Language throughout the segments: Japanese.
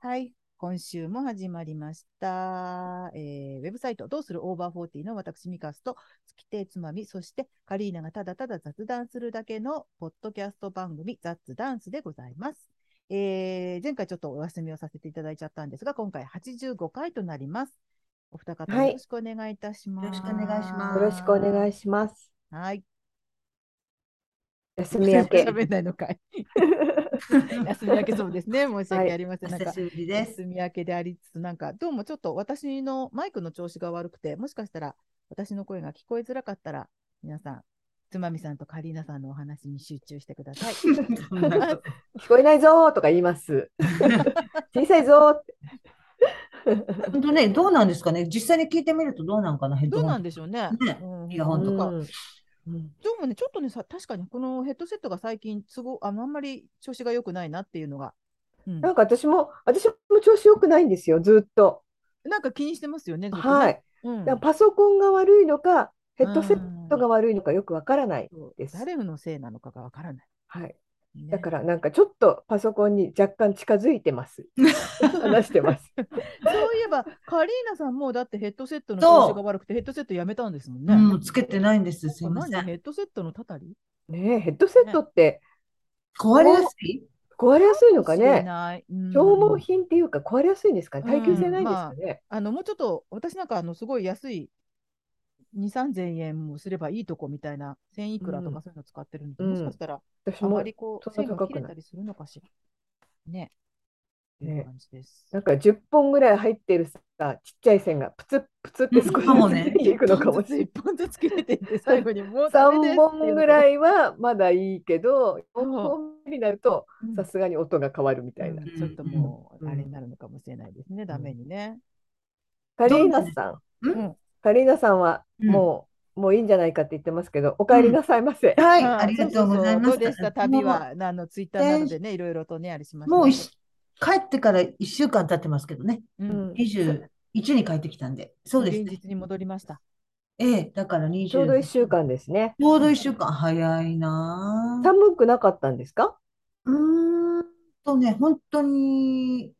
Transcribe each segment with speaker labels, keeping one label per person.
Speaker 1: はい。今週も始まりました。えー、ウェブサイト、どうするオーバーフォーティーの私、ミカスと、月手つまみ、そしてカリーナがただただ雑談するだけの、ポッドキャスト番組、雑ダンスでございます。えー、前回ちょっとお休みをさせていただいちゃったんですが、今回85回となります。お二方、
Speaker 2: はい
Speaker 1: よろしくお願いいたします。
Speaker 3: よろしくお願いします
Speaker 2: よろしくお願いします。
Speaker 1: はい。
Speaker 2: 休み明け。
Speaker 1: 喋んないのかい。 休み明けそうですね。申し訳ありませ
Speaker 3: お
Speaker 1: ん。なんか
Speaker 3: 久しぶり です。
Speaker 1: 休み明けでありつつ、なんかどうもちょっと私のマイクの調子が悪くて、もしかしたら私の声が聞こえづらかったら、皆さん、つまみさんとカリーナさんのお話に集中してください。
Speaker 3: そんなこと
Speaker 2: 聞こえないぞーとか言います。小さいぞーって。
Speaker 3: 本当ね、どうなんですかね。実際に聞いてみるとどうなんかな、ヘッド
Speaker 1: どう
Speaker 3: ホン。
Speaker 1: なんでしょうね。
Speaker 3: ね
Speaker 1: うん、
Speaker 3: イヤホン
Speaker 1: とか。
Speaker 2: うんうん
Speaker 1: でもね、ちょっとね、さ確かにこのヘッドセットが最近都合あ、あんまり調子が良くないなっていうのが、うん
Speaker 2: なんか私も、私も調子良くないんですよ、ずーっと。
Speaker 1: なんか気にしてますよね、ずっとね
Speaker 2: はい。
Speaker 1: うん
Speaker 2: だからパソコンが悪いのか、ヘッドセットが悪いのかよくわからない
Speaker 1: そう
Speaker 2: です。
Speaker 1: 誰のせいなのかがわからない。
Speaker 2: はい。
Speaker 1: ね
Speaker 2: だからなんかちょっとパソコンに若干近づいて ます。話してます。
Speaker 1: そういえば、カリーナさんもだってヘッドセットの
Speaker 3: そ
Speaker 1: 調
Speaker 3: う
Speaker 1: 子が悪くてヘッドセットやめたんですもんね。
Speaker 3: うん、つけてないんです。すいま
Speaker 1: 何
Speaker 3: せ
Speaker 1: ヘ
Speaker 3: ん。
Speaker 1: ッドセットのたたり
Speaker 2: ねえヘッドセットって
Speaker 3: 壊れやすい
Speaker 2: 壊れやすいのか
Speaker 1: 知ら
Speaker 2: ね。
Speaker 1: ない、うん
Speaker 2: 消耗品っていうか壊れやすいんですかね。耐久性ないんですかね。
Speaker 1: あのもうちょっと私なんかあのすごい安い2、3千円もすればいいとこみたいな、1000いくらと
Speaker 2: う
Speaker 1: か
Speaker 2: ん
Speaker 1: そういうの使ってるんで、
Speaker 2: うん
Speaker 1: もしかしたら
Speaker 2: 私
Speaker 1: あ
Speaker 2: も
Speaker 1: まりこう、
Speaker 2: そん
Speaker 1: 線
Speaker 2: な
Speaker 1: が
Speaker 2: 高
Speaker 1: 切
Speaker 2: くな
Speaker 1: れ
Speaker 2: い
Speaker 1: たりするのかしら。ね。
Speaker 2: ね
Speaker 1: いう感じです。
Speaker 2: なんか10本ぐらい入ってるさ、ちっちゃい線がプツップツって少し
Speaker 3: かもね
Speaker 2: ずつ出ていくのかもしれない。
Speaker 1: 1本ずつ切れていって、最後に もうダメですって
Speaker 2: 3
Speaker 1: いうのが
Speaker 2: 本ぐらいはまだいいけど、
Speaker 1: そう
Speaker 2: 4本目になると
Speaker 1: うん
Speaker 2: さすがに音が変わるみたいな。
Speaker 1: うん
Speaker 3: うん
Speaker 1: ちょっともう、
Speaker 2: うん
Speaker 1: あれになるのかもしれないですね、ダメにね。
Speaker 2: カリーナさん、
Speaker 1: うん
Speaker 2: カリーナさんは
Speaker 3: うん
Speaker 2: もう、もういいんじゃないかって言ってますけど、お帰りなさいませ。
Speaker 3: はい、
Speaker 1: あ
Speaker 3: ありがとうございま
Speaker 1: そ
Speaker 3: す。
Speaker 1: うそうそうどうでした旅は、あのツイッターなどでね、いろいろとね、あれしましたね。
Speaker 3: もう一帰ってから1週間経ってますけどね。
Speaker 1: う
Speaker 2: うんん
Speaker 3: 21に帰ってきたんで。そうです
Speaker 1: 現
Speaker 3: ね。
Speaker 1: 実に戻りました。
Speaker 3: ええ、だから20。
Speaker 2: ちょうど1週。間ですね。
Speaker 3: ちょうど1週間早いなぁ。
Speaker 2: 寒くなかったんですか
Speaker 3: うーんとね、本当に、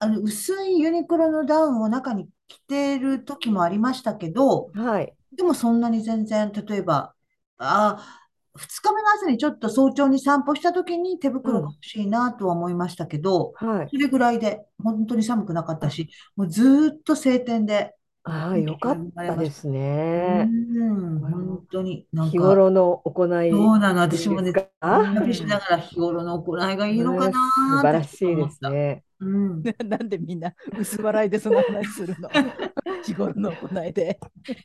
Speaker 3: あの、薄いユニクロのダウンを中に着てる時もありましたけど、
Speaker 2: はい。
Speaker 3: でもそんなに全然、例えば、ああ、2日目の朝にちょっと早朝に散歩した時に手袋が欲しいなとは思いましたけど、
Speaker 2: はい。
Speaker 3: それぐらいで、本当に寒くなかったし、もうずーっと晴天で、
Speaker 2: ああ、よかったです
Speaker 3: う
Speaker 2: ね。
Speaker 3: ん、
Speaker 2: これは
Speaker 3: 本当になん
Speaker 2: 日
Speaker 3: か、
Speaker 2: 頃の行い
Speaker 3: どうなの、私もね、
Speaker 2: ですか
Speaker 3: 旅しながら日頃の行いがいいのか
Speaker 2: 素
Speaker 3: なー
Speaker 2: 晴
Speaker 3: っ
Speaker 2: ら
Speaker 3: て
Speaker 2: しい
Speaker 3: 思
Speaker 2: で
Speaker 3: っ
Speaker 2: す
Speaker 3: た。
Speaker 2: ね。
Speaker 3: うん。
Speaker 1: なんでみんな薄笑いでその話す るの日頃の行いで。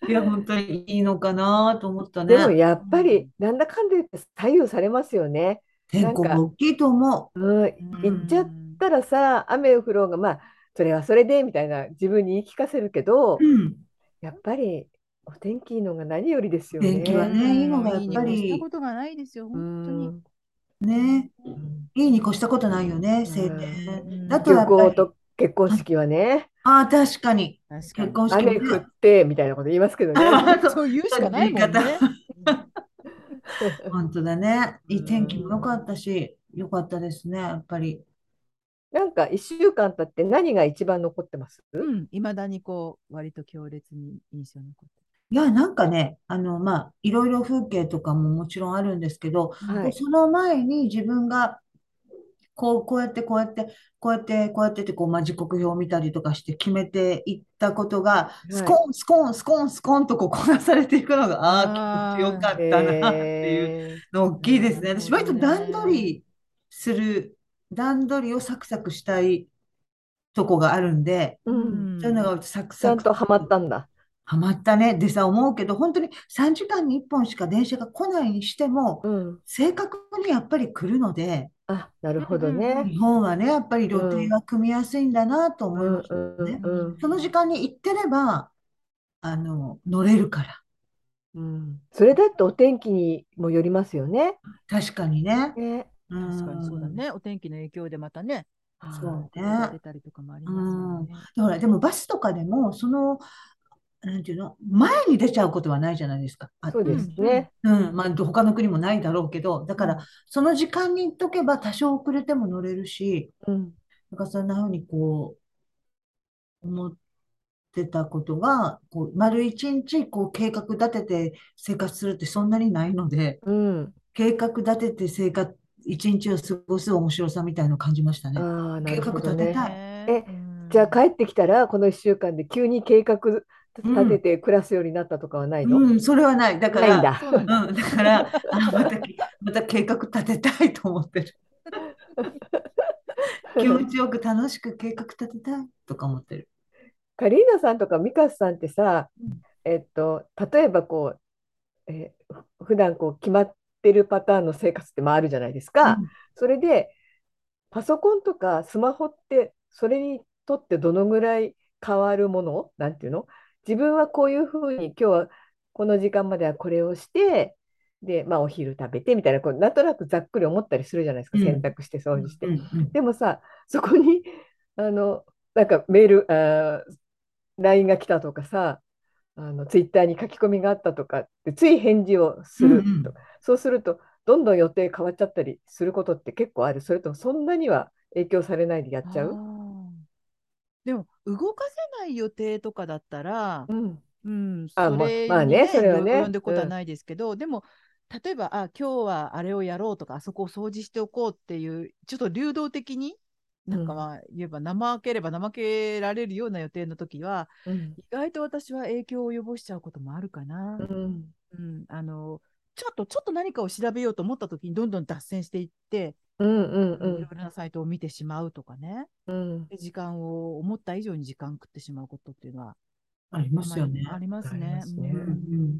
Speaker 3: いや、本当にいいのかなと思った
Speaker 2: でも
Speaker 3: ね。
Speaker 2: やっぱ
Speaker 1: う
Speaker 2: り
Speaker 1: ん、
Speaker 2: なんだかんだ言って左右されますよね。
Speaker 3: 天候も大きいと思
Speaker 2: うん、行っちゃったらさ、雨降ろうが、まあ、それはそれでみたいな自分に言い聞かせるけど
Speaker 3: う。、うん。
Speaker 2: やっぱりお天気いいのが何よりですよ
Speaker 3: 天気は
Speaker 2: ね。
Speaker 3: ねいいのがやっぱり
Speaker 1: いいに越したことがないですよ、
Speaker 2: う
Speaker 1: 本当に。
Speaker 2: ん、
Speaker 3: ね。いいに越したことないよね、晴
Speaker 1: う
Speaker 3: 天。
Speaker 1: ん
Speaker 3: だと
Speaker 2: 旅
Speaker 3: やっぱ
Speaker 2: 行
Speaker 3: り、
Speaker 2: と結婚式はね、
Speaker 3: ああ、確かに。
Speaker 1: 確か
Speaker 3: 結
Speaker 1: に。
Speaker 3: 婚式も
Speaker 2: 雨
Speaker 3: ね
Speaker 2: 降ってみたいなこと言いますけどね。
Speaker 1: そう言うしかないもんね。
Speaker 3: 本当だね。いい天気も良かったし、良かったですね、やっぱり。
Speaker 2: なんか一週間経って何が一番残ってます
Speaker 1: うん、いまだにこう、割と強烈に印象に残って
Speaker 3: いや、なんかね、あの、まあ、いろいろ風景とかももちろんあるんですけど、
Speaker 2: はい。
Speaker 3: その前に自分がこう、こうやってこうやってこうやってこうやってってこう、まあ、時刻表を見たりとかして決めていったことが
Speaker 2: い
Speaker 3: スコンスコンスコンスコンとこうこなされていくのがあ
Speaker 1: あー
Speaker 3: あ気持ちよかったなっていう
Speaker 2: えー
Speaker 3: の大きいですね。
Speaker 1: なるほ
Speaker 3: 私
Speaker 1: ど
Speaker 3: 割と段取りする段取りをサクサクしたいとこがあるんで
Speaker 2: う
Speaker 1: る。
Speaker 2: ん、
Speaker 3: そういうのが割とサク
Speaker 2: ちゃ
Speaker 3: サ
Speaker 2: ん
Speaker 3: ク
Speaker 2: とハマったんだ。
Speaker 3: ハマったねでさ思うけど本当に3時間に1本しか電車が来ないにしても
Speaker 2: うん。
Speaker 3: 正確にやっぱり来るので。
Speaker 2: あ、なるほど
Speaker 1: うん
Speaker 2: ね。
Speaker 3: 日本はね、やっぱり予定が組みやすいんだなと思いましたね。
Speaker 2: うんうん
Speaker 3: その時間に行ってれば、あの、乗れるから。
Speaker 2: うん、それだってお天気にもよりますよね。
Speaker 3: 確かにね。
Speaker 2: ね。
Speaker 3: うん
Speaker 1: 確かにそうだ。ね。お天気の影響でまたね、
Speaker 3: そうね。
Speaker 1: 出たりとかもありますもんね。
Speaker 3: だから、でもバスとかでも、その、なんていうの、前に出ちゃうことはないじゃないですか。あ
Speaker 2: そうですね。
Speaker 3: うん、まあ、他の国もないだろうけど、だから、その時間に行っとけば多少遅れても乗れるし、
Speaker 2: うん。
Speaker 3: なんかそんな風にこう、思ってたことが、こう、丸一日こう計画立てて生活するってそんなにないので、
Speaker 2: うん。
Speaker 3: 計画立てて生活、一日を過ごす面白さみたいのを感じましたね。
Speaker 2: ああ、なるほど
Speaker 3: 計画立て
Speaker 2: ね。
Speaker 3: たい
Speaker 1: え
Speaker 2: えじゃあ帰ってきたら、この1週間で急に計画立てて暮らすようになったとかはないの
Speaker 3: うん、それはない。だか
Speaker 2: ないん
Speaker 3: ら、
Speaker 2: だ。
Speaker 1: そうなんだ。
Speaker 3: うん、だから、あ、また、また計画立てたいと思ってる。気持ちよく楽しく計画立てたいとか思ってる。
Speaker 2: カリーナさんとかミカスさんってさ
Speaker 1: うん、
Speaker 2: えっと、例えばこう、えーふ普段こう決まってるパターンの生活ってまああるじゃないですか。
Speaker 3: うん
Speaker 2: それで、パソコンとかスマホって、それにとってどのぐらい変わるものなんていうの自分はこういうふうに、今日はこの時間まではこれをして、で、まあ、お昼食べてみたいな、こうなんとなくざっくり思ったりするじゃないですか、
Speaker 3: うん
Speaker 2: 洗濯して、掃除して
Speaker 3: う。んうん
Speaker 2: でもさ、そこに、 あの、なんかメール、あー LINE が来たとかさ、あの、ツイッターに書き込みがあったとかって、つい返事をする
Speaker 3: うんうん
Speaker 2: とか、そうすると、どんどん予定変わっちゃったりすることって結構ある。それともそんなには影響されないでやっちゃ
Speaker 1: あ
Speaker 2: う
Speaker 1: ーでも動かせない予定とかだったら、
Speaker 2: うん。
Speaker 1: うん、
Speaker 2: あ
Speaker 1: そ
Speaker 2: もう
Speaker 1: れ
Speaker 2: まあ
Speaker 1: に
Speaker 2: ねそれはね
Speaker 1: よ呼んでことは
Speaker 2: うん
Speaker 1: ないですけど、でも例えばあ今日はあれをやろうとかあそこを掃除しておこうっていうちょっと流動的になんか
Speaker 2: うん
Speaker 1: まあ言えば怠ければ怠けられるような予定の時は
Speaker 2: うん。
Speaker 1: 意外と私は影響を及ぼしちゃうこともあるかな。
Speaker 2: うん。
Speaker 1: うん、あのちょっとちょっと何かを調べようと思った時にどんどん脱線していって、
Speaker 2: うんうん
Speaker 1: いろいろなサイトを見てしまうとかね
Speaker 2: うんうん。
Speaker 1: で時間を思った以上に時間食ってしまうことっていうのは
Speaker 3: ありますよね。
Speaker 1: あります
Speaker 2: あり
Speaker 1: ね
Speaker 2: ますね
Speaker 1: うん
Speaker 3: うん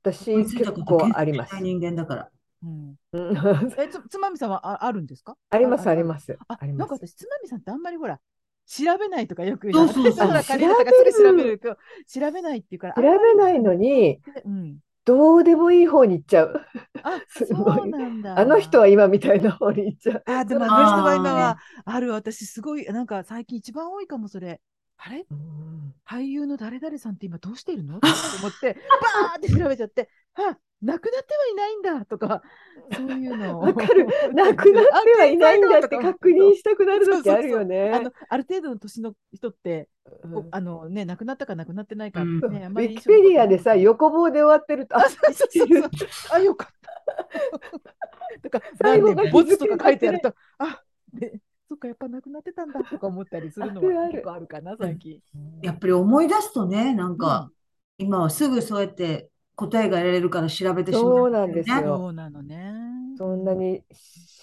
Speaker 2: 私
Speaker 3: 追いつい
Speaker 2: 結
Speaker 3: たこと
Speaker 2: 構
Speaker 3: 検
Speaker 2: あり
Speaker 3: 索
Speaker 2: ま
Speaker 3: し
Speaker 2: す
Speaker 3: ない。人間だから。
Speaker 1: うん
Speaker 2: うん
Speaker 1: えつつまみさんはああるんですか
Speaker 2: ありますあり
Speaker 1: す。
Speaker 2: ます。
Speaker 1: あ
Speaker 2: あり
Speaker 1: な
Speaker 2: ま
Speaker 1: んか
Speaker 2: す。
Speaker 1: 私、つまみさんってあんまりほら、調べないとかよく言う
Speaker 3: そうそうそう
Speaker 1: ほら、
Speaker 2: 調
Speaker 1: カ
Speaker 2: べ
Speaker 1: リ
Speaker 2: る
Speaker 1: ーナさんがすぐ調べる。こう調べないっていうから、
Speaker 2: 調べないのに、
Speaker 1: あんまりうん。
Speaker 2: どうでもいい方に行っちゃう。
Speaker 1: あ、
Speaker 2: すごい
Speaker 1: そうなんだ。
Speaker 2: あの人は今みたいな方に行っちゃう。
Speaker 1: あ、でもあの人は今は、ある、私、すごい、なんか最近一番多いかも、それ。あれ俳優の誰々さんって今どうしてる のと思って、バーって調べちゃって、あ、亡くなってはいないんだとか、そういうのを。
Speaker 2: わか る。なくなってはいないんだって確認したくなる時あるよ
Speaker 1: あ
Speaker 2: ね
Speaker 1: の。ある程度の年の人って、
Speaker 2: うん
Speaker 1: こうあのね、亡くなったか亡くなってないか、
Speaker 3: うん
Speaker 1: ね、あ
Speaker 2: ウ
Speaker 1: んまり
Speaker 2: ィキペディアでさ、
Speaker 1: よ
Speaker 2: 横棒で終わってると、あ、
Speaker 1: そうそうそうそうあ、よかった。 とか、
Speaker 2: 最後が
Speaker 1: なんでボツとか書いてあると、あ、で、そっか、やっぱ亡くなってたんだとか思ったりするの
Speaker 2: あるあ
Speaker 1: は
Speaker 2: る
Speaker 1: 結構あるかな、最近。
Speaker 3: やっぱり思い出すとね、なんか、今はすぐそうやって答えが得られるから調べてしまう
Speaker 2: そうんな
Speaker 3: だよ
Speaker 2: ん
Speaker 3: ね。
Speaker 2: ですよ。
Speaker 1: そうなのね。
Speaker 2: そんなに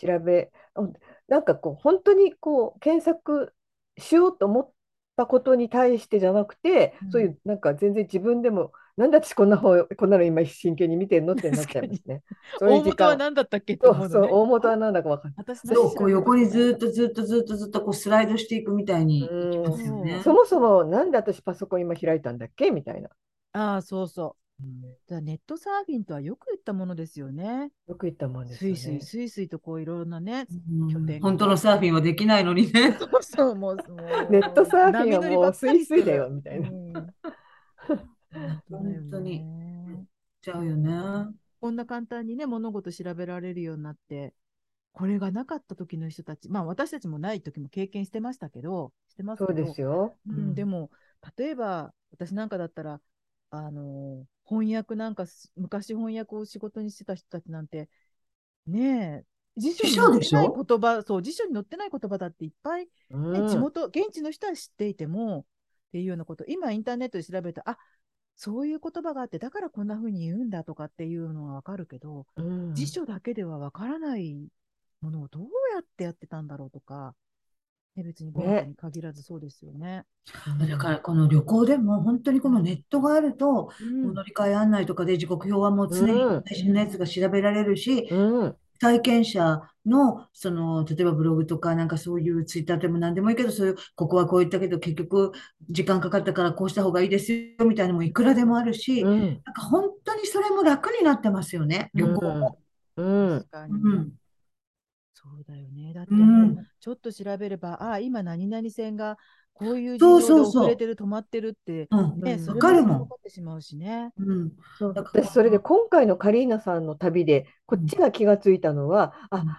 Speaker 2: 調べ、うんなんかこう、本当にこう、検索しようと思ったことに対してじゃなくて
Speaker 1: う、ん
Speaker 2: そういう、なんか全然自分でも、なんで私こんな方、こんなの今真剣に見てんのってなっちゃいますね。そういう
Speaker 1: 大
Speaker 2: 時
Speaker 1: 元は
Speaker 2: 間。
Speaker 1: 何だったっけって
Speaker 2: そ
Speaker 1: 思
Speaker 2: う
Speaker 1: う
Speaker 2: そう、
Speaker 1: のね。
Speaker 2: 大元は何だかわかんない。
Speaker 1: 私
Speaker 3: そう、こう横にず
Speaker 1: っ
Speaker 3: っとずっとずっとずっとこうスライドしていくみたいにいきますよね。
Speaker 2: そもそもなんで私パソコン今開いたんだっけみたいな。
Speaker 1: と。ああ、そうそう。だからネットサーフィンとはよく言ったものですよね。
Speaker 2: よく言ったもんです
Speaker 1: ス
Speaker 2: よ
Speaker 1: イスイ
Speaker 2: ね。
Speaker 1: スイスイとこういろんなね、
Speaker 3: うん
Speaker 1: 拠点が
Speaker 3: 本当のサーフィンはできないのにね。
Speaker 1: そうそう、もう、もう
Speaker 2: ネットサーフィン
Speaker 1: 波
Speaker 2: は
Speaker 1: 乗りばっかりしてる
Speaker 2: もうスイスイだよみたいな
Speaker 1: うん
Speaker 3: 本
Speaker 1: 本当
Speaker 3: 当に。
Speaker 1: だよね
Speaker 3: ちゃうよね。
Speaker 1: こんな簡単にね、物事調べられるようになって、これがなかった時の人たち、まあ私たちもない時も経験してましたけど、してます
Speaker 2: そ
Speaker 1: け
Speaker 2: う
Speaker 1: ど、
Speaker 2: ですよ。
Speaker 1: うんでも、例えば私なんかだったら、あのー翻訳なんかす、昔翻訳を仕事にしてた人たちなんて、ねえ、辞書に載っ
Speaker 3: 辞書で
Speaker 1: て
Speaker 3: し
Speaker 1: な
Speaker 3: ょ
Speaker 1: い言葉、そう、辞書に載ってない言葉だっていっぱいね
Speaker 2: うん
Speaker 1: 地元、現地の人は知っていてもっていうようなこと、今インターネットで調べると、あそういう言葉があって、だからこんな風に言うんだとかっていうのはわかるけど、
Speaker 2: うん
Speaker 1: 辞書だけではわからないものをどうやってやってたんだろうとか、ね、別に文化に限らずそうですよね。
Speaker 3: だからこの旅行でも本当にこのネットがあると、
Speaker 1: うん
Speaker 3: 乗り換え案内とかで時刻表はもう常
Speaker 2: うん
Speaker 3: に最新のやつが調べられるし、
Speaker 2: うん
Speaker 3: 体験者の、その、例えばブログとか、なんかそういうツイッターでも何でもいいけど、そういう、ここはこう言ったけど、結局、時間かかったからこうした方がいいですよ、みたいなのもいくらでもあるし、
Speaker 2: う
Speaker 3: なん
Speaker 2: ん
Speaker 3: か本当にそれも楽になってますよね、旅行も。
Speaker 2: うん
Speaker 1: 確かに
Speaker 3: うん。
Speaker 1: そうだよね。だって、
Speaker 3: うん
Speaker 1: ちょっと調べれば、あ今何々線がこういう
Speaker 3: そう
Speaker 1: 事情で
Speaker 3: そうそう
Speaker 1: 遅れてる、止まってるって、
Speaker 3: うん。
Speaker 1: ね、
Speaker 2: うん
Speaker 1: それ
Speaker 3: わかる
Speaker 1: も
Speaker 3: もん
Speaker 1: 分かってしまうしね。
Speaker 3: うん。
Speaker 2: そう
Speaker 3: だから
Speaker 2: 私それで今回のカリーナさんの旅でこっちが気がついたのは、
Speaker 3: うん
Speaker 2: あ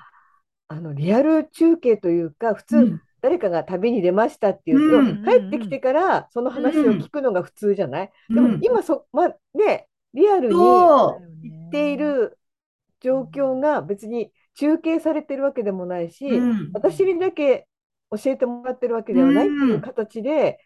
Speaker 2: あのリアル中継というか普通、
Speaker 3: うん
Speaker 2: 誰かが旅に出ましたっていうと、
Speaker 3: うん
Speaker 2: 帰ってきてからその話を聞くのが普通じゃない、でも今そ、まね、リアルに行
Speaker 3: そう
Speaker 2: っている状況が別に中継されてるわけでもないし、
Speaker 3: うん
Speaker 2: 私にだけ教えてもらってるわけではないっていう形で、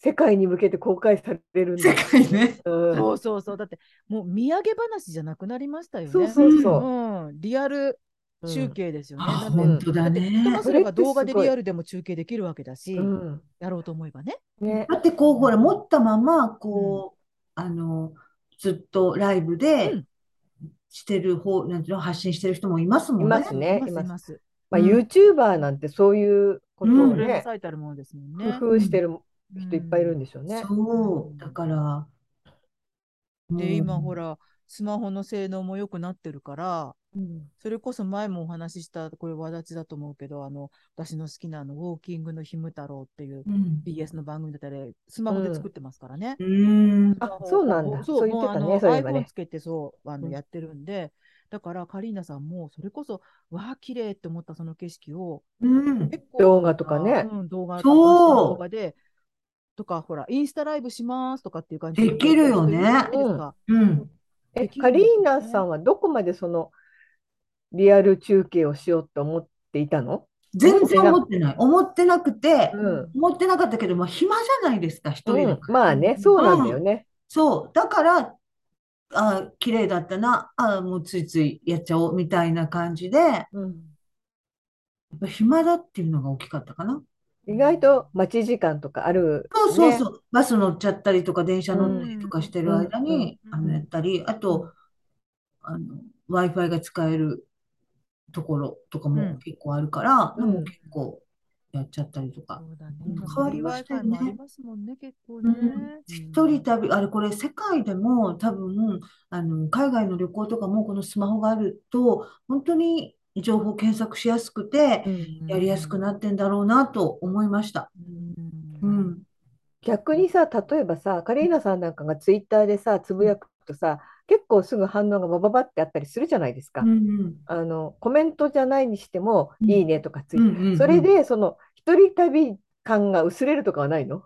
Speaker 2: 世界に向けて公開されるんだ
Speaker 3: 世界ね。
Speaker 2: うん
Speaker 1: そうそうそう。だって、もう土産話じゃなくなりましたよね。
Speaker 2: そうそうそう。
Speaker 1: うん、リアル中継ですよね。
Speaker 3: あ、
Speaker 1: だって
Speaker 3: 本当だ
Speaker 1: 人
Speaker 3: ね
Speaker 1: も。すれば
Speaker 2: それってすごい
Speaker 1: 動画でリアルでも中継できるわけだし、
Speaker 2: うん
Speaker 1: やろうと思えばね。
Speaker 2: ね、
Speaker 3: だってこう、ほら、持ったまま、こう、あの、ずっとライブ
Speaker 1: う
Speaker 3: で
Speaker 1: ん
Speaker 3: してる方、なんていうの、発信してる人もいますもん
Speaker 2: いま
Speaker 3: ね。
Speaker 2: すね
Speaker 1: いますいます。
Speaker 2: まあ、
Speaker 3: うん
Speaker 2: YouTuber なんてそういうこと
Speaker 3: う
Speaker 2: を
Speaker 1: それも
Speaker 2: ね、
Speaker 1: 最たるものですもん
Speaker 2: 工
Speaker 1: ね。
Speaker 2: 夫してる人いっぱいいるんでしょうね。
Speaker 3: そう、だから、う
Speaker 1: で、
Speaker 3: ん
Speaker 1: 今ほら、スマホの性能も良くなってるから、それこそ前もお話しした、これ、わだちだと思うけど、あの、私の好きなあの、ウォーキングのひむ太郎っていう
Speaker 3: うん
Speaker 1: BS の番組だったり、スマホで作ってますからね。
Speaker 3: うん、
Speaker 2: あ、そうなんだ。そう言ってたね、そういえば
Speaker 1: iPhone
Speaker 2: ね。
Speaker 1: つけてそう、あの、
Speaker 2: うん
Speaker 1: やってるんで、だから、カリーナさんも、それこそ、わあ、綺麗って思ったその景色を、
Speaker 3: うん、
Speaker 1: 結構、
Speaker 2: 動画とかね。
Speaker 1: うん、動画とか、
Speaker 3: そう
Speaker 1: 動画で、とか、ほら、インスタライブしますとかっていう感じ
Speaker 3: できるよね
Speaker 1: いいじゃないですか
Speaker 3: うん。
Speaker 2: え、
Speaker 1: できる
Speaker 2: カ
Speaker 1: んで
Speaker 2: リ
Speaker 1: すね
Speaker 2: ーナさんはどこまでそのリアル中継をしようと思っていたの
Speaker 3: 全然思ってない。思ってなくて、
Speaker 2: うん。
Speaker 3: 思ってなかったけど、まあ、暇じゃないですか、一人だ
Speaker 2: うん
Speaker 3: から。
Speaker 2: まあね、そうなんだよね。
Speaker 3: そう、だから、あ、綺麗だったな、あ、もうついついやっちゃおうみたいな感じで、や
Speaker 2: うん
Speaker 3: っぱ暇だっていうのが大きかったかな。
Speaker 2: 意外と待ち時間とかある
Speaker 3: そうそう
Speaker 2: ね。
Speaker 3: そう、バス乗っちゃったりとか、電車乗ったりとかしてる間に、
Speaker 1: うん
Speaker 3: あのやったり、あと、あの、Wi-Fi が使えるところとか
Speaker 1: うん
Speaker 3: も結構あるから、
Speaker 2: うん
Speaker 3: もう結構やっちゃったりとか
Speaker 1: そ。うだね。
Speaker 3: 変わりましたよね
Speaker 1: もありますもんね、結構ね。
Speaker 3: 一人旅、あれこれ世界でも多分、あの、海外の旅行とかもこのスマホがあると、本当に情報検索しやすくて、やりやすくなってんだろうなと思いました。う
Speaker 1: うん
Speaker 3: ん。
Speaker 2: 逆にさ、例えばさ、カリーナさんなんかがツイッターでさ、つぶやくとさ、結構すぐ反応がバババってあったりするじゃないですか
Speaker 3: う。ん
Speaker 2: あの、コメントじゃないにしても、
Speaker 3: うん
Speaker 2: いいねとかつい
Speaker 3: うん。うんうん
Speaker 2: それ、で、その、一人旅感が薄れるとかはないの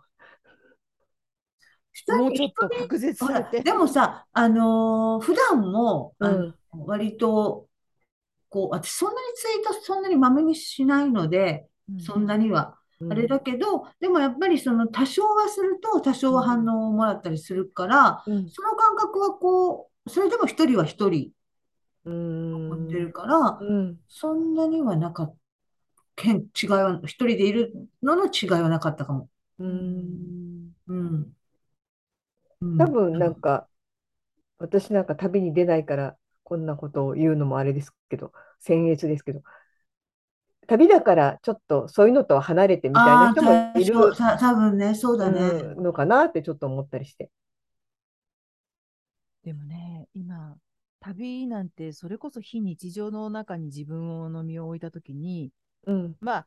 Speaker 3: 一人
Speaker 1: もうちょっと隔絶
Speaker 3: ほ
Speaker 1: され
Speaker 3: ら、
Speaker 1: て。
Speaker 3: でもさ、あのー普段も、あの
Speaker 2: うん
Speaker 3: 割と、こう、私そんなにツイートそんなにまめにしないので、そんなには。あれだけど、でもやっぱりその多少はすると多少は反応をもらったりするから、
Speaker 2: うん
Speaker 3: その感覚はこう、それでも一人は一人
Speaker 2: うん
Speaker 3: 持ってるから、
Speaker 2: うん
Speaker 3: そんなにはなかった。けん、違いは、一人でいるのの違いはなかったかも。
Speaker 2: うん
Speaker 3: うん。うん
Speaker 2: 多分なんか私なんか旅に出ないからこんなことを言うのもあれですけど僭越ですけど旅だからちょっとそういうのとは離れてみたいな
Speaker 3: あ
Speaker 2: 人も
Speaker 3: あ、
Speaker 2: いる
Speaker 3: そう、た、多分ね、そうだね。
Speaker 2: うんのかなってちょっと思ったりして。
Speaker 1: でもね、今、旅なんて、それこそ非日常の中に自分の身を置いたときに、
Speaker 2: うん
Speaker 1: まあ、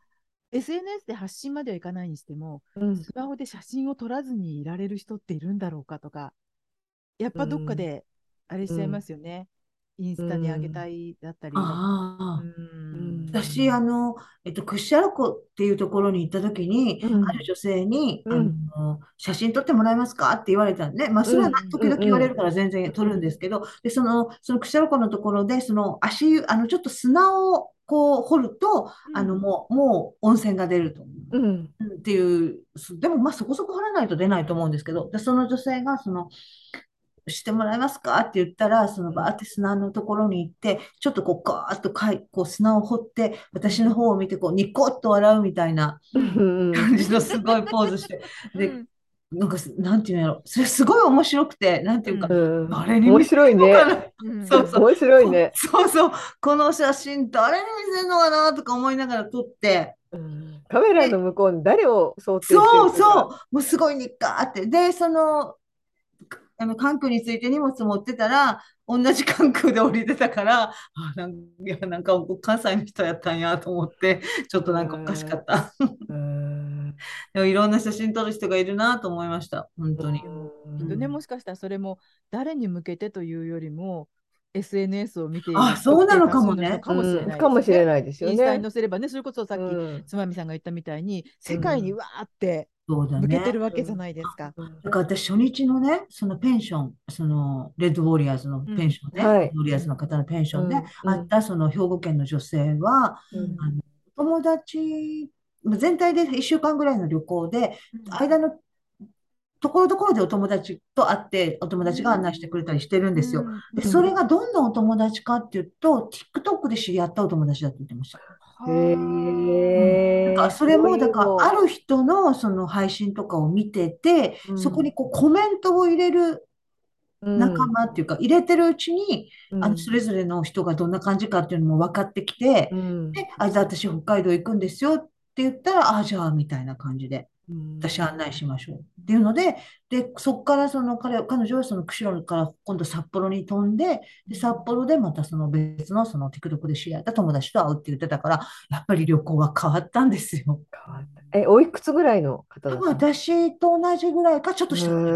Speaker 1: SNS で発信まではいかないにしても、
Speaker 2: うん
Speaker 1: スマホで写真を撮らずにいられる人っているんだろうかとか、やっぱどっかで、あれしちゃいますよね。インスタに上げたいだったり。
Speaker 3: ああ。
Speaker 1: うん
Speaker 3: 私、あの、えっと、屈斜路湖っていうところに行った時に、
Speaker 2: うん
Speaker 3: ある女性に、
Speaker 2: うん
Speaker 3: あの、写真撮ってもらえますかって言われたんで、まあ、それは
Speaker 1: うん
Speaker 3: 時々言われるから全然撮るんですけど、で、その、その屈斜路湖のところで、その足湯、あの、ちょっと砂をこう掘ると、あの、もう、もう温泉が出ると思う。
Speaker 2: うん
Speaker 3: っていう、すでもまあそこそこ掘らないと出ないと思うんですけど、で、その女性がその、してもらえますかって言ったら、そのバーって砂のところに行って、ちょっとこうガーッとかい、こう砂を掘って、私の方を見てこうニコッと笑うみたいな
Speaker 2: うん
Speaker 3: 感じのすごいポーズして、
Speaker 1: う
Speaker 3: で、
Speaker 1: ん
Speaker 3: なんかす、なんていうんやろ、それすごい面白くて、なんていうか、
Speaker 2: うん
Speaker 3: 誰に
Speaker 2: 面白いね。
Speaker 1: うん
Speaker 3: そうそう
Speaker 2: 面白いね。
Speaker 3: そうそう、こ の写真誰に見せるのかなとか思いながら撮って、
Speaker 2: うんカメラの向こうに誰を想定してる
Speaker 3: そう
Speaker 2: と
Speaker 3: そう
Speaker 2: か。、
Speaker 3: もうすごいにっかーって。で、その、あの、関空について荷物持ってたら、同じ関空で降りてたから、あ、なんいや、なんか関西の人やったんやと思って、ちょっとなんかおかしかった。
Speaker 2: うん
Speaker 3: でもいろんな写真撮る人がいるなと思いました、本当に。
Speaker 1: きっとね、もしかしたらそれも誰に向けてというよりも、 SNS を見てい
Speaker 3: あそうなのかもね
Speaker 1: 特定多数の人かもしれないですね、
Speaker 2: かも
Speaker 1: イ
Speaker 2: しれないですよ
Speaker 1: ンスタに
Speaker 2: ね。
Speaker 1: 載せればね、それこそさっき、
Speaker 2: うん
Speaker 1: つまみさんが言ったみたいに、世界にわーって
Speaker 3: そうだ
Speaker 1: 向け
Speaker 3: ね
Speaker 1: てるわけじゃないですか。
Speaker 3: だから私、初日のね、そのペンション、そのレッドウォリアーズのペンションね、
Speaker 2: うんはい
Speaker 3: レッドウォリアーズの方のペンションで、
Speaker 2: うんうん
Speaker 3: あったその兵庫県の女
Speaker 2: う
Speaker 3: 性は、
Speaker 2: ん
Speaker 3: あの友達、まあ全体で1週間ぐらいの旅行で、間のところどころでお友達と会って、お友達が案内してくれたりしてるんですよ。
Speaker 1: うん
Speaker 3: で、それがどんなお友達かっていうと、TikTok で知り合ったお友達だって言ってました。
Speaker 2: へえ
Speaker 3: だからそれも、だから、あ
Speaker 2: る
Speaker 3: る人のその配信とかを見てて、
Speaker 2: うん
Speaker 3: そこにこうコメントを入れる仲間っていうか、入れてるうちに、あの、それぞれの人がどんな感じかっていうのも分かってきて、
Speaker 2: うん
Speaker 3: で、あ、じゃあ私北海道行くんですよって言ったら、あ、じゃあ、みたいな感じで、私案内しましょうっていうので、で、そこからその彼、彼女はその釧路から今度札幌に飛んで、で、札幌でまたその別のその TikTok で知り合った友達と会うって言ってたから、やっぱり旅行は変わったんですよ。
Speaker 2: 変わったえ、おいくつぐらいの方
Speaker 3: 多
Speaker 2: だ
Speaker 3: 分
Speaker 2: ったの
Speaker 3: 私と同じぐらいか、ちょっと下ぐらい
Speaker 2: へ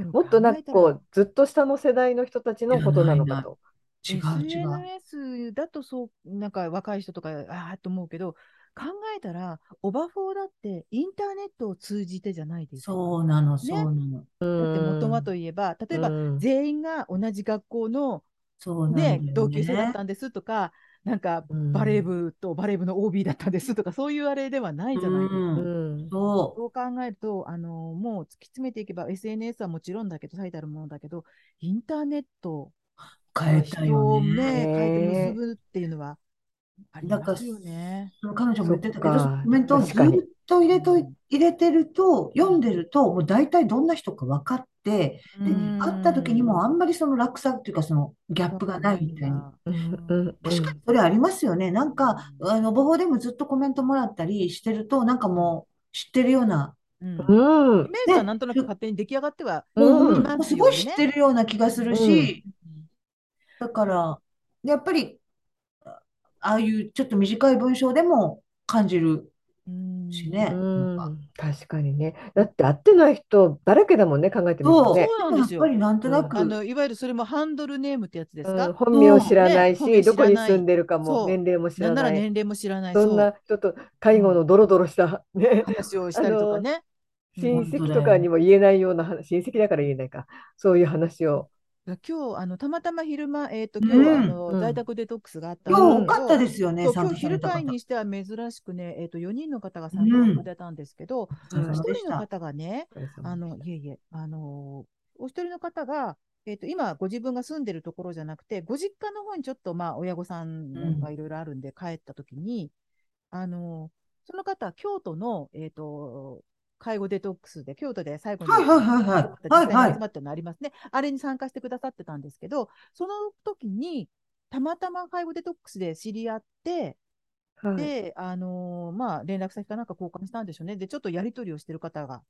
Speaker 2: えもっとなんかこう、ずっと下の世代の人たちのことなのかと。
Speaker 3: 違う違う。
Speaker 1: SNS だとそう、なんか若い人とか、ああと思うけど、考えたら、オバフォーだってインターネットを通じてじゃないですか。
Speaker 3: そうなの、そうなの。
Speaker 1: だって元はといえば、例えば
Speaker 2: うん
Speaker 1: 全員が同じ学校の、
Speaker 3: そうなんだよ
Speaker 1: ね、同級生だっ
Speaker 3: ね。
Speaker 1: たんですとか、なんか
Speaker 2: うん
Speaker 1: バレー部とバレー部の OB だったんですとか、そういうあれではないじゃないですか。
Speaker 3: う
Speaker 2: うんん
Speaker 3: そ
Speaker 1: そう考えると、あのもう突き詰めていけば SNS はもちろんだけど、最たるものだけど、インターネット
Speaker 3: う、
Speaker 1: が
Speaker 3: 変えた
Speaker 1: 人
Speaker 3: よ
Speaker 1: を
Speaker 3: ね。
Speaker 1: ね、変え
Speaker 2: ね
Speaker 1: て結ぶっていうのはありますよね。
Speaker 3: その彼女も言ってたけど、
Speaker 2: そっか
Speaker 3: コメントをず
Speaker 2: 確かに
Speaker 3: っと入れと
Speaker 1: う
Speaker 3: い
Speaker 1: ん
Speaker 3: 入れてると、読んでると、もう大体どんな人か分かって、
Speaker 1: う
Speaker 3: で、
Speaker 1: ん
Speaker 3: 会った時にもあんまりその落差っていうか、そのギャップがないみたいな。
Speaker 2: うん
Speaker 3: 確かにそれありますよね。なんか、あの、母法でもずっとコメントもらったりしてると、なんかもう知ってるような、
Speaker 1: うん
Speaker 2: うん
Speaker 1: イメージはなんとなく勝手に出来上がっては、
Speaker 2: うん
Speaker 1: います
Speaker 3: す
Speaker 1: よ
Speaker 3: ご
Speaker 1: ね
Speaker 3: い知ってるような気がするし、
Speaker 1: うん
Speaker 3: だから、やっぱり、あああいうちょっと短い文章でも感じる
Speaker 1: うん
Speaker 3: しね。
Speaker 2: うん
Speaker 3: なんか
Speaker 2: 確かにね。だって会ってない人だらけだもんね、考えてみると
Speaker 3: そう、
Speaker 2: ね。
Speaker 1: そうなんですよ
Speaker 3: やっぱりなんとなく、
Speaker 1: あのいわゆるそれもハンドルネームってやつですか、
Speaker 2: うん本名を知らない
Speaker 1: そうね
Speaker 2: し、どこに住んでるか
Speaker 1: そ
Speaker 2: も、
Speaker 1: う
Speaker 2: 年齢も知
Speaker 1: な
Speaker 2: ら
Speaker 1: んなら
Speaker 2: ない。
Speaker 1: 年齢も知らない、
Speaker 2: そん
Speaker 1: そう
Speaker 2: な人と介護のドロドロした、ね、
Speaker 1: 話をしたりとかね。
Speaker 2: 親
Speaker 3: 本当だ
Speaker 2: 戚
Speaker 3: よ
Speaker 2: とかにも言えないような話、親戚だから言えないか、そういう話を。
Speaker 1: 今日あのたまたま昼間、えー、と今日は
Speaker 3: うん
Speaker 1: あの、
Speaker 2: うん
Speaker 1: 在宅デトックスがあった
Speaker 3: 今
Speaker 2: う
Speaker 3: 日
Speaker 2: ん
Speaker 3: 多かったですよね、
Speaker 1: そう
Speaker 3: 参
Speaker 1: 今
Speaker 3: 加
Speaker 1: 日
Speaker 3: され
Speaker 1: 昼
Speaker 3: た
Speaker 1: 会
Speaker 3: 方。
Speaker 1: にしては珍しくね、えー、と4人の方が参加されたんですけど、
Speaker 3: お疲
Speaker 1: 一
Speaker 3: れ様でし
Speaker 1: 人の
Speaker 3: た。
Speaker 1: 方がね、あのいえいえ、あのーお一人の方が、えー、と今、ご自分が住んでるところじゃなくて、ご実家の方にちょっと、まあ、親御さんがいろいろあるんで、帰った時に、あのーその方、京都の、えー、と介護デトックスで、京都で最後に
Speaker 3: はいはいはいはい。はい
Speaker 1: 実際に集まったのありますね、あれに参加してくださってたんですけど、その時に、たまたま介護デトックスで知り合って、
Speaker 2: はい
Speaker 1: で、あのーまあ、連絡先かなんか交換したんでしょうね。で、ちょっとやり取りをしてる方が、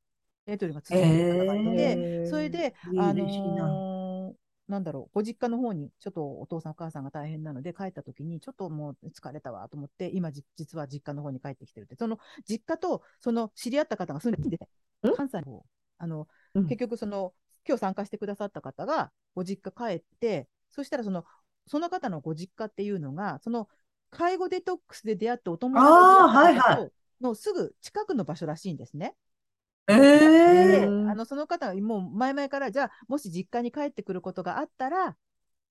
Speaker 1: やり取りが続いてる方がいて、
Speaker 2: へー
Speaker 1: それで、
Speaker 3: いい
Speaker 1: あ
Speaker 3: 嬉しいな
Speaker 1: のーなんだろう、ご実家の方に、ちょっとお父さんお母さんが大変なので、帰った時に、ちょっともう疲れたわと思って、今じ、実は実家の方に帰ってきてるって、その実家と、その知り合った方が住んでて、
Speaker 2: ん
Speaker 1: 関西の方、あの、
Speaker 2: うん
Speaker 1: 結局、その、今日参加してくださった方が、ご実家帰って、そしたら、その、その方のご実家っていうのが、その、介護デトックスで出会ってお友達
Speaker 3: あー
Speaker 1: だった
Speaker 3: はい
Speaker 1: 方とのすぐ近くの場所らしいんですね。
Speaker 3: え
Speaker 1: で、
Speaker 3: え
Speaker 1: あ
Speaker 2: うん
Speaker 1: のその方はもう前々から、じゃあ、もし実家に帰ってくることがあったら、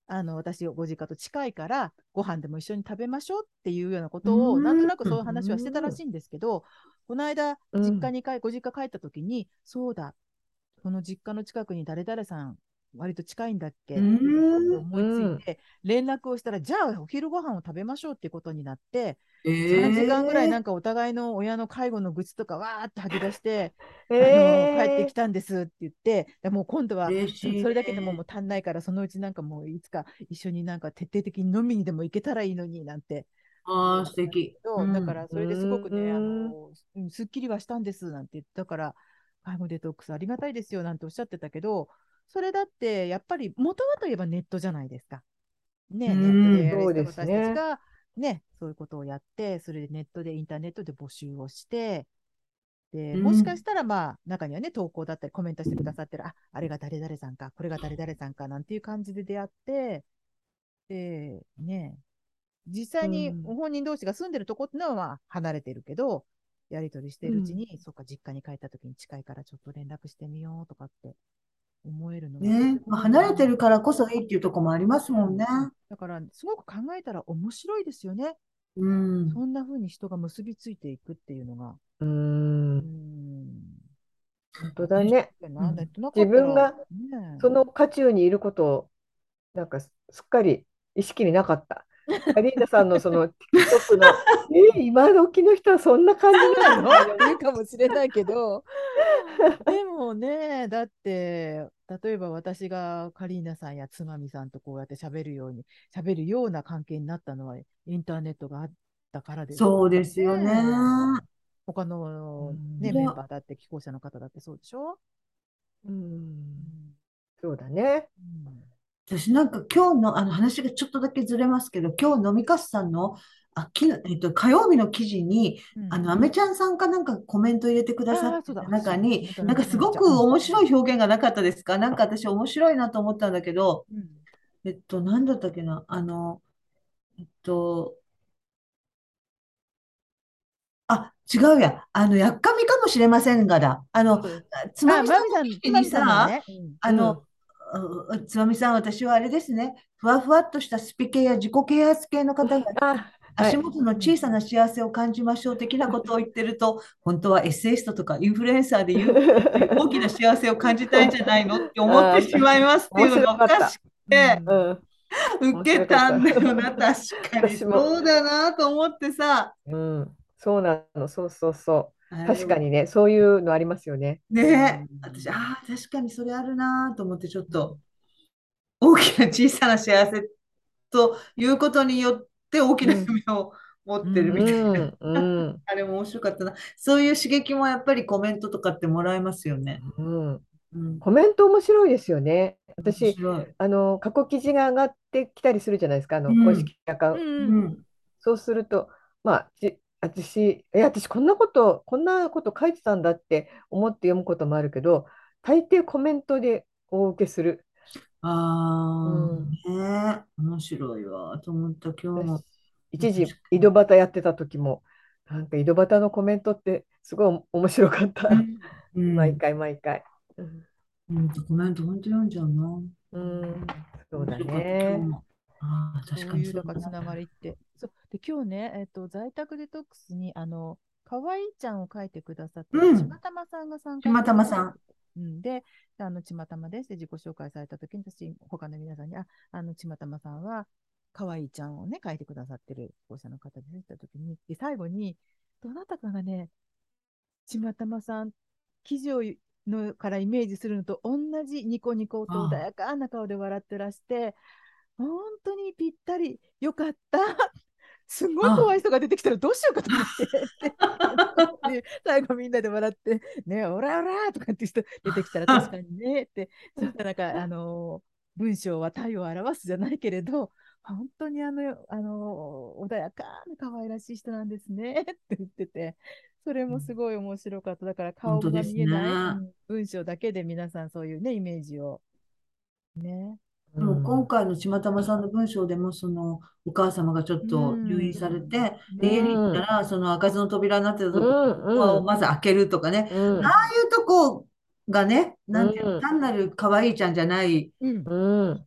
Speaker 1: あの私、ご実家と近いから、ご飯でも一緒に食べましょうっていうようなことを、
Speaker 3: うん
Speaker 1: なんとなくそういう話はしてたらしいんですけど、この間、
Speaker 2: うん
Speaker 1: 実家に帰、ご実家帰った時に、そうだ、この実家の近くに誰々さん、割と近いんだっけって
Speaker 3: うん
Speaker 1: 思いついて、連絡をしたら、じゃあ、お昼ご飯を食べましょうっていうことになって、3時間ぐらいなんかお互いの親の介護の愚痴とかわーって吐き出して、あの帰ってきたんですって言って、でもう今度は
Speaker 3: 嬉
Speaker 1: そ
Speaker 3: しい
Speaker 1: れだけでも
Speaker 3: ね
Speaker 1: もう足んないから、そのうちなんかもういつか一緒になんか徹底的に飲みにでも行けたらいいのになんて。
Speaker 3: ああ、素敵。
Speaker 1: そう
Speaker 3: うん
Speaker 1: だからそれですごくね、
Speaker 2: うん
Speaker 1: あのうんすっきりはしたんですなんて言ったから、介護デトックスありがたいですよなんておっしゃってたけど、それだってやっぱり元はといえばネットじゃないですか。ね、ネ
Speaker 3: う
Speaker 1: ッ
Speaker 3: ん
Speaker 1: トでや
Speaker 2: そう
Speaker 1: れ
Speaker 2: です
Speaker 1: た私た
Speaker 2: ね
Speaker 1: ちが、ね、そういうことをやって、それでネットでインターネットで募集をして、で、
Speaker 3: うん
Speaker 1: もしかしたら、まあ、中にはね、投稿だったり、コメントしてくださってる、あ、あれが誰々さんか、これが誰々さんか、なんていう感じで出会って、で、ね、実際に
Speaker 2: うん
Speaker 1: 本人同士が住んでるとこってのは、まあ、離れてるけど、やりとりしてるうちに、そっか、実家に帰った時に近いからちょっと連絡してみようとかって思えるのが
Speaker 3: ね、まあ離れてるからこそいいっていうとこもありますもんね。
Speaker 1: だから、すごく考えたら面白いですよね。
Speaker 3: うん。
Speaker 1: そんな風に人が結びついていくっていうのが。
Speaker 2: う、
Speaker 1: うんん。
Speaker 2: 本当だね。
Speaker 1: なんだなかったら
Speaker 2: 自分が
Speaker 1: ね
Speaker 2: その渦中にいることを、なんかすすっかり意識になかった。アリーナさんのその TikTok の、えー、今時の人はそんな感じなの
Speaker 1: っていうかもしれないけど でもねだって例えば私がカリーナさんやつまみさんとこうやって喋るように喋るような関係になったのはインターネットがあったからです
Speaker 3: そうですよね。
Speaker 1: 他の、ね、
Speaker 2: うん
Speaker 1: メンバーだって既婚者の方だってそうでしょ、
Speaker 2: うん、そうだね。
Speaker 3: 私なんか今日の、あの話がちょっとだけずれますけど、今日飲みかすさんの、あ、きえっと、火曜日の記事に、
Speaker 1: うん
Speaker 3: あの、アメちゃんさんかなんかコメント入れてくださってた中に、
Speaker 1: あーそうだ
Speaker 3: なんかすごく面白い表現がなかったですかなんか私面白いなと思ったんだけど、
Speaker 1: うん
Speaker 3: えっと、なんだったっけな、あの、えっと、あ、違うや、あの、やっかみかもしれませんがだ、あの、つま
Speaker 1: あ
Speaker 3: み
Speaker 1: ま
Speaker 3: さん
Speaker 1: み
Speaker 3: の
Speaker 1: さん
Speaker 3: 記
Speaker 1: つ
Speaker 3: 事
Speaker 1: ま
Speaker 3: に
Speaker 1: みさんの
Speaker 3: さ、
Speaker 1: ね、
Speaker 3: あの、ううつまみさん、私はあれですね、ふわふわっとしたスピ系や自己啓発系の方が
Speaker 2: あ、はい
Speaker 3: 足元の小さな幸せを感じましょう的なことを言ってると、本当はエッセイストとかインフルエンサーで 言う大きな幸せを感じたいんじゃないのって思ってしまいますっていうのがおかしくて、
Speaker 1: うん
Speaker 2: うん、
Speaker 3: 受けたんだよな、
Speaker 2: 面白
Speaker 3: 確
Speaker 2: か
Speaker 3: かに。
Speaker 2: 私も
Speaker 3: そうだなと思ってさ。
Speaker 2: うん、そうなの、そうそうそ
Speaker 3: あ
Speaker 2: う。
Speaker 3: れ
Speaker 2: 確かにね、そういうのありますよね。
Speaker 3: ね
Speaker 1: うん
Speaker 3: 私、ああ、確かにそれあるなと思って、ちょっと、大きな小さな幸せということによって、大きな夢を持ってる
Speaker 2: う
Speaker 3: みたいな。
Speaker 2: ん、うん、
Speaker 3: あれも面白かったな。そういう刺激もやっぱりコメントとかってもらえますよね。
Speaker 2: うん。
Speaker 3: うん、
Speaker 2: コメント面白いですよね。
Speaker 3: 面
Speaker 2: 私、
Speaker 3: 白い。
Speaker 2: あの、過去記事が上がってきたりするじゃないですか、あの、
Speaker 3: うん
Speaker 2: 公式アカ
Speaker 1: う
Speaker 2: ウント。
Speaker 3: うん
Speaker 1: うん
Speaker 3: ん。
Speaker 2: そうすると、まあ、じ、私、え、私こんなこと、こんなこと書いてたんだって思って読むこともあるけど、大抵コメントでお受けする。
Speaker 3: あ
Speaker 2: うん
Speaker 3: あ、ねえ、面白いわと思った今日も。
Speaker 2: 一
Speaker 3: 確
Speaker 2: 時
Speaker 3: かに
Speaker 2: 井戸端やってた時もなんか井戸端のコメントってすごい面白かった、
Speaker 3: うん、
Speaker 2: 毎回毎回うん、
Speaker 3: うん、コメント本当読んじゃうな。
Speaker 2: うんそうだ
Speaker 3: 面白かった今日
Speaker 2: ね
Speaker 3: もああ、確
Speaker 1: そ
Speaker 3: か
Speaker 1: う
Speaker 3: に
Speaker 1: いう
Speaker 3: そ
Speaker 1: だ
Speaker 3: う
Speaker 1: から
Speaker 3: だ
Speaker 1: つながりって。そうで今日ね、えっと、在宅デトックスにあの可愛いちゃんを書いてくださって、
Speaker 3: うん
Speaker 1: ちまたまさんが参加
Speaker 3: ちまたまさん。
Speaker 1: うん、で、あのちまたまですで自己紹介されたときに、私、他の皆さんに、あ、あのちまたまさんは可愛いちゃんをね、書いてくださってる保護者の方ですって言ったときに、で最後に、どなたかがね、ちまたまさん、記事をのからイメージするのと同じニコニコと
Speaker 3: ああ
Speaker 1: 穏やかな顔で笑ってらして、本当にぴったり、よかった。 すごい怖い人が出てきたらどうしようかと思って で最後みんなで笑って「ねえオラオラ!」とかって人出てきたら確かにねってそしたら なんかあのー文章は体を表すじゃないけれど本当にあの、あの穏やかな可愛らしい人なんですね って言っててそれもすごい面白かっただから顔
Speaker 3: 本当
Speaker 1: が
Speaker 3: です
Speaker 1: 見
Speaker 3: ね
Speaker 1: えない、うん文章だけで皆さんそういうねイメージをね
Speaker 3: でも今回のちまたまさんの文章でも、そのお母様がちょっと入院されて、で、家に行ったら、その開かずの扉になってたと
Speaker 2: う
Speaker 3: こ
Speaker 2: ん
Speaker 3: ドアを
Speaker 2: うん
Speaker 3: まず開けるとかね、
Speaker 2: うん
Speaker 3: ああいうとこがね、なんていうの
Speaker 2: うん
Speaker 3: 単なる可愛いちゃんじゃない、
Speaker 1: うん
Speaker 2: うん
Speaker 1: ね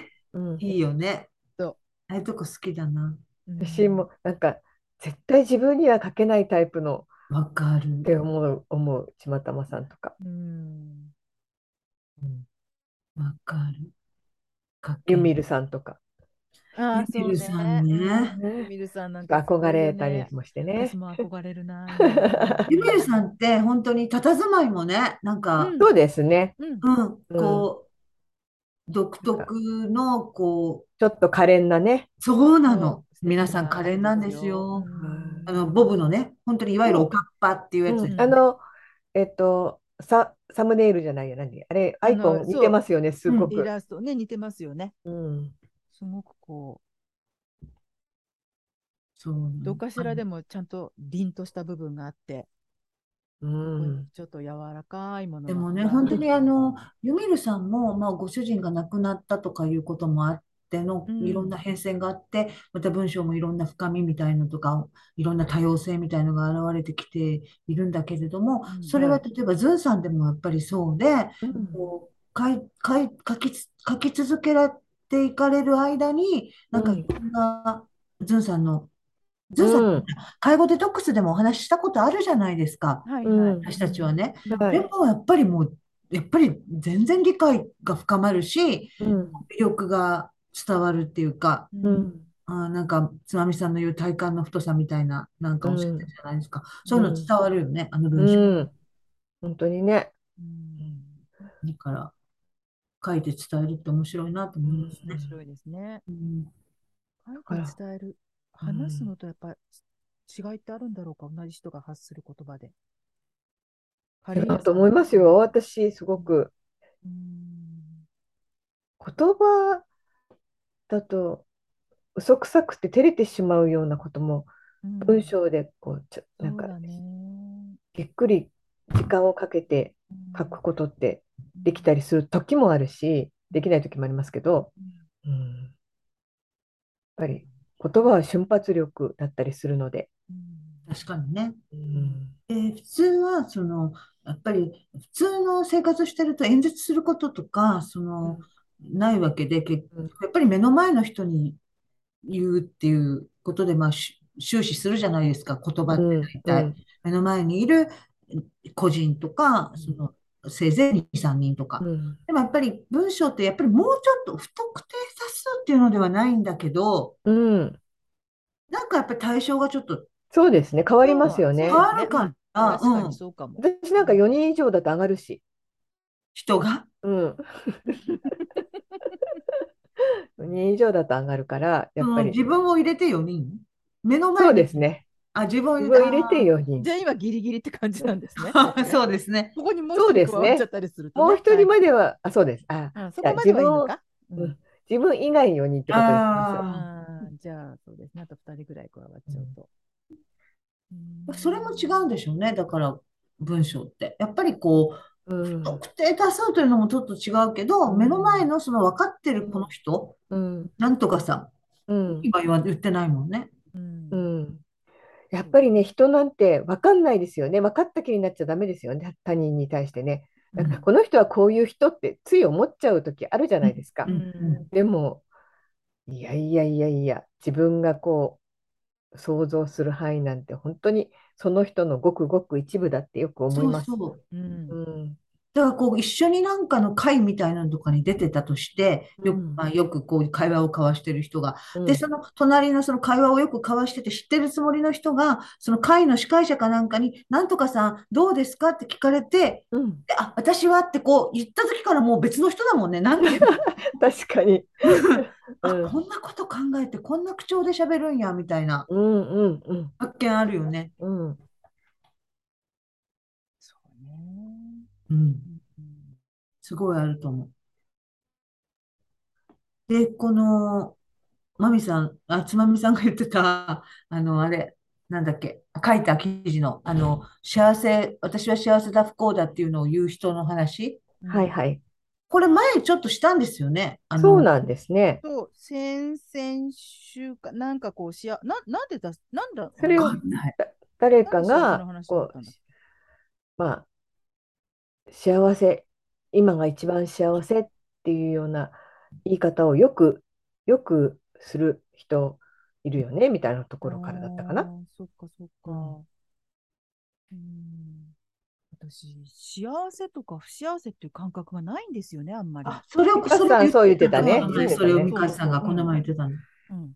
Speaker 3: ね、
Speaker 2: うん
Speaker 3: いいよね。
Speaker 1: そう
Speaker 3: ああいうとこ好きだな。
Speaker 1: うん
Speaker 2: 私もなんか絶対自分には書けないタイプの
Speaker 3: わかる。
Speaker 2: って思う思うちまたまさんとか
Speaker 1: うん
Speaker 3: わかる。かっけ
Speaker 2: ゆ
Speaker 3: え
Speaker 2: みるさんとか
Speaker 1: ああ、そう
Speaker 3: ゆみるさんね
Speaker 1: ね。うんゆみるさんなんかすごいよ
Speaker 2: 憧れたり
Speaker 1: ね。
Speaker 2: もしてね
Speaker 1: 私も憧れる な。
Speaker 3: ゆめるさんって本当に佇まいもね、なんか、
Speaker 1: うん
Speaker 2: そうですね
Speaker 1: うん
Speaker 3: うん、こう、独特の、こ
Speaker 2: ちょっと可憐なね
Speaker 3: う、そうなの。
Speaker 1: そう
Speaker 3: 皆さん可憐なんですよ。
Speaker 1: うん
Speaker 3: あの、ボブのね、本当にいわゆるおかっぱっていうやつ
Speaker 2: う
Speaker 3: です
Speaker 2: ん、
Speaker 3: ね
Speaker 2: あの、えっと、サ、サムネイルじゃないよ、何あれ、アイコ
Speaker 1: あの
Speaker 2: ン似てますよね、すご
Speaker 1: イ
Speaker 2: く。
Speaker 1: ラストね、似てますよね。
Speaker 2: うん、
Speaker 1: すごくこ
Speaker 3: そうなの
Speaker 1: う、どっかしらでもちゃんと凛とした部分があって、
Speaker 2: う。
Speaker 1: こういうんちょっと柔らかいもの
Speaker 3: で
Speaker 1: が
Speaker 3: もね、
Speaker 1: 加わ
Speaker 3: 本
Speaker 1: る
Speaker 3: 当にあの、ユミルさんも、まあ、ご主人が亡くなったとかいうこともあっての、
Speaker 1: うん
Speaker 3: いろんな変遷があって、また文章もいろんな深みみたいのとか、いろんな多様性みたいのが現れてきているんだけれども
Speaker 1: う、ん
Speaker 3: それは例えば、ズンさんでもやっぱりそうで、
Speaker 2: うん
Speaker 3: こう、かい、かい、書きつ、書き続けられていかれる間に、なんか
Speaker 2: うん
Speaker 3: いろんな、ズンさんの、ズンさん、
Speaker 2: うん。
Speaker 3: 介護デトックスでもお話ししたことあるじゃないですか、
Speaker 1: はい
Speaker 2: うん
Speaker 1: はい。
Speaker 3: 私たちはね。
Speaker 2: は
Speaker 3: で
Speaker 2: い。
Speaker 3: もやっぱりもう、やっぱり全然理解が深まるし、
Speaker 2: うん。
Speaker 3: 魅力が伝わるっていうか、
Speaker 1: う
Speaker 2: うんん。
Speaker 3: あーなんか、つまみさんの言う体感の太さみたいな、なんかおっしゃってるじゃないですか。そういうの伝わるよね、あの文章。
Speaker 2: うん。本当にね。
Speaker 1: うん
Speaker 3: だから、書いて伝えるって面白いなと思いますね
Speaker 1: 面。白いですね。
Speaker 3: うん
Speaker 1: 書いて伝える。
Speaker 2: ら
Speaker 1: 話す
Speaker 2: うん
Speaker 1: のとやっぱ違いってあるんだろうか、同じ人が発する言葉で。カレー屋
Speaker 2: だ
Speaker 1: さん
Speaker 2: と思いますよ。。私、すごく。
Speaker 1: うん
Speaker 2: 言葉だと嘘くさくて照れてしまうようなことも
Speaker 1: うん
Speaker 2: 文章でこうちょ
Speaker 1: そ
Speaker 2: な
Speaker 1: うん
Speaker 2: か
Speaker 1: だね。
Speaker 2: ゆっくり時間をかけて書くことってできた
Speaker 1: り。
Speaker 2: りする時もあるしできない時もありますけど、うん、やっぱり言葉は瞬発力だったりするので、
Speaker 1: うん
Speaker 3: 確かにね。
Speaker 2: うん
Speaker 3: で、普通は、その、やっぱり、普通の生活をしてると演説することとか、その、ないわけで、結
Speaker 2: うん
Speaker 3: やっぱり目の前の人に言うっていうことで、まあ、し終始するじゃないですか、言葉って大体。
Speaker 2: うん
Speaker 3: 目の前にいる個人とか、
Speaker 2: うん
Speaker 3: その、せいぜい2、3人とか
Speaker 2: う。ん
Speaker 3: でもやっぱり文章ってやっぱりもうちょっと不特定多数っていうのではないんだけど、
Speaker 2: うん
Speaker 3: なんかやっぱり対象がちょっと
Speaker 2: そうですね変わりますよね
Speaker 3: 変わるから、
Speaker 1: 確か
Speaker 3: うん
Speaker 1: にそうかも。
Speaker 2: 私なんか4人以上だと上がるし、
Speaker 3: 人が。
Speaker 2: うん、4人以上だと上がるからやっぱ
Speaker 3: う
Speaker 2: り
Speaker 3: ん自分を入れて4人目の前
Speaker 2: そう
Speaker 3: に
Speaker 2: ですね。
Speaker 3: あ、自分を
Speaker 2: 自
Speaker 3: 入
Speaker 2: 分
Speaker 3: れ
Speaker 2: を入れて4人。
Speaker 1: じゃあ今ギリギリって感じなんですね。
Speaker 3: あー そうですね。
Speaker 1: ここにもう
Speaker 2: そう
Speaker 1: 一
Speaker 2: で
Speaker 1: 人
Speaker 2: す
Speaker 1: 加
Speaker 2: ね
Speaker 1: わっちゃったりするとね。
Speaker 2: もう一人までは、あ、そうです。あ、
Speaker 1: はい。あそこまではいいのか。
Speaker 2: 分を
Speaker 1: うん
Speaker 2: 自分以外4人ってこと
Speaker 3: あ
Speaker 1: あーじゃあそうですね。あと二人ぐらい加わっちゃうと。うん
Speaker 3: それも違うんでしょうね。だから文章って。やっぱりこう、
Speaker 2: ですよ。
Speaker 3: 特定多数というのもちょっと違うけど、
Speaker 2: うん
Speaker 3: 目の前のその分かってるこの人、
Speaker 2: うん、
Speaker 3: なんとかさ
Speaker 2: うん、
Speaker 3: 今言わ言ってないもんね。
Speaker 1: うん
Speaker 2: うん、うん。やっぱりね、人なんて分かんないですよね。分かった気になっちゃダメですよね。他人に対してね。だから、
Speaker 3: うん
Speaker 2: この人はこういう人ってつい思っちゃう時あるじゃないですか
Speaker 3: う。ん
Speaker 2: でも、いやいやいやいや、自分がこう、想像する範囲なんて本当にその人のごくごく一部だってよく思います。
Speaker 3: そうそう。
Speaker 1: うん
Speaker 2: うん
Speaker 3: だからこう一緒になんかの会みたいなのとかに出てたとして、よく、
Speaker 2: うん
Speaker 3: まあ、よくこう会話を交わしてる人が、
Speaker 2: うん
Speaker 3: で、その隣のその会話をよく交わしてて知ってるつもりの人が、その会の司会者かなんかに、なんとかさんどうですかって聞かれて、
Speaker 2: うん
Speaker 3: であ、私はってこう言った時からもう別の人だもんね。なんか、
Speaker 2: 確かに。
Speaker 3: あ、
Speaker 2: うん
Speaker 3: こんなこと考えて、こんな口調で喋るんや、みたいな
Speaker 2: うんうんうん
Speaker 3: 発見あるよね。
Speaker 2: うん。
Speaker 1: そうね。
Speaker 3: うん。
Speaker 1: うん
Speaker 3: すごいあると思う。で、この、まみさん、あ、つまみさんが言ってた、 あの、あれ、なんだっけ、書いた記事の、あの、幸せ、私は幸せだ、不幸だっていうのを言う人の話、
Speaker 2: はいはい。
Speaker 3: これ前ちょっとしたんですよね。あ
Speaker 2: そう
Speaker 3: の、
Speaker 2: なんですね。
Speaker 1: そう、先々週か、なんかこうしあ、な、なんでだ、なんだ、
Speaker 2: それを
Speaker 3: わかんない。
Speaker 2: 誰か
Speaker 1: なんで幸せの
Speaker 2: が
Speaker 1: 話だっ
Speaker 2: こ
Speaker 1: たんだっ
Speaker 2: うまあ幸せ今が一番幸せっていうような言い方をよくよくする人いるよねみたいなところからだったか
Speaker 1: あー
Speaker 2: な。。
Speaker 1: そっかそっか。うん。私、幸せとか不幸せっていう感覚がないんですよね、あんまり。
Speaker 3: あ、それを、
Speaker 2: ミカ
Speaker 3: それを
Speaker 2: さん
Speaker 3: 言
Speaker 2: そう言ってた
Speaker 1: ね
Speaker 3: そう
Speaker 1: 言ってた
Speaker 3: それを
Speaker 1: ね
Speaker 3: ミカさんがこの前言ってたの。
Speaker 1: うん。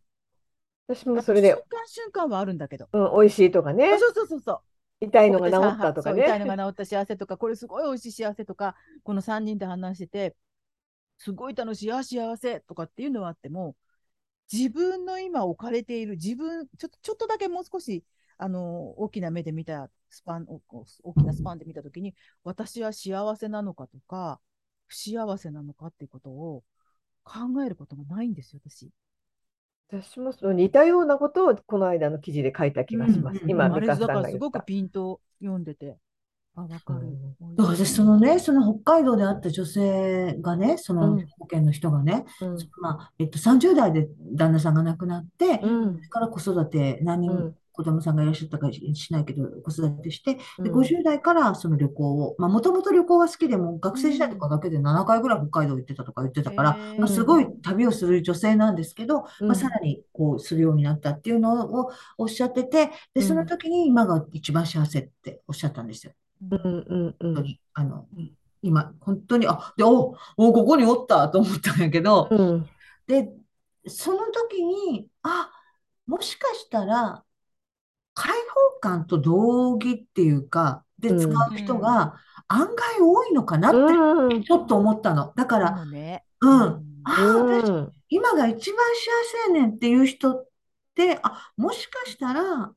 Speaker 2: 私もそれで、
Speaker 1: 瞬間瞬間はあるんだけど。
Speaker 2: うん、美味しいとかね
Speaker 1: あそうそうそうそう。
Speaker 2: 痛いのが治ったとか
Speaker 1: そう痛いの
Speaker 2: ね。
Speaker 1: が治った幸せとか、これすごい美味しい幸せとか、この3人で話してて、すごい楽しい、あ、幸せとかっていうのはあっても、自分の今置かれている、自分、ちょっとちょっとだけもう少し、あの、大きな目で見たスパン、おお大きなスパンで見たときに、私は幸せなのかとか、不幸せなのかっていうことを考えることがないんですよ、私。
Speaker 2: 私もその似たようなことをこの間の記事で書いた気がします。
Speaker 3: うんうん
Speaker 2: 今
Speaker 1: あ
Speaker 2: ミ
Speaker 1: れ
Speaker 2: カ
Speaker 1: だ
Speaker 2: さん
Speaker 1: か
Speaker 2: が
Speaker 1: ら
Speaker 2: 言
Speaker 1: す
Speaker 2: っ
Speaker 1: ご
Speaker 2: た
Speaker 1: く。ピンと読んでて、あ、わかる。
Speaker 3: だから私、そのね、その北海道で会った女性がね、その
Speaker 2: うん
Speaker 3: 兵庫県の人がね、
Speaker 2: うん
Speaker 3: まあ、えっと、30代で旦那さんが亡くなって、
Speaker 2: う
Speaker 3: そ
Speaker 2: ん
Speaker 3: れから子育て、何
Speaker 2: う
Speaker 3: 人
Speaker 2: ん
Speaker 3: 子供さんがいらっしゃったかしないけど、子育てして、
Speaker 2: う
Speaker 3: で、
Speaker 2: ん
Speaker 3: 50代からその旅行を、まあ、もともと旅行が好きでも、学生時代とかだけで7回ぐらい北海道行ってたとか言ってたから、
Speaker 1: へー
Speaker 3: まあ、すごい旅をする女性なんですけど、
Speaker 2: うん
Speaker 3: まあ、さらにこうするようになったっていうのをおっしゃってて、で、その時に今が一番幸せっておっしゃったんですよ。
Speaker 2: うんうんうん
Speaker 3: 本当に。あの、今、本当に、あ、で、お、お、ここにおったと思ったんやけど、
Speaker 2: うん
Speaker 3: で、その時に、あ、もしかしたら、開放感と同義っていうか、で
Speaker 2: うん
Speaker 3: 使う人が案外多いのかなって、
Speaker 2: うん
Speaker 3: ちょっと思ったの。だから、
Speaker 1: そうね。
Speaker 3: うん。
Speaker 1: う
Speaker 3: ああ、私今が一番幸せやねんっていう人って、あ、もしかしたら、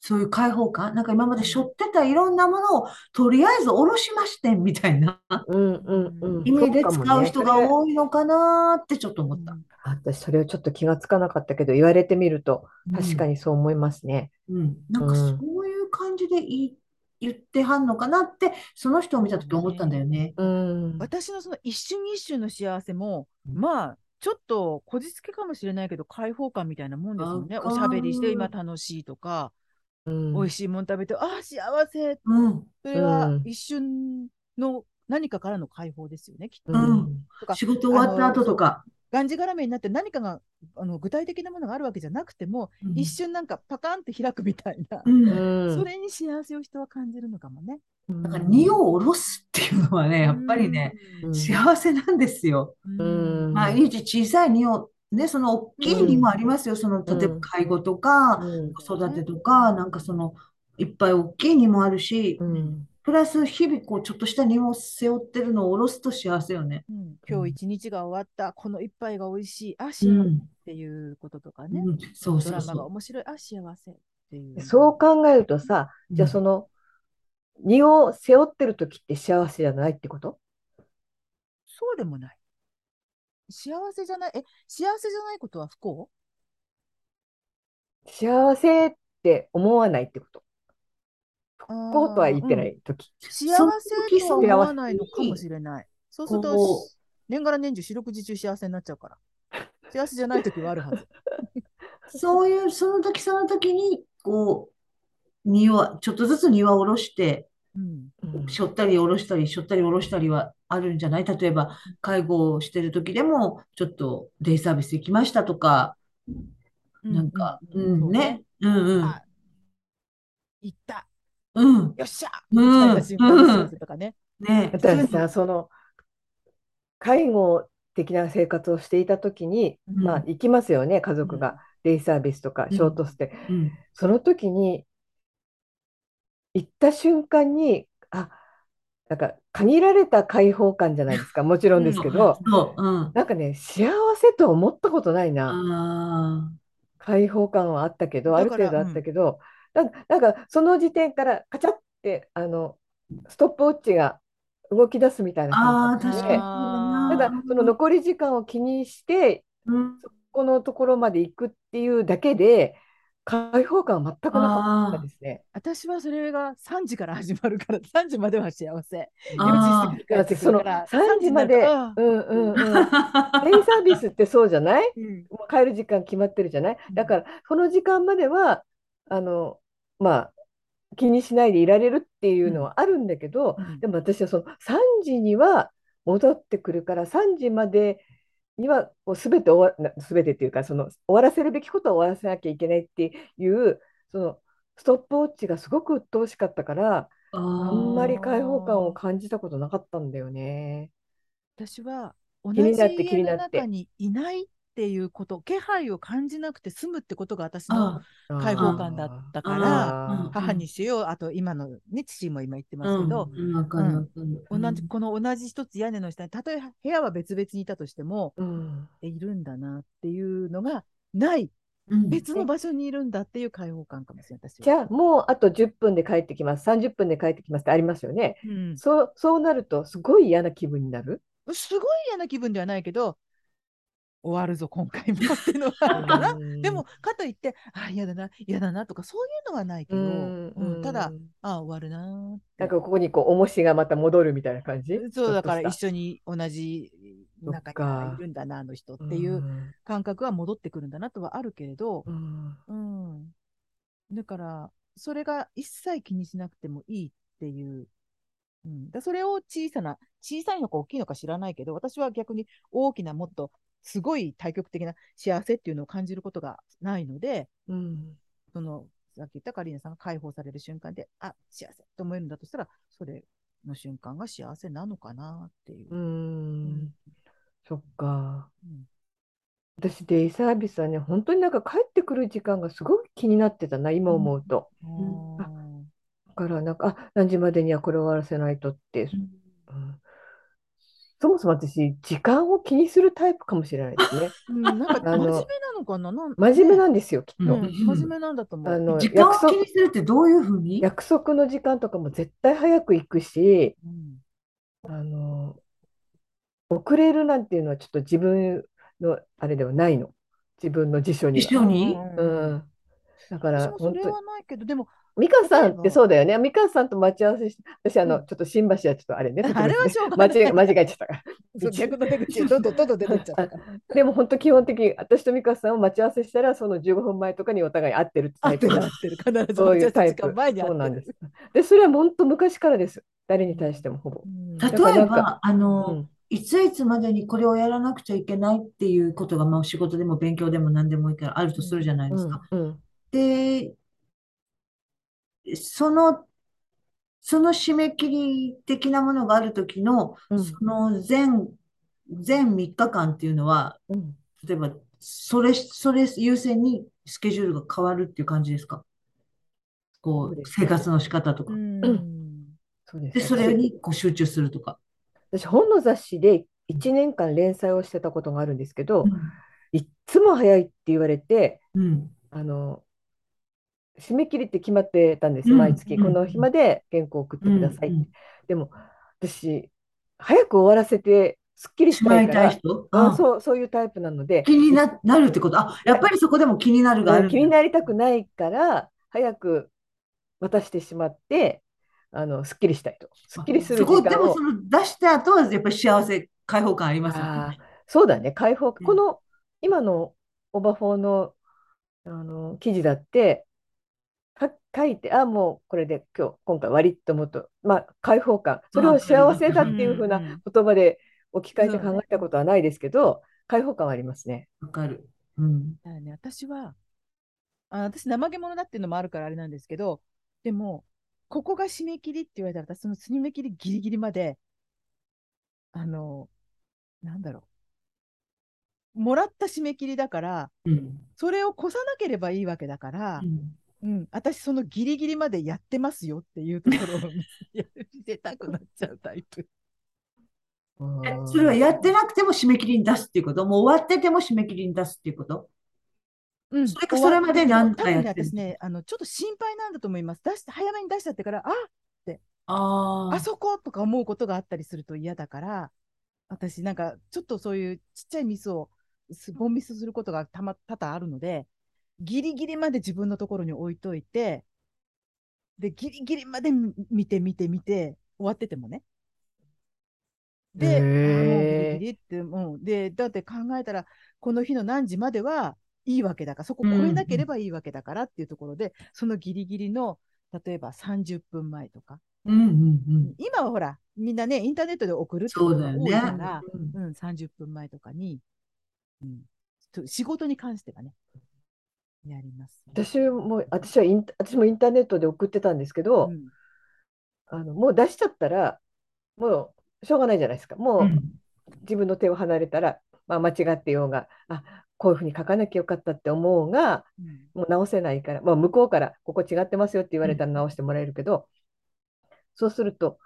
Speaker 3: そういう解放感、なんか今まで背負ってたいろんなものを、とりあえず下ろしましてんみた いな
Speaker 2: うんうんうん
Speaker 3: 意味で
Speaker 2: そうかも
Speaker 3: 使う
Speaker 2: ね
Speaker 3: 人が多いのかなーってちょっと思った。
Speaker 1: ん
Speaker 2: 私それをちょっと気がつかなかったけど言われてみると確かにそう思いますね。
Speaker 3: うん。うん。なんか
Speaker 2: うん
Speaker 3: そういう感じで言い、言ってはんのかなって、その人を見た時思ったんだよね。
Speaker 2: うん
Speaker 1: 私のその一瞬一瞬の幸せも、まあ、ちょっとこじつけかもしれないけど、開放感みたいなもんですよね。
Speaker 3: わか
Speaker 1: お
Speaker 3: る
Speaker 1: しゃべりして今楽しいとか、
Speaker 2: うん
Speaker 1: 美味しいもん食べて、ああ、幸せ。
Speaker 3: うん。
Speaker 1: それは
Speaker 2: うん
Speaker 1: 一瞬の何かからの解放ですよね、きっと。
Speaker 2: うん
Speaker 1: とか
Speaker 3: 仕事終わった後とか、
Speaker 1: がんじがらめになって何かがあの具体的なものがあるわけじゃなくても、
Speaker 3: うん
Speaker 1: 一瞬なんかパカンって開くみたいな、
Speaker 3: うん。
Speaker 2: うん
Speaker 1: それに幸せを人は感じるのかもね。
Speaker 3: だから荷を下ろすっていうのはね、やっぱりね、
Speaker 2: うん
Speaker 3: 幸せなんですよ。
Speaker 1: うん。
Speaker 2: うん
Speaker 3: 毎日小さい荷を、ね、その大きい荷もありますよ。その、例えば
Speaker 2: うん
Speaker 3: 介護とか、
Speaker 2: うん
Speaker 3: 子育てとか、なんかその、いっぱい大きい荷もあるし
Speaker 2: う、ん
Speaker 3: プラス日々こう、ちょっとした荷を背負ってるのを下ろすと幸せよね。
Speaker 1: うん今日一日が終わった、この一杯が美味しい、あ、幸
Speaker 3: う
Speaker 1: せっ
Speaker 3: ん。
Speaker 1: ていうこととかね、
Speaker 3: うん、そう
Speaker 1: ド
Speaker 3: そ
Speaker 1: ラマ
Speaker 3: う
Speaker 1: が
Speaker 3: そ
Speaker 1: 面白い、あ、幸せっていう。
Speaker 2: そう考えるとさ
Speaker 3: う。
Speaker 2: じゃあその荷を背負ってる時って幸せじゃないってこと
Speaker 1: そうでもない。幸せじゃない、え、幸せじゃないことは不幸
Speaker 2: 幸せって思わないってこと
Speaker 1: 不
Speaker 2: こうとは言ってな。
Speaker 1: うん
Speaker 2: い時。
Speaker 1: 幸せとは思わないのかもしれない。そうすると
Speaker 3: こう、
Speaker 1: 年がら年中、四六時中幸せになっちゃうから。幸せじゃない時はあるはず。
Speaker 3: う。そういう、その時その時に、こう、荷を、ちょっとずつ荷は下ろして、
Speaker 1: うん。
Speaker 2: うん
Speaker 3: しょったり下ろしたり、しょったり下ろしたりはあるんじゃない例えば、介護をしてる時でも、ちょっとデイサービス行きましたとか、なんか、
Speaker 1: う
Speaker 3: うん
Speaker 1: そう
Speaker 3: ね、うん
Speaker 1: あ行った。
Speaker 3: うん、うん、
Speaker 1: よっしゃ
Speaker 3: うん
Speaker 1: みたいな瞬間の幸せとかね。
Speaker 3: ね、
Speaker 2: 私さ、その介護的な生活をしていた時に、
Speaker 1: うん
Speaker 2: まあ行きますよね、家族がデイサービスとか
Speaker 3: うん
Speaker 2: ショートステイ。
Speaker 3: うん、
Speaker 2: その時に行った瞬間に、あ、なんか限られた解放感じゃないですか、もちろんですけど、
Speaker 3: そう、うん、
Speaker 2: なんかね、幸せとは思ったことないな。
Speaker 3: あ
Speaker 2: 解放感はあったけど、
Speaker 1: だ
Speaker 2: ある
Speaker 1: から
Speaker 2: 程度あったけど、なんか、なんかその時点からカチャって、あの、ストップウォッチが動き出すみたい
Speaker 3: ー
Speaker 2: な
Speaker 3: あ
Speaker 2: 感覚
Speaker 3: ー、確
Speaker 2: で
Speaker 3: かにそ
Speaker 2: た
Speaker 3: うだ
Speaker 2: だ
Speaker 3: な、
Speaker 2: その残り時間を気にして、
Speaker 3: うん、
Speaker 2: このところまで行くっていうだけで、開放感は全くなかったですね。
Speaker 1: 私はそれが3時から始まるから、3時ま では幸せ。
Speaker 3: あ
Speaker 1: 4時過ぎ帰ってくるから、
Speaker 2: その3時ま
Speaker 1: 3に
Speaker 2: で
Speaker 1: なると
Speaker 2: うんうんうん。デイサ
Speaker 3: ー
Speaker 2: ービスってそうじゃない
Speaker 1: うん
Speaker 2: もう帰る時間決まってるじゃないだから、この時間までは、あの、まあ、気にしないでいられるっていうのはあるんだけど、
Speaker 1: うん
Speaker 2: でも私はその3時には戻ってくるから3時までにはこう全て終わ全てっていうかその終わらせるべきことは終わらせなきゃいけないっていうそのストップウォッチがすごく鬱陶しかったから
Speaker 3: あ
Speaker 2: あ
Speaker 3: ー
Speaker 2: んまり解放感を感じたことなかったんだよね。
Speaker 1: 私は同
Speaker 2: に
Speaker 1: じ
Speaker 2: なって気
Speaker 1: 家
Speaker 2: に
Speaker 1: の
Speaker 2: なって
Speaker 1: 中にいないっていうこと、気配を感じなくて済むってことが私の
Speaker 3: あ
Speaker 1: 解放感だった
Speaker 3: あー
Speaker 1: から、
Speaker 3: あー
Speaker 1: 母にしよう、あと今のね、父も今言ってますけど、
Speaker 3: うん、わかるわかる。
Speaker 1: 同じ、この同じ一つ屋根の下に、たとえ部屋は別々にいたとしても、
Speaker 2: うん
Speaker 1: えいるんだなっていうのがない、
Speaker 3: うん、
Speaker 1: 別の場所にいるんだっていう解放感かもしれない、私は。
Speaker 2: じゃあもうあと10分で帰ってきます30分で帰ってきますってありますよね。
Speaker 1: うん、
Speaker 2: そう そうなるとすごい嫌な気分になる。
Speaker 1: すごい嫌な気分ではないけど、終わるぞ、今回もっていうのはあるかな。でも、かといって、あ、嫌だな、嫌だなとか、そういうのはないけ
Speaker 2: う
Speaker 1: ど、
Speaker 2: ん、
Speaker 1: うんただ
Speaker 2: う、
Speaker 1: あ、終わるなー
Speaker 2: なん
Speaker 1: って。
Speaker 2: かここにこう重しがまた戻るみたいな感じ
Speaker 1: そうだから
Speaker 2: ちょっとし
Speaker 1: 一緒に同じ中にいるんだな、あの人ったていう感覚は戻ってくるんだなとはあるけれど、
Speaker 2: うん
Speaker 1: うん。だから、それが一切気にしなくてもいいっていう。うん、だそれを小さな、小さいのか大きいのか知らないけど、私は逆に大きな、もっとすごい対極的な幸せっていうのを感じることがないので、
Speaker 2: うん
Speaker 1: その、さっき言ったカリーナさんが解放される瞬間で、あ、幸せと思えるんだとしたら、それの瞬間が幸せなのかなっていうう。
Speaker 2: んそっか
Speaker 1: うん
Speaker 2: 私デイサービスはね本当になんか帰ってくる時間がすごく気になってたな今思うと、
Speaker 1: あー
Speaker 2: だからなんかあ何時までにはこれ終わらせないとって、うんそもそも私時間を気にするタイプかもしれな いですね
Speaker 1: うん、なんか
Speaker 2: あ
Speaker 1: 真
Speaker 2: の
Speaker 1: 面目なのかななん
Speaker 2: 真面目
Speaker 1: ね
Speaker 2: なんですよきっ
Speaker 1: う
Speaker 2: と、
Speaker 1: ん真面目なんだと思
Speaker 2: あ
Speaker 1: う。
Speaker 2: の
Speaker 3: 時間を
Speaker 2: 約束
Speaker 3: 気にするってどういうふうに
Speaker 2: 約束の時間とかも絶対早く行くし
Speaker 1: うん
Speaker 2: あの遅れるなんていうのはちょっと自分のあれではないの自分の辞書に
Speaker 3: 一
Speaker 2: は。
Speaker 3: 緒に
Speaker 2: うん、だから
Speaker 1: 私もそ
Speaker 2: 本
Speaker 1: れ
Speaker 2: 当に
Speaker 1: はないけど、でも、
Speaker 2: 美香さんっ
Speaker 1: 例えば
Speaker 2: てそうだよね美香さんと待ち合わせして私あの、
Speaker 1: うん
Speaker 2: ちょっと新橋はちょっとあれね
Speaker 1: あれはしょうが
Speaker 2: 間
Speaker 1: ない。
Speaker 2: 違え 間違えちゃったから
Speaker 1: そう逆の出口にどんどんどんどん出てっ ちゃったから。
Speaker 2: でも本当基本的に私と美香さんを待ち合わせしたらその15分前とかにお互い会ってるって
Speaker 1: 合
Speaker 2: タ
Speaker 1: っ
Speaker 2: イプ
Speaker 1: てる
Speaker 2: な
Speaker 1: 合ってる。必ず待
Speaker 2: そう
Speaker 1: ち合わせ
Speaker 2: いうタイ
Speaker 1: 時間
Speaker 2: プ
Speaker 1: 前に合
Speaker 2: そう
Speaker 1: っ
Speaker 2: な
Speaker 1: て
Speaker 2: んで
Speaker 1: る
Speaker 2: す。でそれは本当昔からです誰に対してもほぼ、
Speaker 1: うん
Speaker 3: 例
Speaker 2: だから
Speaker 3: え
Speaker 2: なん
Speaker 3: ば
Speaker 2: か、
Speaker 3: あ
Speaker 2: う
Speaker 3: の、
Speaker 2: ん
Speaker 3: いついつまでにこれをやらなくちゃいけないっていうことが、まあ、仕事でも勉強でも何でもいいからあるとするじゃないで
Speaker 2: う
Speaker 3: す
Speaker 2: ん
Speaker 3: か。
Speaker 2: うん
Speaker 3: で、その、その締め切り的なものがある時の、
Speaker 2: うん
Speaker 3: その前、全3日間っていうのは、
Speaker 2: うん
Speaker 3: 例えば、それ、それ優先にスケジュールが変わるっていう感じですかこ
Speaker 2: そう
Speaker 3: う、
Speaker 2: です
Speaker 3: 生活の仕方とか。
Speaker 1: うん
Speaker 2: そうです
Speaker 3: で、それにこう集中するとか。
Speaker 2: 私本の雑誌で1年間連載をしてたことがあるんですけど、いっつも早いって言われて
Speaker 3: うん。
Speaker 2: あの締め切りって決まってたんですよ
Speaker 3: うん
Speaker 2: 毎月、
Speaker 3: うん
Speaker 2: この日まで原稿を送ってください、
Speaker 3: うんうん
Speaker 2: でも私早く終わらせてすっきりし
Speaker 3: したま
Speaker 2: い
Speaker 3: い
Speaker 2: か
Speaker 3: た
Speaker 2: ら
Speaker 3: い人
Speaker 2: あ
Speaker 3: う。
Speaker 2: そうそういうタイプなので
Speaker 3: 気にな、なるってこと。あ、やっぱりそこでも気になるがあるんだ
Speaker 2: 気になりたくないから早く渡してしまってあのすっきりしたいとすっきりする
Speaker 3: そ
Speaker 2: 時
Speaker 3: こ、で
Speaker 2: 間
Speaker 3: も
Speaker 2: を
Speaker 3: その出した後はやっぱり幸せ、解放感ありますよ
Speaker 2: あ
Speaker 3: ね。
Speaker 2: あ、そうだね、解放。
Speaker 3: うん
Speaker 2: この今のオバフォーの、あの記事だって、か書いて、ああ、もうこれで今日、今回終わりと思うと、まあ、解放感、それを幸せだっていうふうな
Speaker 1: うん
Speaker 2: 言葉で置き換えて
Speaker 3: そう
Speaker 2: 考えたことはないですけど、解放感はありますね。
Speaker 3: わかる。うん。
Speaker 1: だよね私は、あ私、怠け者だっていうのもあるからあれなんですけど、でも、ここが締め切りって言われたら、私その締め切りギリギリまで、あの、なんだろう。もらった締め切りだから、
Speaker 3: うん。
Speaker 1: それを越さなければいいわけだから、うん、私そのギリギリまでやってますよっていうところを見せたくなっちゃうタイプ。
Speaker 3: えそれはやってなくても締め切りに出すっていうこと、もう終わってても締め切りに出すっていうこと。
Speaker 1: うん、
Speaker 3: それかそれまで何回や
Speaker 1: 多
Speaker 3: っ
Speaker 1: 分
Speaker 3: て
Speaker 1: ね
Speaker 3: る
Speaker 1: 私ね、あの、ちょっと心配なんだと思います。出して、早めに出しちゃってから、あ、
Speaker 3: あ
Speaker 1: あそことか思うことがあったりすると嫌だから、私なんか、ちょっとそういうちっちゃいミスを、すボンミスすることがたま、多々あるので、ギリギリまで自分のところに置いといて、で、ギリギリまで見見て見て見て、終わっててもね。で、あ
Speaker 2: へー
Speaker 1: もうギリギリって、うん。で、だって考えたら、この日の何時まではいいわけだから、そこ超えなければいいわけだからっていうところで、そのギリギリの、例えば30分前とか、
Speaker 3: うんうんうん。
Speaker 1: 今はほら、みんなね、インターネットで送るって
Speaker 3: そ
Speaker 1: こ
Speaker 3: う
Speaker 1: と
Speaker 3: だ
Speaker 1: が
Speaker 3: よ
Speaker 1: 多い
Speaker 3: ね。
Speaker 1: から、
Speaker 3: うん
Speaker 1: うん、30分前とかに、うん、と仕事に関してはね、やります、ね。
Speaker 2: 私も、私はイン、私もインターネットで送ってたんですけど、
Speaker 1: うん
Speaker 2: あの、もう出しちゃったら、もうしょうがないじゃないですか。もう自分の手を離れたら、まあ、間違ってようがあこういうふうに書かなきゃよかったって思うが
Speaker 1: うん
Speaker 2: もう直せないから、まあ、向こうからここ違ってますよって言われたら直してもらえるけど、そうすると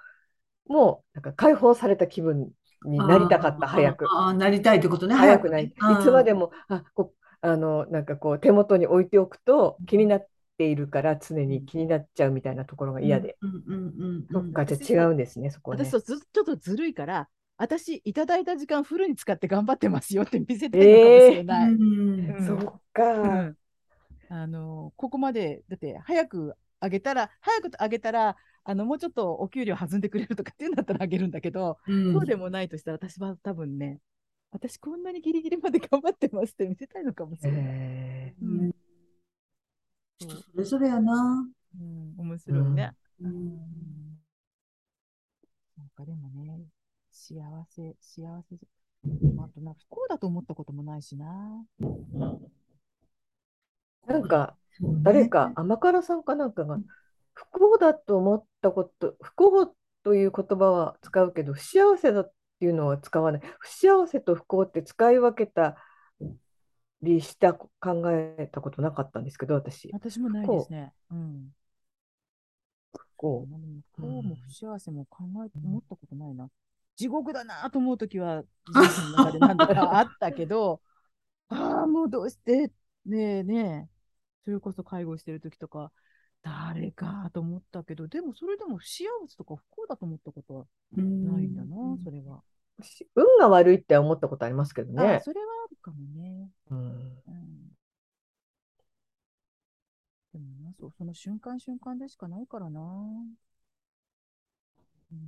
Speaker 2: もうなんか解放された気分になりたかった
Speaker 3: あー
Speaker 2: 早く
Speaker 3: あーなりたいってことね、
Speaker 2: 早くない、
Speaker 3: 早くね
Speaker 2: いつまでもあこあのなんかこう手元に置いておくと気になっているから常に気になっちゃうみたいなところが嫌で、。
Speaker 3: うんうんうんうん
Speaker 2: そっかじゃあ違うんですねそこね
Speaker 1: 私そうず、ちょっとずるいから、私、いただいた時間フルに使って頑張ってますよって見せてるのかもしれ
Speaker 3: う
Speaker 1: ない。
Speaker 3: ん
Speaker 1: うん
Speaker 2: そっ
Speaker 1: う
Speaker 2: か。
Speaker 1: んあのここまで、だって早く上げたら、早く上げたら、あのもうちょっとお給料弾んでくれるとかっていうんだったらあげるんだけど、
Speaker 3: うん
Speaker 1: そうでもないとしたら、私は多分ね、私こんなにギリギリまで頑張ってますって見せたいのかもしれない。
Speaker 2: え
Speaker 1: う
Speaker 3: うん
Speaker 1: ん
Speaker 3: 人それぞれやな。
Speaker 1: うん、面白いね。
Speaker 3: うん
Speaker 1: なんかでもね、幸せ、幸せじゃ、あとな不幸だと思ったこともないしな。
Speaker 2: ーなんか
Speaker 3: そうね
Speaker 2: 誰か甘辛さんかなんかが不幸だと思ったこと不幸という言葉は使うけど不幸せだっていうのは使わない不幸せと不幸って使い分けたりした考えたことなかったんですけど私
Speaker 1: 私もないですね。うん。
Speaker 2: こう
Speaker 1: 何も不幸も不幸せも考え、思ったことないな。地獄だなと思うときは、人生の中で何度かあったけど、ああ、もうどうして、ねえねえ、それこそ介護してるときとか、誰かと思ったけど、でもそれでも不幸せとか不幸だと思ったことはないんだな、
Speaker 3: うん
Speaker 1: それは。
Speaker 2: 運が悪いって思ったことありますけど
Speaker 1: ああ
Speaker 2: ね。
Speaker 1: それはあるかもね。
Speaker 2: うん
Speaker 1: うんでもな、そう、その瞬間瞬間でしかないからな。うん。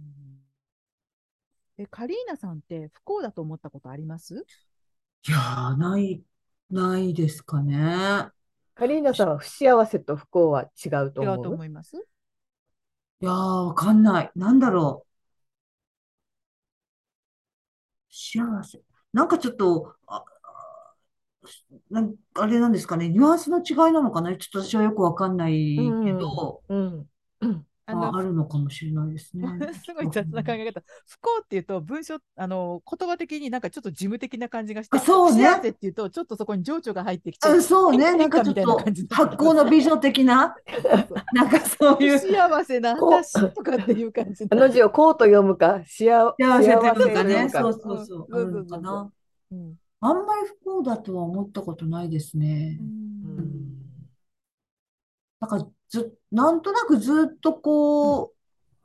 Speaker 1: え、カリーナさんって不幸だと思ったことあります
Speaker 3: いやー、ない、ないですかね。
Speaker 2: カリーナさんは不幸せと不幸は違うと
Speaker 1: 違
Speaker 2: 思
Speaker 1: うと
Speaker 2: う。
Speaker 1: 思います
Speaker 3: いやー、わかんない。なんだろう。幸せ。なんかちょっと、あ、あなんあれなんですかね。ニュアンスの違いなのかな。ちょっと私はよくわかんないけど、
Speaker 2: うん、
Speaker 1: あ
Speaker 3: まあ、
Speaker 1: の、
Speaker 3: あるのかもしれないですね。
Speaker 1: すごい雑な考え方。不幸っていうと、文章、あの、言葉的になんかちょっと事務的な感じがして、
Speaker 3: あそうね
Speaker 1: 幸せっていうと、ちょっとそこに情緒が入ってきちゃ
Speaker 3: う、。
Speaker 1: うん
Speaker 3: そうね。なんかちょ
Speaker 1: み
Speaker 3: っ
Speaker 1: たいな
Speaker 3: と
Speaker 1: 感じになって
Speaker 3: 発酵の美女 的な、なんかそういう、
Speaker 1: 幸せな
Speaker 2: こう
Speaker 1: 話とかっていう感じに
Speaker 2: あ
Speaker 1: な
Speaker 2: の
Speaker 1: る
Speaker 2: 字をこうと読むか、幸
Speaker 3: 幸せと
Speaker 2: 幸
Speaker 3: いう
Speaker 2: せと
Speaker 3: か
Speaker 2: 読
Speaker 3: ね、
Speaker 2: むか。
Speaker 3: そうそうそう、あ
Speaker 1: うん
Speaker 3: るのかな。
Speaker 1: うん
Speaker 3: あんまり不幸だとは思ったことないですね。
Speaker 2: うん
Speaker 3: なんかず、なんとなくずっとこう、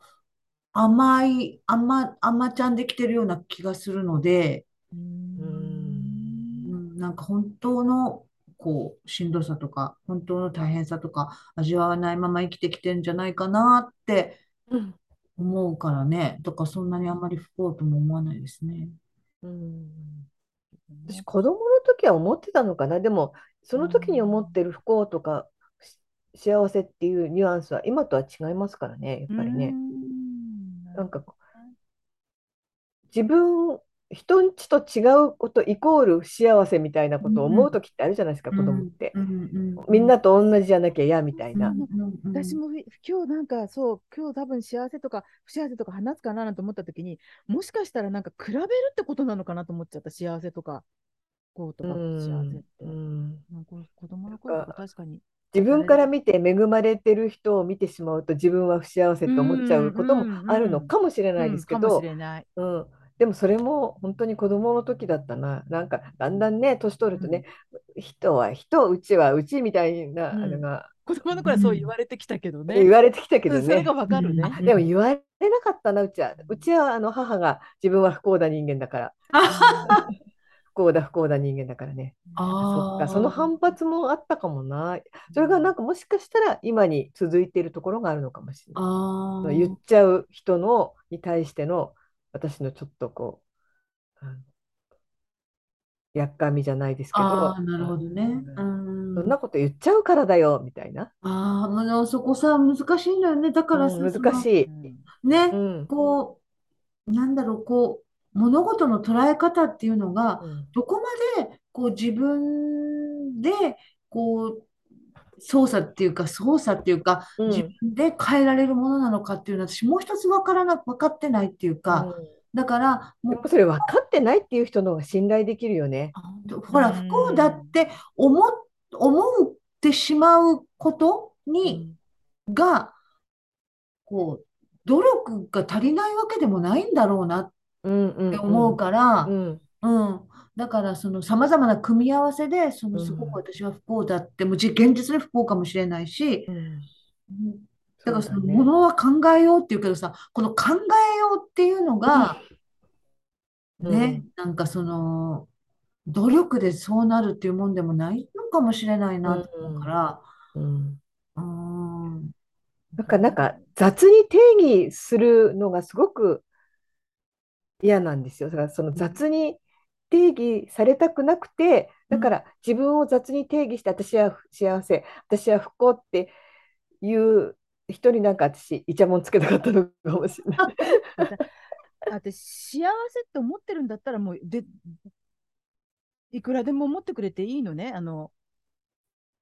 Speaker 3: 甘い、甘、甘ちゃんできてるような気がするので、
Speaker 1: うん
Speaker 2: うん
Speaker 3: うん、なんか本当の、こう、しんどさとか、本当の大変さとか、味わわないまま生きてきてんじゃないかなって
Speaker 2: うん
Speaker 3: 思うからね。だからそんなにあんまり不幸とも思わないですね。
Speaker 2: うん私
Speaker 1: ね
Speaker 2: 子供の時は思ってたのかなでもその時に思ってる不幸とかし幸せっていうニュアンスは今とは違いますからねやっぱりね。なんかこう自分人んちと違うことイコール不幸せみたいなことを思う時ってあるじゃないですか、
Speaker 3: うん
Speaker 2: 子供って。
Speaker 3: うんうん
Speaker 2: みんなと同じじゃなきゃ嫌みたいな。
Speaker 3: うんうんうん
Speaker 1: 私もふ今日なんかそう今日多分幸せとか不幸せとか話すかななんて思った時にもしかしたらなんか比べるってことなのかなと思っちゃった幸せとかこうと
Speaker 2: う
Speaker 1: か幸せっ
Speaker 2: ん
Speaker 1: て、
Speaker 2: うん
Speaker 1: なんか子供の頃とか確かに
Speaker 2: 自分から見て恵まれてる人を見てしまうと自分は不幸せと思っちゃうこともあるのかもしれないですけ
Speaker 1: うんかも
Speaker 2: ど
Speaker 1: し、れない
Speaker 2: うん、でもそれも本当に子供の時だったな。なんかだんだんね、年取るとね、人は人、うちはうちみたいな、
Speaker 1: うん
Speaker 2: あれが
Speaker 1: 子供の頃はそう言われてきたけどね,、
Speaker 2: 言われてきたけど
Speaker 1: それ
Speaker 2: ね
Speaker 1: が。わかるね、
Speaker 3: うん
Speaker 2: でも言われなかったな、うちは。うちはあの母が自分は不幸だ人間だから、不幸だ不幸だ人間だからね。そっ
Speaker 3: あ
Speaker 2: か、
Speaker 3: あ、
Speaker 2: その反発もあったかもな。それがなんかもしかしたら今に続いているところがあるのかもしれない。
Speaker 3: ああ、
Speaker 2: 言っちゃう人のに対しての私のちょっとこう、あのやっかみじゃないですけど、
Speaker 3: ああ、なるほどね。う
Speaker 2: うん
Speaker 3: ん
Speaker 2: そんなこと言っちゃうからだよみたいな、
Speaker 3: ああ、もうそこさ、難しいんだよね。だからさ、
Speaker 2: うん
Speaker 3: そ
Speaker 2: 難しい、
Speaker 3: のね、
Speaker 2: うん
Speaker 3: こう、なんだろう、こう、物事の捉え方っていうのが、どこまで、こう、自分で、こう、操作っていうか、操作っていうか、
Speaker 2: うん
Speaker 3: 自分で変えられるものなのかっていうのは、私、もう一つ分からな、分かってないっていうか、
Speaker 2: うん
Speaker 3: だから、も
Speaker 2: で
Speaker 3: う
Speaker 2: も、それ分かってないっていう人の方が信頼できるよね。
Speaker 3: あ本当ほら、不幸だって思っ、思ってしまうことに、が、こう、努力が足りないわけでもないんだろうなっ
Speaker 2: うんうん
Speaker 3: て思うから
Speaker 2: う、ん
Speaker 3: うん。だから、その様々な組み合わせで、その
Speaker 2: うん
Speaker 3: すごく私は不幸だって、もち現実で不幸かもしれないし
Speaker 2: う、ん
Speaker 3: うんだからその
Speaker 2: そうだね
Speaker 3: ものは考えようっていうけどさ、この考えようっていうのが、ね、なんかその、努力でそうなるっていうもんでもないのかもしれないなと思うから、
Speaker 2: うん
Speaker 3: うーん、
Speaker 2: なんかなんか雑に定義するのがすごく嫌なんですよ。だからその雑に定義されたくなくて、だから自分を雑に定義して私は幸せ、私は不幸っていう人になんか私イチャモンつけたかったのかもしれない。
Speaker 1: だって幸せって思ってるんだったらもうでいくらでも思ってくれていいのねあの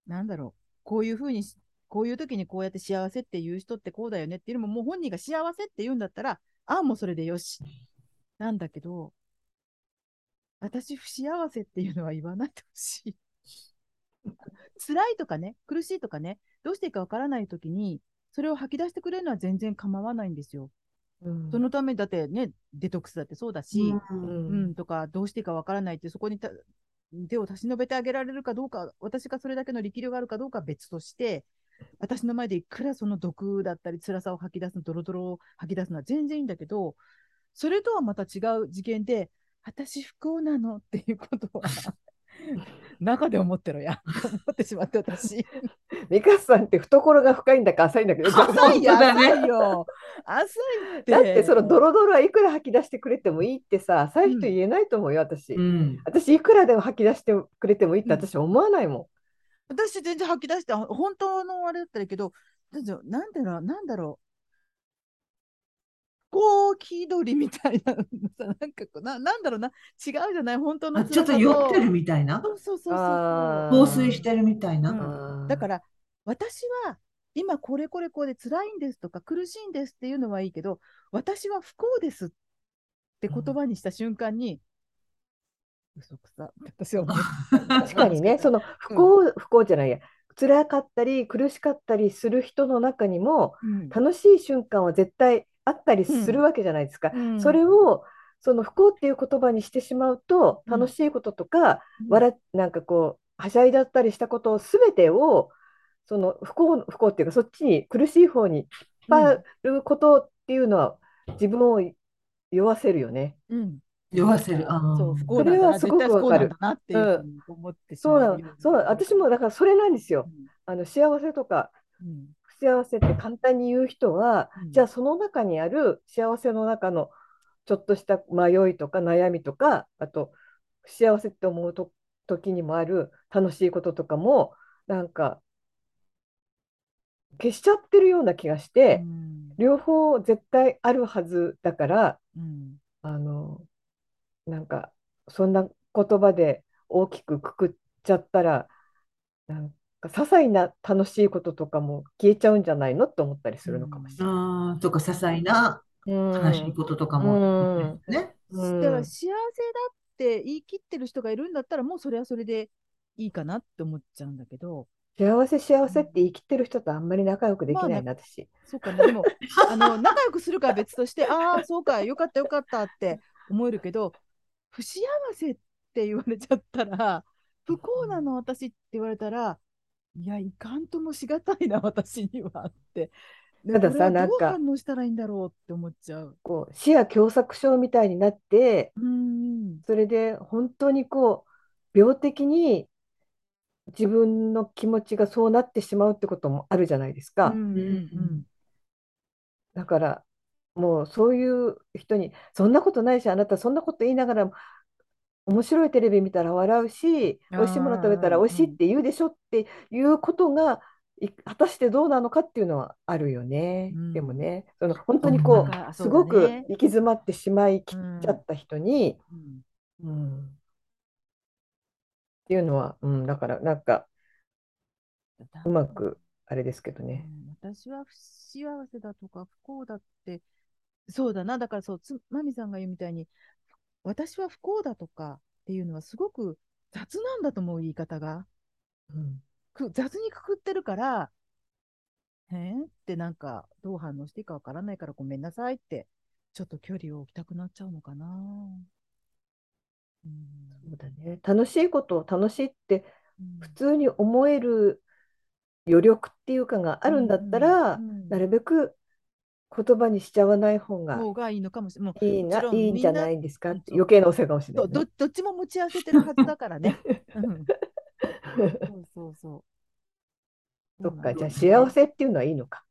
Speaker 1: なんだろうこういうふうにしこういう時にこうやって幸せっていう人ってこうだよねっていうのももう本人が幸せって言うんだったらああもうそれでよしなんだけど私不幸せっていうのは言わないでほしい辛いとかね苦しいとかねどうしていいかわからない時にそれを吐き出してくれるのは全然構わないんですよ
Speaker 2: うん
Speaker 1: そのためにだってね、デトックスだってそうだし、
Speaker 3: う
Speaker 2: うん
Speaker 1: うん、
Speaker 2: ん
Speaker 1: とか、どうしていいかわからないって、そこにた手を差し伸べてあげられるかどうか、私がそれだけの力量があるかどうかは別として、私の前でいくらその毒だったり、辛さを吐き出すの、ドロドロを吐き出すのは全然いいんだけど、それとはまた違う次元で、私不幸なのっていうことは、 中で思ってろや、と思ってしまって、 私。
Speaker 2: ミカさんって懐が深いんだか浅いんだけど、
Speaker 1: 浅いよ、
Speaker 3: 本当だね
Speaker 1: 浅いよ。浅いって。
Speaker 2: だってそのドロドロはいくら吐き出してくれてもいいってさ、浅い人言えないと思うよ、私。
Speaker 3: うん
Speaker 2: 私いくらでも吐き出してくれてもいいって
Speaker 1: うん
Speaker 2: 私思わないも
Speaker 1: 私全然吐き出して、ほ本当のあれだったらいいけど、なんだろうなんだろう、なんだろう。こう、気取りみたいなのさ、なんかこうな、なんだろうな、違うじゃない、本当の
Speaker 3: あ、ちょっと
Speaker 1: 辛さ
Speaker 3: 酔ってるみたいな、
Speaker 1: そうそうそう
Speaker 2: あ
Speaker 1: そ
Speaker 2: ー。
Speaker 1: う。
Speaker 3: 防水してるみたいな。
Speaker 1: うんん
Speaker 2: あー
Speaker 1: だから、私は今これこれこうで辛いんですとか苦しいんですっていうのはいいけど、私は不幸ですって言葉にした瞬間に、嘘くさって私は思う。
Speaker 2: 確かにね、その不幸、不幸じゃないや、辛かったり苦しかったりする人の中にも、
Speaker 1: うん
Speaker 2: 楽しい瞬間は絶対あったりするわけじゃないですか。
Speaker 1: うん
Speaker 2: それをその不幸っていう言葉にしてしまうと、
Speaker 1: うん
Speaker 2: 楽しいこととか、笑っなんかこうはしゃいだったりしたことを全てをその不幸不幸っていうかそっちに苦しい方に引っ張ることっていうのは自分を酔わせるよね。
Speaker 1: うん
Speaker 3: 酔わせる。あー
Speaker 1: そう、不幸なんだな、
Speaker 2: それ
Speaker 1: 絶対
Speaker 2: はす
Speaker 1: 不
Speaker 2: ご
Speaker 1: 幸
Speaker 2: くわか
Speaker 1: なん
Speaker 2: る
Speaker 1: だなっていうふうに思ってしま
Speaker 2: そうなの
Speaker 1: うように。
Speaker 2: そうなの私もだからそれなんですよ。
Speaker 1: う
Speaker 2: あの幸せとか
Speaker 1: んうん
Speaker 2: 不幸せって簡単に言う人は、
Speaker 1: うん
Speaker 2: じゃあその中にある幸せの中のちょっとした迷いとか悩みとかあと不幸せって思うと時にもある楽しいこととかもなんか消しちゃってるような気がし
Speaker 1: う
Speaker 2: て、
Speaker 1: ん
Speaker 2: 両方絶対あるはずだから
Speaker 1: うん
Speaker 2: あのなんかそんな言葉で大きくくくっちゃったらなんか些細な楽しいこととかも消えちゃうんじゃないのって思ったりするのかもしれない。
Speaker 3: あーとか、些細な悲しいこととかも。
Speaker 2: うん
Speaker 3: ね。
Speaker 2: うん
Speaker 1: だから幸せだって言い切ってる人がいるんだったら、もうそれはそれでいいかなって思っちゃうんだけど、
Speaker 2: 幸せ幸せって言い切ってる人とあんまり仲良くできないな、私。
Speaker 1: そうかね、でも、あの仲良くするかは別として、ああ、そうか、よかったよかったって思えるけど、不幸せって言われちゃったら、不幸なの私って言われたら、いや、いかんともしがたいな、私にはって。で
Speaker 2: たださ
Speaker 1: これはどう
Speaker 2: なんか
Speaker 1: 反応したらいいんだろうって思っちゃう。
Speaker 2: こう視野狭窄症みたいになって
Speaker 1: うん。
Speaker 2: それで本当にこう病的に自分の気持ちがそうなってしまうってこともあるじゃないですか。
Speaker 1: うんうん
Speaker 2: だからもうそういう人にそんなことないしあなたそんなこと言いながらも面白いテレビ見たら笑うし
Speaker 1: あ
Speaker 2: 美
Speaker 1: ー
Speaker 2: 味しいもの食べたら美味しいって言うでしょっていうことがい果たしてどうなのかっていうのはあるよね。
Speaker 1: うん
Speaker 2: でもねその本当にこ
Speaker 1: なんか
Speaker 2: う
Speaker 1: そ
Speaker 2: す
Speaker 1: うだね
Speaker 2: ごく行き詰まってしまいきっちゃった人に、
Speaker 1: うん
Speaker 2: うんっていうのは、うん、だからなんかうまくあれですけど
Speaker 1: う
Speaker 2: ね。
Speaker 1: ん私は不幸せだとか不幸だって、そうだな、だからそう、つまみさんが言うみたいに、私は不幸だとかっていうのはすごく雑なんだと思う言い方が。
Speaker 2: うん
Speaker 1: く雑にくくってるから、へえってなんか、どう反応していいかわからないからごめんなさいって、ちょっと距離を置きたくなっちゃうのかな。うん
Speaker 2: そうだね、楽しいことを楽しいって
Speaker 1: うん
Speaker 2: 普通に思える余力っていうかがあるんだったら、
Speaker 1: うんうん
Speaker 2: なるべく言葉にしちゃわない方が
Speaker 1: 方がいいのかもしれない。もう
Speaker 2: いい
Speaker 1: もち
Speaker 2: な、
Speaker 1: ろん
Speaker 2: いいんじゃないいですかって余計なお世話かもしれな
Speaker 1: ど
Speaker 2: いね。
Speaker 1: どどっちも持ち合わせてるはずだから ね。うん、そうそうそう。
Speaker 2: そっか、じゃあ
Speaker 1: そうなん
Speaker 2: 幸
Speaker 1: ですね
Speaker 2: せっていうのはいいのか。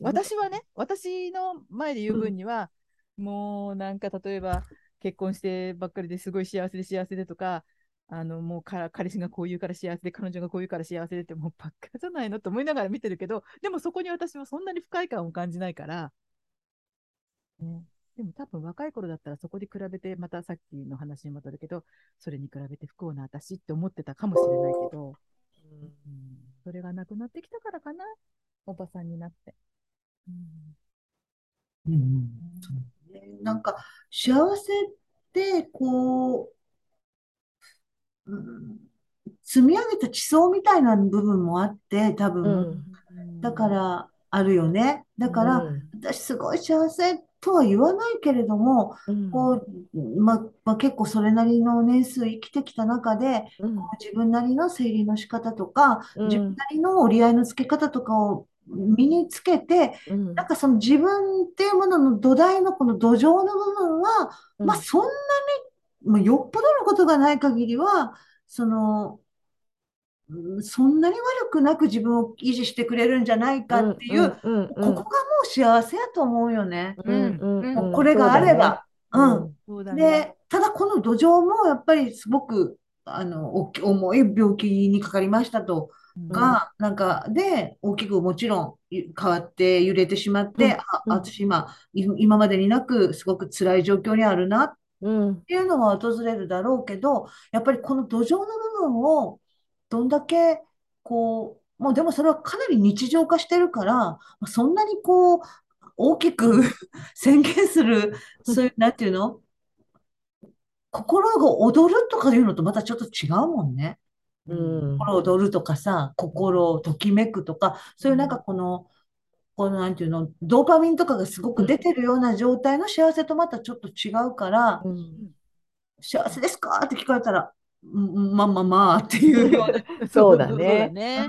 Speaker 1: 私はね、私の前で言う分には、もうなんか例えば結婚してばっかりですごい幸せで幸せでとか、あのもうから彼氏がこう言うから幸せで、彼女がこう言うから幸せでって、もうばっかじゃないのと思いながら見てるけど、でもそこに私はそんなに不快感を感じないから、ね、でも多分若い頃だったらそこで比べて、またさっきの話に戻るけど、それに比べて不幸な私って思ってたかもしれないけど、うん、それがなくなってきたからかな、おばさんになって。うん
Speaker 3: うんうんそうねなんか幸せってこう、うん、積み上げた地層みたいな部分もあって多
Speaker 2: う
Speaker 3: 分
Speaker 2: ん。
Speaker 3: だからあるよねだから、
Speaker 2: うん
Speaker 3: 私すごい幸せとは言わないけれども
Speaker 2: うん
Speaker 3: こう、ま、ま結構それなりの年数生きてきた中で
Speaker 2: うん
Speaker 3: 自分なりの整理の仕方とか
Speaker 2: うん
Speaker 3: 自分なりの折り合いのつけ方とかを身につけて、
Speaker 2: うん
Speaker 3: なんかその自分っていうものの土台のこの土壌の部分は、
Speaker 2: うん
Speaker 3: まあそんなに、まあ、よっぽどのことがない限りは、その、うんそんなに悪くなく自分を維持してくれるんじゃないかっていう、こ
Speaker 2: うんうん
Speaker 3: こがもう幸せやと思うよね。
Speaker 2: うんうんうん
Speaker 1: もう
Speaker 3: これがあれば。
Speaker 2: そうだね
Speaker 3: うん。
Speaker 1: そうだね。
Speaker 3: で、ただこの土壌もやっぱりすごく、あの、大き重い病気にかかりましたと。 が、なんか、で、大きくもちろんゆ変わって揺れてしまっ
Speaker 2: うん
Speaker 3: て、あ、
Speaker 2: うん
Speaker 3: 私今、い今までになくすごく辛い状況にあるなっ
Speaker 2: うん
Speaker 3: ていうのは訪れるだろうけど、やっぱりこの土壌の部分をどんだけ、こう、もうでもそれはかなり日常化してるから、まあそんなにこう、大きく 宣言する、そういう、なんていうの心が踊るとかいうのとまたちょっと違うもんね。
Speaker 2: うん
Speaker 3: 心躍るとかさ、心をときめくとか、そういうなんかこの、このなんていうの、ドーパミンとかがすごく出てるような状態の幸せとまたちょっと違うから、
Speaker 2: うん
Speaker 3: 幸せですかって聞かれたら、うんまあまあまあっていうような。
Speaker 2: そうだね
Speaker 1: そうだね。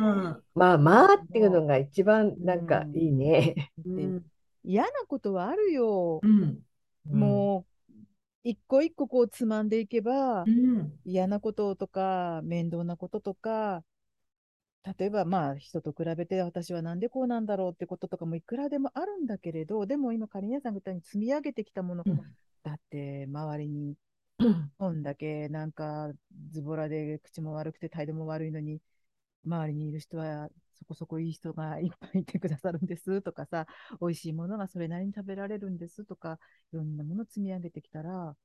Speaker 2: まあまあっていうのが一番なんかいいね。
Speaker 3: うん。うん。
Speaker 1: 嫌なことはあるよ。
Speaker 3: うん。
Speaker 1: もう、一個一個こうつまんでいけば
Speaker 3: う、ん。
Speaker 1: 嫌なこととか、面倒なこととか、例えばまあ人と比べて私はなんでこうなんだろうってこととかもいくらでもあるんだけれど、でも今カリネさんが言ったように積み上げてきたもの、
Speaker 3: うん
Speaker 1: だって周りに
Speaker 2: うん
Speaker 1: こんだけなんかズボラで口も悪くて態度も悪いのに、周りにいる人はそこそこいい人がいっぱいいてくださるんですとかさ、美味しいものがそれなりに食べられるんですとか、いろんなもの積み上げてきたら、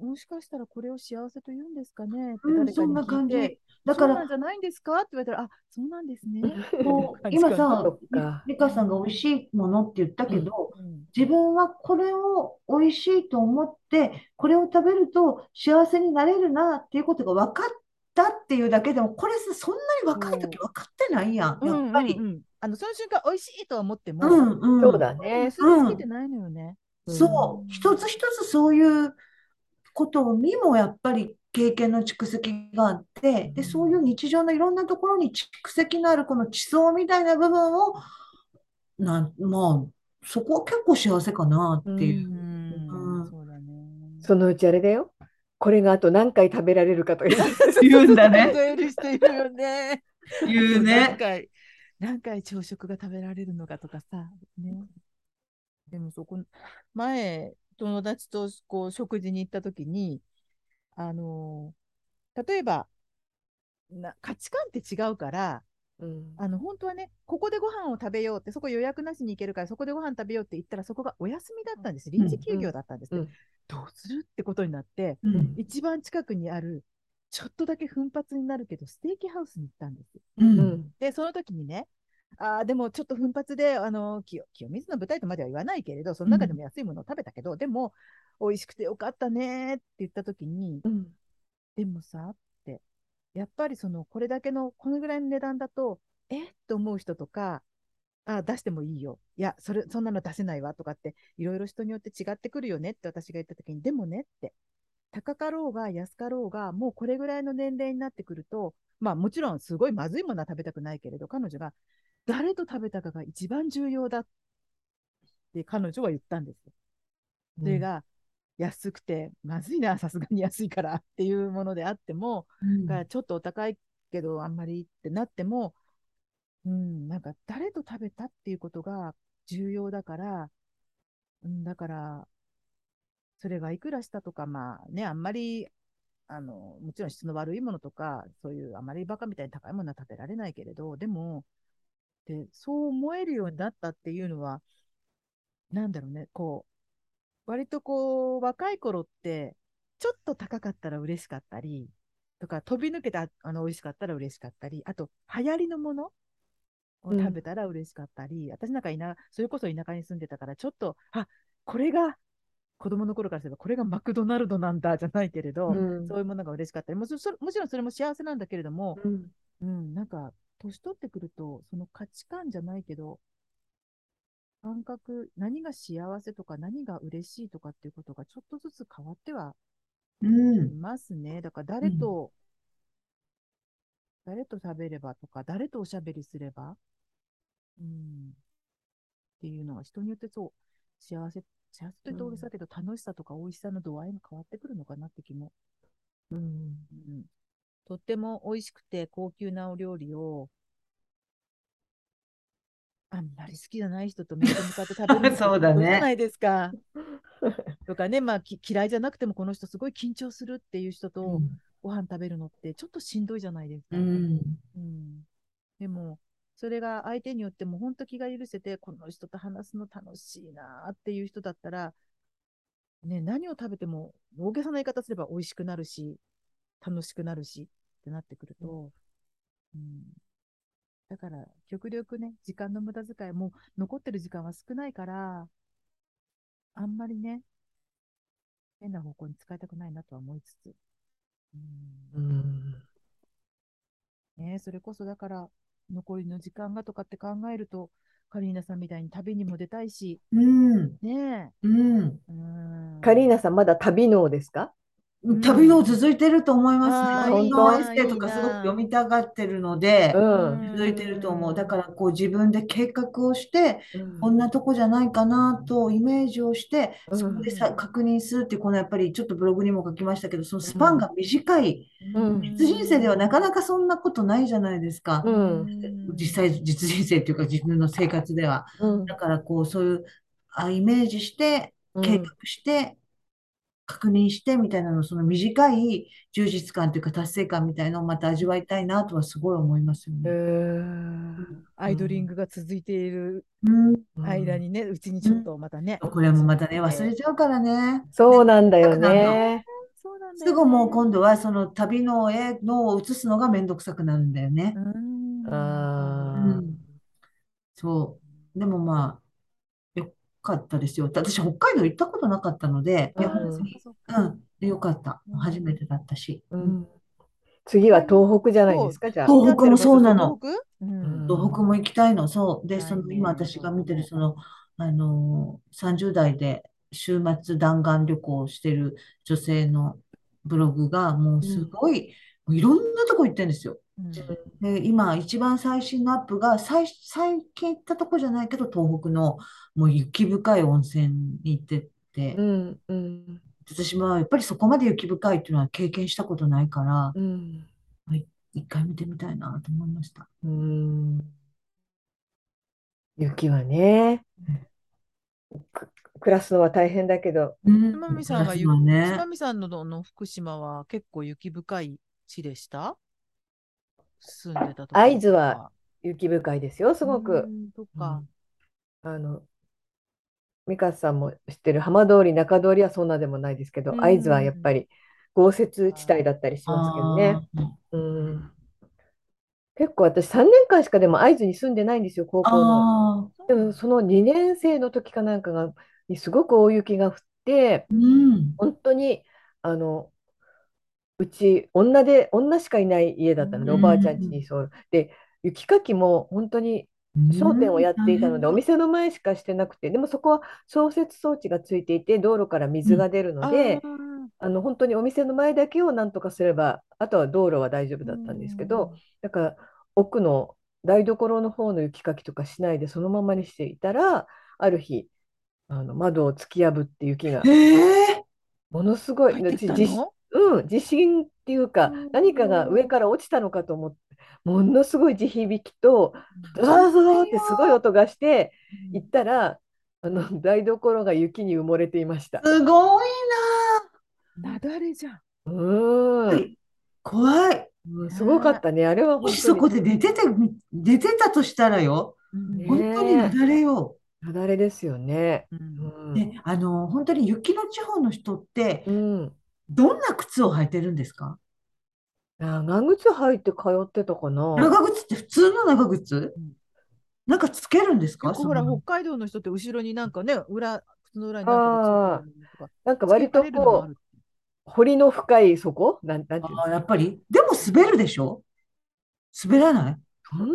Speaker 1: もしかしたらこれを幸せと言うんですかねって
Speaker 3: うん
Speaker 1: 誰か
Speaker 3: そん
Speaker 1: に
Speaker 3: な
Speaker 1: 聞い
Speaker 3: 感
Speaker 1: て
Speaker 3: じ。、だか
Speaker 1: そうなん
Speaker 3: ら、
Speaker 1: じゃないんですかって言われたら、あ、そうなんですね。
Speaker 3: こう
Speaker 1: 感じか
Speaker 3: 今
Speaker 1: な
Speaker 3: さ
Speaker 2: そっ、か
Speaker 3: リカさんが美味しいものって言ったけど、
Speaker 1: うん
Speaker 3: 自分はこれを美味しいと思って、これを食べると幸せになれるなっていうことが分かったっていうだけでも、これさ、そんなに若い時分かってないやん、やっぱり。
Speaker 1: うんうんうんあの、その瞬間美味しいとは思っても、
Speaker 3: うんうん。
Speaker 2: そうだ
Speaker 1: でも
Speaker 2: ね。
Speaker 1: それつけてないのよね。
Speaker 3: そう。一つ一つそういうことにもやっぱり経験の蓄積があって、で、そういう日常のいろんなところに蓄積のあるこの地層みたいな部分を、なん、まあ、そこは結構幸せかなっていうう。
Speaker 1: うん
Speaker 3: うん
Speaker 1: そうだね。
Speaker 2: そのうちあれだよ。これがあと何回食べられるかとか。
Speaker 3: 言うんだね。
Speaker 1: 数える人いるよね。
Speaker 3: 言うね
Speaker 1: 何。回、何回朝食が食べられるのかとかさ。ね、でもそこ、前、友達とこう食事に行った時に、あのー例えばな、価値観って違うから、
Speaker 2: うん
Speaker 1: あの、本当はね、ここでご飯を食べようって、そこ予約なしに行けるから、そこでご飯食べようって言ったら、そこがお休みだったんです。臨時休業だったんですね。
Speaker 2: うんうん
Speaker 1: どうするってことになって、
Speaker 3: うん
Speaker 1: 一番近くにある、ちょっとだけ奮発になるけど、ステーキハウスに行ったんです。
Speaker 2: う
Speaker 3: う
Speaker 2: んん
Speaker 1: で、その時にね、あーでもちょっと奮発で、あの清清水の舞台とまでは言わないけれど、その中でも安いものを食べたけど、でも、美味しくてよかったねーって言った時に、
Speaker 2: うん
Speaker 1: でもさって、やっぱりその、これだけの、このぐらいの値段だと、えっと思う人とか、あ、出してもいいよ。いや、それ、そんなの出せないわとかって、いろいろ人によって違ってくるよねって私が言ったときに、でもねって、高かろうが安かろうが、もうこれぐらいの年齢になってくると、まあもちろんすごいまずいものは食べたくないけれど、彼女が誰と食べたかが一番重要だっって彼女は言ったんですよ。それが、安くて、まずいな、さすがに安いからっていうものであっても、
Speaker 3: うん
Speaker 1: がちょっとお高いけど、あんまりってなっても、うん、なんか誰と食べたっていうことが重要だから、うん、だから、それがいくらしたとか、まあね、あんまり、あの、もちろん質の悪いものとか、そういうあまりバカみたいに高いものは食べられないけれど、でも、で、そう思えるようになったっていうのは、なんだろうね、こう、割とこう、若い頃って、ちょっと高かったら嬉しかったり、とか、飛び抜けた、あの、美味しかったら嬉しかったり、あと、流行りのものを
Speaker 2: うん
Speaker 1: 食べたら嬉しかったり、私なんか田、それこそ田舎に住んでたから、ちょっと、あ、これが、子供の頃からすれば、これがマクドナルドなんだ、じゃないけれど、
Speaker 2: うん
Speaker 1: そういうものが嬉しかったり、もちろんそれもちろんそれも幸せなんだけれども、
Speaker 2: うん
Speaker 1: うん、なんか、年取ってくると、その価値観じゃないけど、感覚、何が幸せとか、何が嬉しいとかっていうことが、ちょっとずつ変わっては
Speaker 3: うん
Speaker 1: いますね。だから、誰と、誰と食べればとか、誰とおしゃべりすれば、うん、っていうのは、人によってそう、幸せ、幸せというと大げさだけど、楽しさとか美味しさの度合いが変わってくるのかなって気も
Speaker 2: うん
Speaker 1: うんとっても美味しくて高級なお料理を、あんまり好きじゃない人と面と向かって食べるの
Speaker 3: そうだね
Speaker 1: じゃないです か。とかね、まあき嫌いじゃなくてもこの人すごい緊張するっていう人とご飯食べるのってちょっとしんどいじゃないですか。
Speaker 3: うん
Speaker 1: うんでも、それが相手によっても本当気が許せて、この人と話すの楽しいなっていう人だったら、ね、何を食べても大げさな言い方すれば美味しくなるし、楽しくなるしってなってくると、うん、だから極力ね、時間の無駄遣い、もう残ってる時間は少ないから、あんまりね、変な方向に使いたくないなとは思いつつ、うん
Speaker 2: うん
Speaker 1: ねえ、それこそだから、残りの時間がとかって考えると、カリーナさんみたいに旅にも出たいし、
Speaker 3: うん
Speaker 1: ね
Speaker 3: うん
Speaker 1: え、うーん。
Speaker 2: カリーナさん、まだ旅能ですか
Speaker 1: ん
Speaker 3: 旅の続いてると思いますね。
Speaker 2: あー
Speaker 3: 旅のエ
Speaker 2: いい
Speaker 1: な
Speaker 3: ッセイとか
Speaker 1: いいな
Speaker 3: すごく読みたがってるので
Speaker 2: う、
Speaker 1: ん
Speaker 2: ん。
Speaker 3: 続いてると思う。だからこう自分で計画をして、こん
Speaker 2: 女
Speaker 3: なとこじゃないかなとイメージをして、
Speaker 2: うん
Speaker 3: そこでさ、確認するっていう、このやっぱりちょっとブログにも書きましたけど、そのスパンが短い。
Speaker 2: うん
Speaker 3: 実人生ではなかなかそんなことないじゃないですか。
Speaker 2: うん
Speaker 3: 実際、実人生っていうか自分の生活では。
Speaker 2: うん
Speaker 3: だからこう、そういう、あ、イメージして、計画して、確認してみたいなの、その短い充実感というか達成感みたいなのをまた味わいたいなとはすごい思いますよ
Speaker 2: へ
Speaker 3: ね。
Speaker 2: ー
Speaker 1: アイドリングが続いている
Speaker 3: うん、
Speaker 1: 間にね、うちにちょっとまたね。
Speaker 3: これもまたね、忘れちゃうからね。
Speaker 2: そうなんだよ
Speaker 3: そうな
Speaker 2: ね。
Speaker 1: そうなんだよ
Speaker 3: すぐもう
Speaker 1: ね
Speaker 3: 今度はその旅の絵のを移すのがめんどくさくなるんだよね。
Speaker 1: うーん
Speaker 3: う
Speaker 2: あー
Speaker 3: ん。そう。でもまあ、よかったですよ。私、北海道行ったことなかったので、
Speaker 1: あ
Speaker 3: い
Speaker 1: ー
Speaker 3: や、
Speaker 2: う
Speaker 1: そっか
Speaker 2: ん
Speaker 3: 別に、
Speaker 1: そっ
Speaker 3: う
Speaker 1: か
Speaker 3: ん、よかった
Speaker 1: うん。
Speaker 3: 初めてだったし。
Speaker 2: うん次は東北じゃないですか、じゃあ。
Speaker 3: 東北もそうなの
Speaker 1: 東北うん
Speaker 2: うん
Speaker 3: 東北も行きたいの。そう。で、
Speaker 1: はい
Speaker 3: その今私が見てる、その、あのー、30代で週末弾丸旅行をしてる女性のブログが、もうすごい、もういろんなとこ行ってるんですよ。
Speaker 1: うん
Speaker 3: で、今、一番最新のアップが、最、最近行ったとこじゃないけど、東北のもう雪深い温泉に行ってて
Speaker 2: う、んうん
Speaker 3: 私もやっぱりそこまで雪深いっていうのは経験したことないから、
Speaker 2: うん
Speaker 3: 一回見てみたいなと思いました。
Speaker 2: うん雪はね、く暮らすのは大変だけど、
Speaker 3: うん
Speaker 1: つまみさんは
Speaker 3: 私もね
Speaker 1: つまみさんのどの福島は結構雪深い地でした住んでたところとか
Speaker 2: 会津は雪深いですよ、すご
Speaker 1: う
Speaker 2: く。
Speaker 1: んそっか。
Speaker 2: あの、美香さんも知ってる浜通り、中通りはそんなでもないですけど、会津はやっぱり豪雪地帯だったりしますけどね。うん結構私3年間しかでも会津に住んでないんですよ、高
Speaker 3: あー
Speaker 2: 校の。
Speaker 3: あー、
Speaker 2: でもその2年生の時かなんかがにすごく大雪が降って、
Speaker 3: うん。
Speaker 2: 本当にあのうち女で女しかいない家だったので、
Speaker 1: うん
Speaker 2: おばあちゃん家にそうで雪かきも本当に商店をやっていたので、お店の前しかしてなくてでもそこは消雪装置がついていて道路から水が出るので、
Speaker 1: あー
Speaker 2: あの本当にお店の前だけをなんとかすればあとは道路は大丈夫だったんですけど、、だから奥の台所の方の雪かきとかしないでそのままにしていたらある日あの窓を突き破って雪が
Speaker 3: ええ
Speaker 2: ものすごい
Speaker 1: 入ってきた
Speaker 2: じじ
Speaker 1: の
Speaker 2: うん、地震っていうか
Speaker 1: うん
Speaker 2: 何かが上から落ちたのかと思ってものすごい地響きとドドドドドってすごい音がして行ったらあの台所が雪に埋もれていました。
Speaker 3: すごい
Speaker 1: なだれじゃん。
Speaker 2: う
Speaker 3: な。
Speaker 2: ん、
Speaker 3: 怖い。
Speaker 2: うんすごかったねあれは
Speaker 3: も
Speaker 2: 本
Speaker 3: しそこ
Speaker 2: 当
Speaker 3: で
Speaker 2: に
Speaker 3: 寝ててみ、寝てたとしたらよ、
Speaker 1: うん
Speaker 3: 本
Speaker 2: ね
Speaker 3: 当に雪崩よ。
Speaker 2: 雪崩ですよね。
Speaker 1: う
Speaker 2: うんん
Speaker 3: ね、あの、本当に雪の地方の人って、
Speaker 2: うん、
Speaker 3: どんな靴を履いてるんですか
Speaker 2: 長靴履いて通ってたかな。
Speaker 3: 長靴って普通の長靴
Speaker 1: うん
Speaker 3: なんかつけるんですか
Speaker 1: よくほら、
Speaker 3: その
Speaker 1: 北海道の人って後ろになんかね、裏、靴の裏になんかついてるとか
Speaker 2: なんか割と
Speaker 1: つけられるのも
Speaker 2: こ
Speaker 1: あ
Speaker 2: う
Speaker 1: る
Speaker 2: 堀の深い底なんなんていうの
Speaker 3: あやっぱりでも滑るでしょ滑らない
Speaker 2: そんなに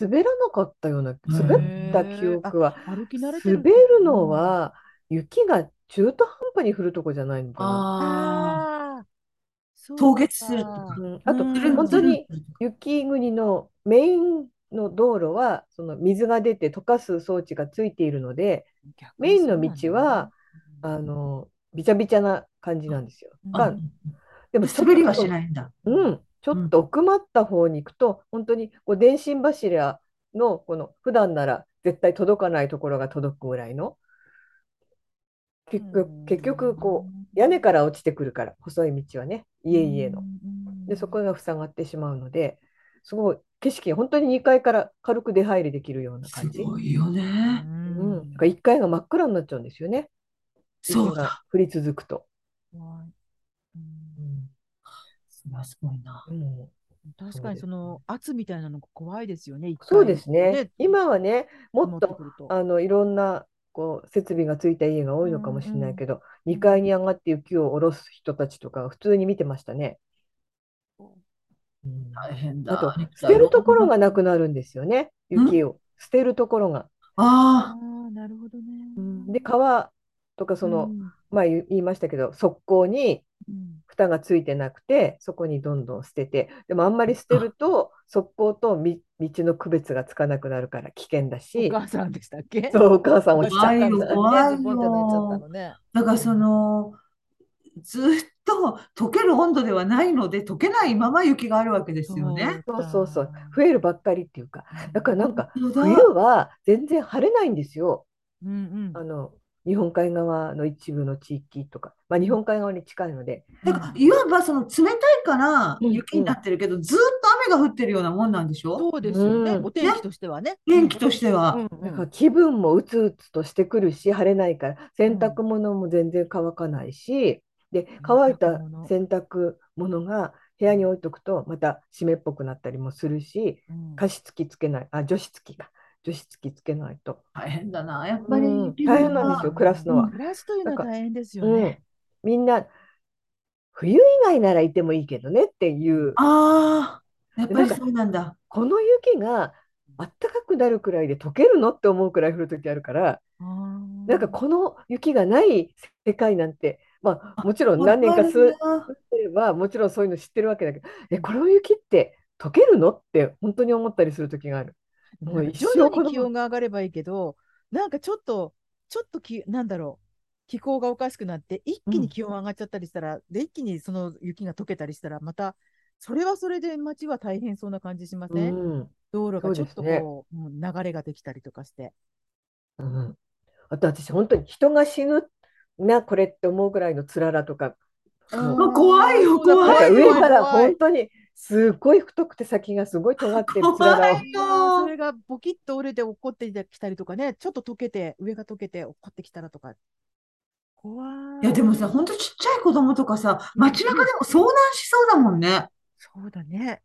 Speaker 2: 滑らなかったような滑った記憶は。
Speaker 1: 歩き慣れて
Speaker 2: 滑
Speaker 1: る。
Speaker 2: るの、は雪が中途半端に降るとこじゃないのかな。
Speaker 3: ああ、
Speaker 1: ああ、そう
Speaker 3: 凍結すると
Speaker 1: か
Speaker 3: か
Speaker 2: う。ん、あと
Speaker 1: うん
Speaker 3: つるん
Speaker 2: 本当に
Speaker 3: つるん
Speaker 2: 雪国のメインの道路はその水が出て溶かす装置がついているので
Speaker 1: 逆
Speaker 2: メイ
Speaker 1: にそう
Speaker 2: ン
Speaker 1: な
Speaker 2: の
Speaker 1: んだね
Speaker 2: 道はあのびちゃびちゃな感じなんですよ。
Speaker 1: うん
Speaker 3: あ
Speaker 2: がでもちょっ
Speaker 3: 滑りは
Speaker 2: と
Speaker 3: しないんだ。
Speaker 2: うん、ちょっと奥まった方に行くと、本当にこう電信柱のこの普段なら絶対届かないところが届くぐらいの結局、結局こう屋根から落ちてくるから細い道はね家々の。でそこが塞がってしまうのですごい景色本当に2階から軽く出入りできるような
Speaker 3: す
Speaker 2: 感じ。
Speaker 3: ごいよ
Speaker 1: う
Speaker 3: ね。
Speaker 2: うんん、だから1階が真っ暗になっちゃうんですよね
Speaker 3: そう
Speaker 2: 雪が
Speaker 3: だ。
Speaker 2: 降り続くと。
Speaker 1: 怖いうん
Speaker 2: うん
Speaker 3: それはすごいな。
Speaker 2: うん
Speaker 1: 確かにその圧みたいなのが怖いですよね。一回
Speaker 2: そうですね。今は
Speaker 1: ね、
Speaker 2: ね、もっ
Speaker 1: 持って
Speaker 2: と
Speaker 1: くると。
Speaker 2: あのいろんなこう設備がついた家が多いのかもしれないけど、
Speaker 1: うん
Speaker 2: 2階に上がって雪を下ろす人たちとかが普通に見てましたね。うん
Speaker 3: 大変
Speaker 2: あ
Speaker 3: だ。
Speaker 2: と、捨てるところがなくなるんですよね、
Speaker 3: うん
Speaker 2: 雪を。捨てるところが。
Speaker 1: あ
Speaker 3: あ
Speaker 1: あ、なるほどね。
Speaker 2: で、川とか、その、前言いましたけど、側溝に
Speaker 1: うん、うん
Speaker 2: 蓋がついてなくて、そこにどんどん捨てて、でもあんまり捨てると、側溝とみ道の区別がつかなくなるから危険だ
Speaker 1: お
Speaker 2: し、
Speaker 1: 母さんでしたっけ
Speaker 2: そう、お母さん落ちちゃったんだ。
Speaker 3: 怖いよ
Speaker 1: ズボンじゃないちゃったのね。
Speaker 3: あ、だからその、ずっと溶ける温度ではないので、溶けないまま雪があるわけですよね。
Speaker 2: そうそうそう、増えるばっかりっていうか、だからなんか、
Speaker 3: 本当
Speaker 2: 冬
Speaker 3: だ
Speaker 2: は全然晴れないんですよ、
Speaker 1: うんう
Speaker 2: あ
Speaker 1: ん。
Speaker 2: の日本海側の一部の地域とか、まあ、日本海側に近いので、
Speaker 3: だから、いわばその冷たいから
Speaker 2: うん
Speaker 3: 雪になってるけど、ずっと雨が降ってるようなもんなんでしょ
Speaker 1: そうですよね。
Speaker 2: うん
Speaker 1: お天気としてはね。
Speaker 3: 天気としては。
Speaker 1: うん
Speaker 2: なん
Speaker 1: う
Speaker 2: か
Speaker 1: ん
Speaker 2: 気分もうつうつとしてくるし、晴れないから、洗濯物も全然乾かないし、で乾いた
Speaker 1: 洗濯物
Speaker 2: 洗濯物が部屋に置いとくと、また湿っぽくなったりもするし、
Speaker 1: うん
Speaker 2: 加湿器つけない、あ、除湿器か、除湿器つけないと、
Speaker 3: 大変だな。やっ
Speaker 2: う
Speaker 3: ぱり
Speaker 2: ん、
Speaker 3: 雪が
Speaker 2: 大変なんですよ、暮らすのは。
Speaker 1: 暮らしというのは大変ですよ
Speaker 2: うん
Speaker 1: ね。、
Speaker 2: みんな冬以外ならいてもいいけどねっていう
Speaker 3: ああ、やっぱ
Speaker 2: なん
Speaker 3: り
Speaker 2: か
Speaker 3: そうなんだ。
Speaker 2: この雪があったかくなるくらいで溶けるのって思うくらい降る時あるから
Speaker 1: な
Speaker 2: なんかこの雪がない世界なんてまあもちろん何年か
Speaker 3: わ
Speaker 2: 住ん
Speaker 3: かるな
Speaker 2: でればもちろんそういうの知ってるわけだけどえこの雪って溶けるのって本当に思ったりする時がある。もう一
Speaker 1: 徐
Speaker 2: 生
Speaker 1: 々
Speaker 2: こ
Speaker 1: に気温
Speaker 2: の
Speaker 1: が上がればいいけど、なんかちょっと、ちょっとき、なんだろう、気候がおかしくなって、一気
Speaker 2: う
Speaker 1: に
Speaker 2: ん
Speaker 1: 気温上がっちゃったりしたら、で、一気にその雪が溶けたりしたら、また、それはそれで街は大変そうな感じしませ、
Speaker 2: うんん
Speaker 1: 道路がちょっと
Speaker 2: そうですね
Speaker 1: こう、うん流れができたりとかして。
Speaker 2: うん、あと私本当に人が死ぬなこれって思うぐらいのつららとかもう
Speaker 3: わ怖い
Speaker 1: そ
Speaker 3: よ
Speaker 1: うだ
Speaker 2: なん
Speaker 3: 怖
Speaker 2: か
Speaker 3: いよ
Speaker 2: 上から
Speaker 1: 怖い
Speaker 2: 本当にすっごい太くて先がすごい尖ってるつらら
Speaker 3: 怖
Speaker 2: を
Speaker 3: い
Speaker 1: そ
Speaker 3: よ。
Speaker 1: れがボキッと折れて落っこってきたりとかね、ちょっと溶けて、上が溶けて落っこってきたらとか。怖い。
Speaker 3: いやでもさ、ほんとちっちゃい子供とかさ、街中でも遭難しそうだもんね。
Speaker 1: そうだね。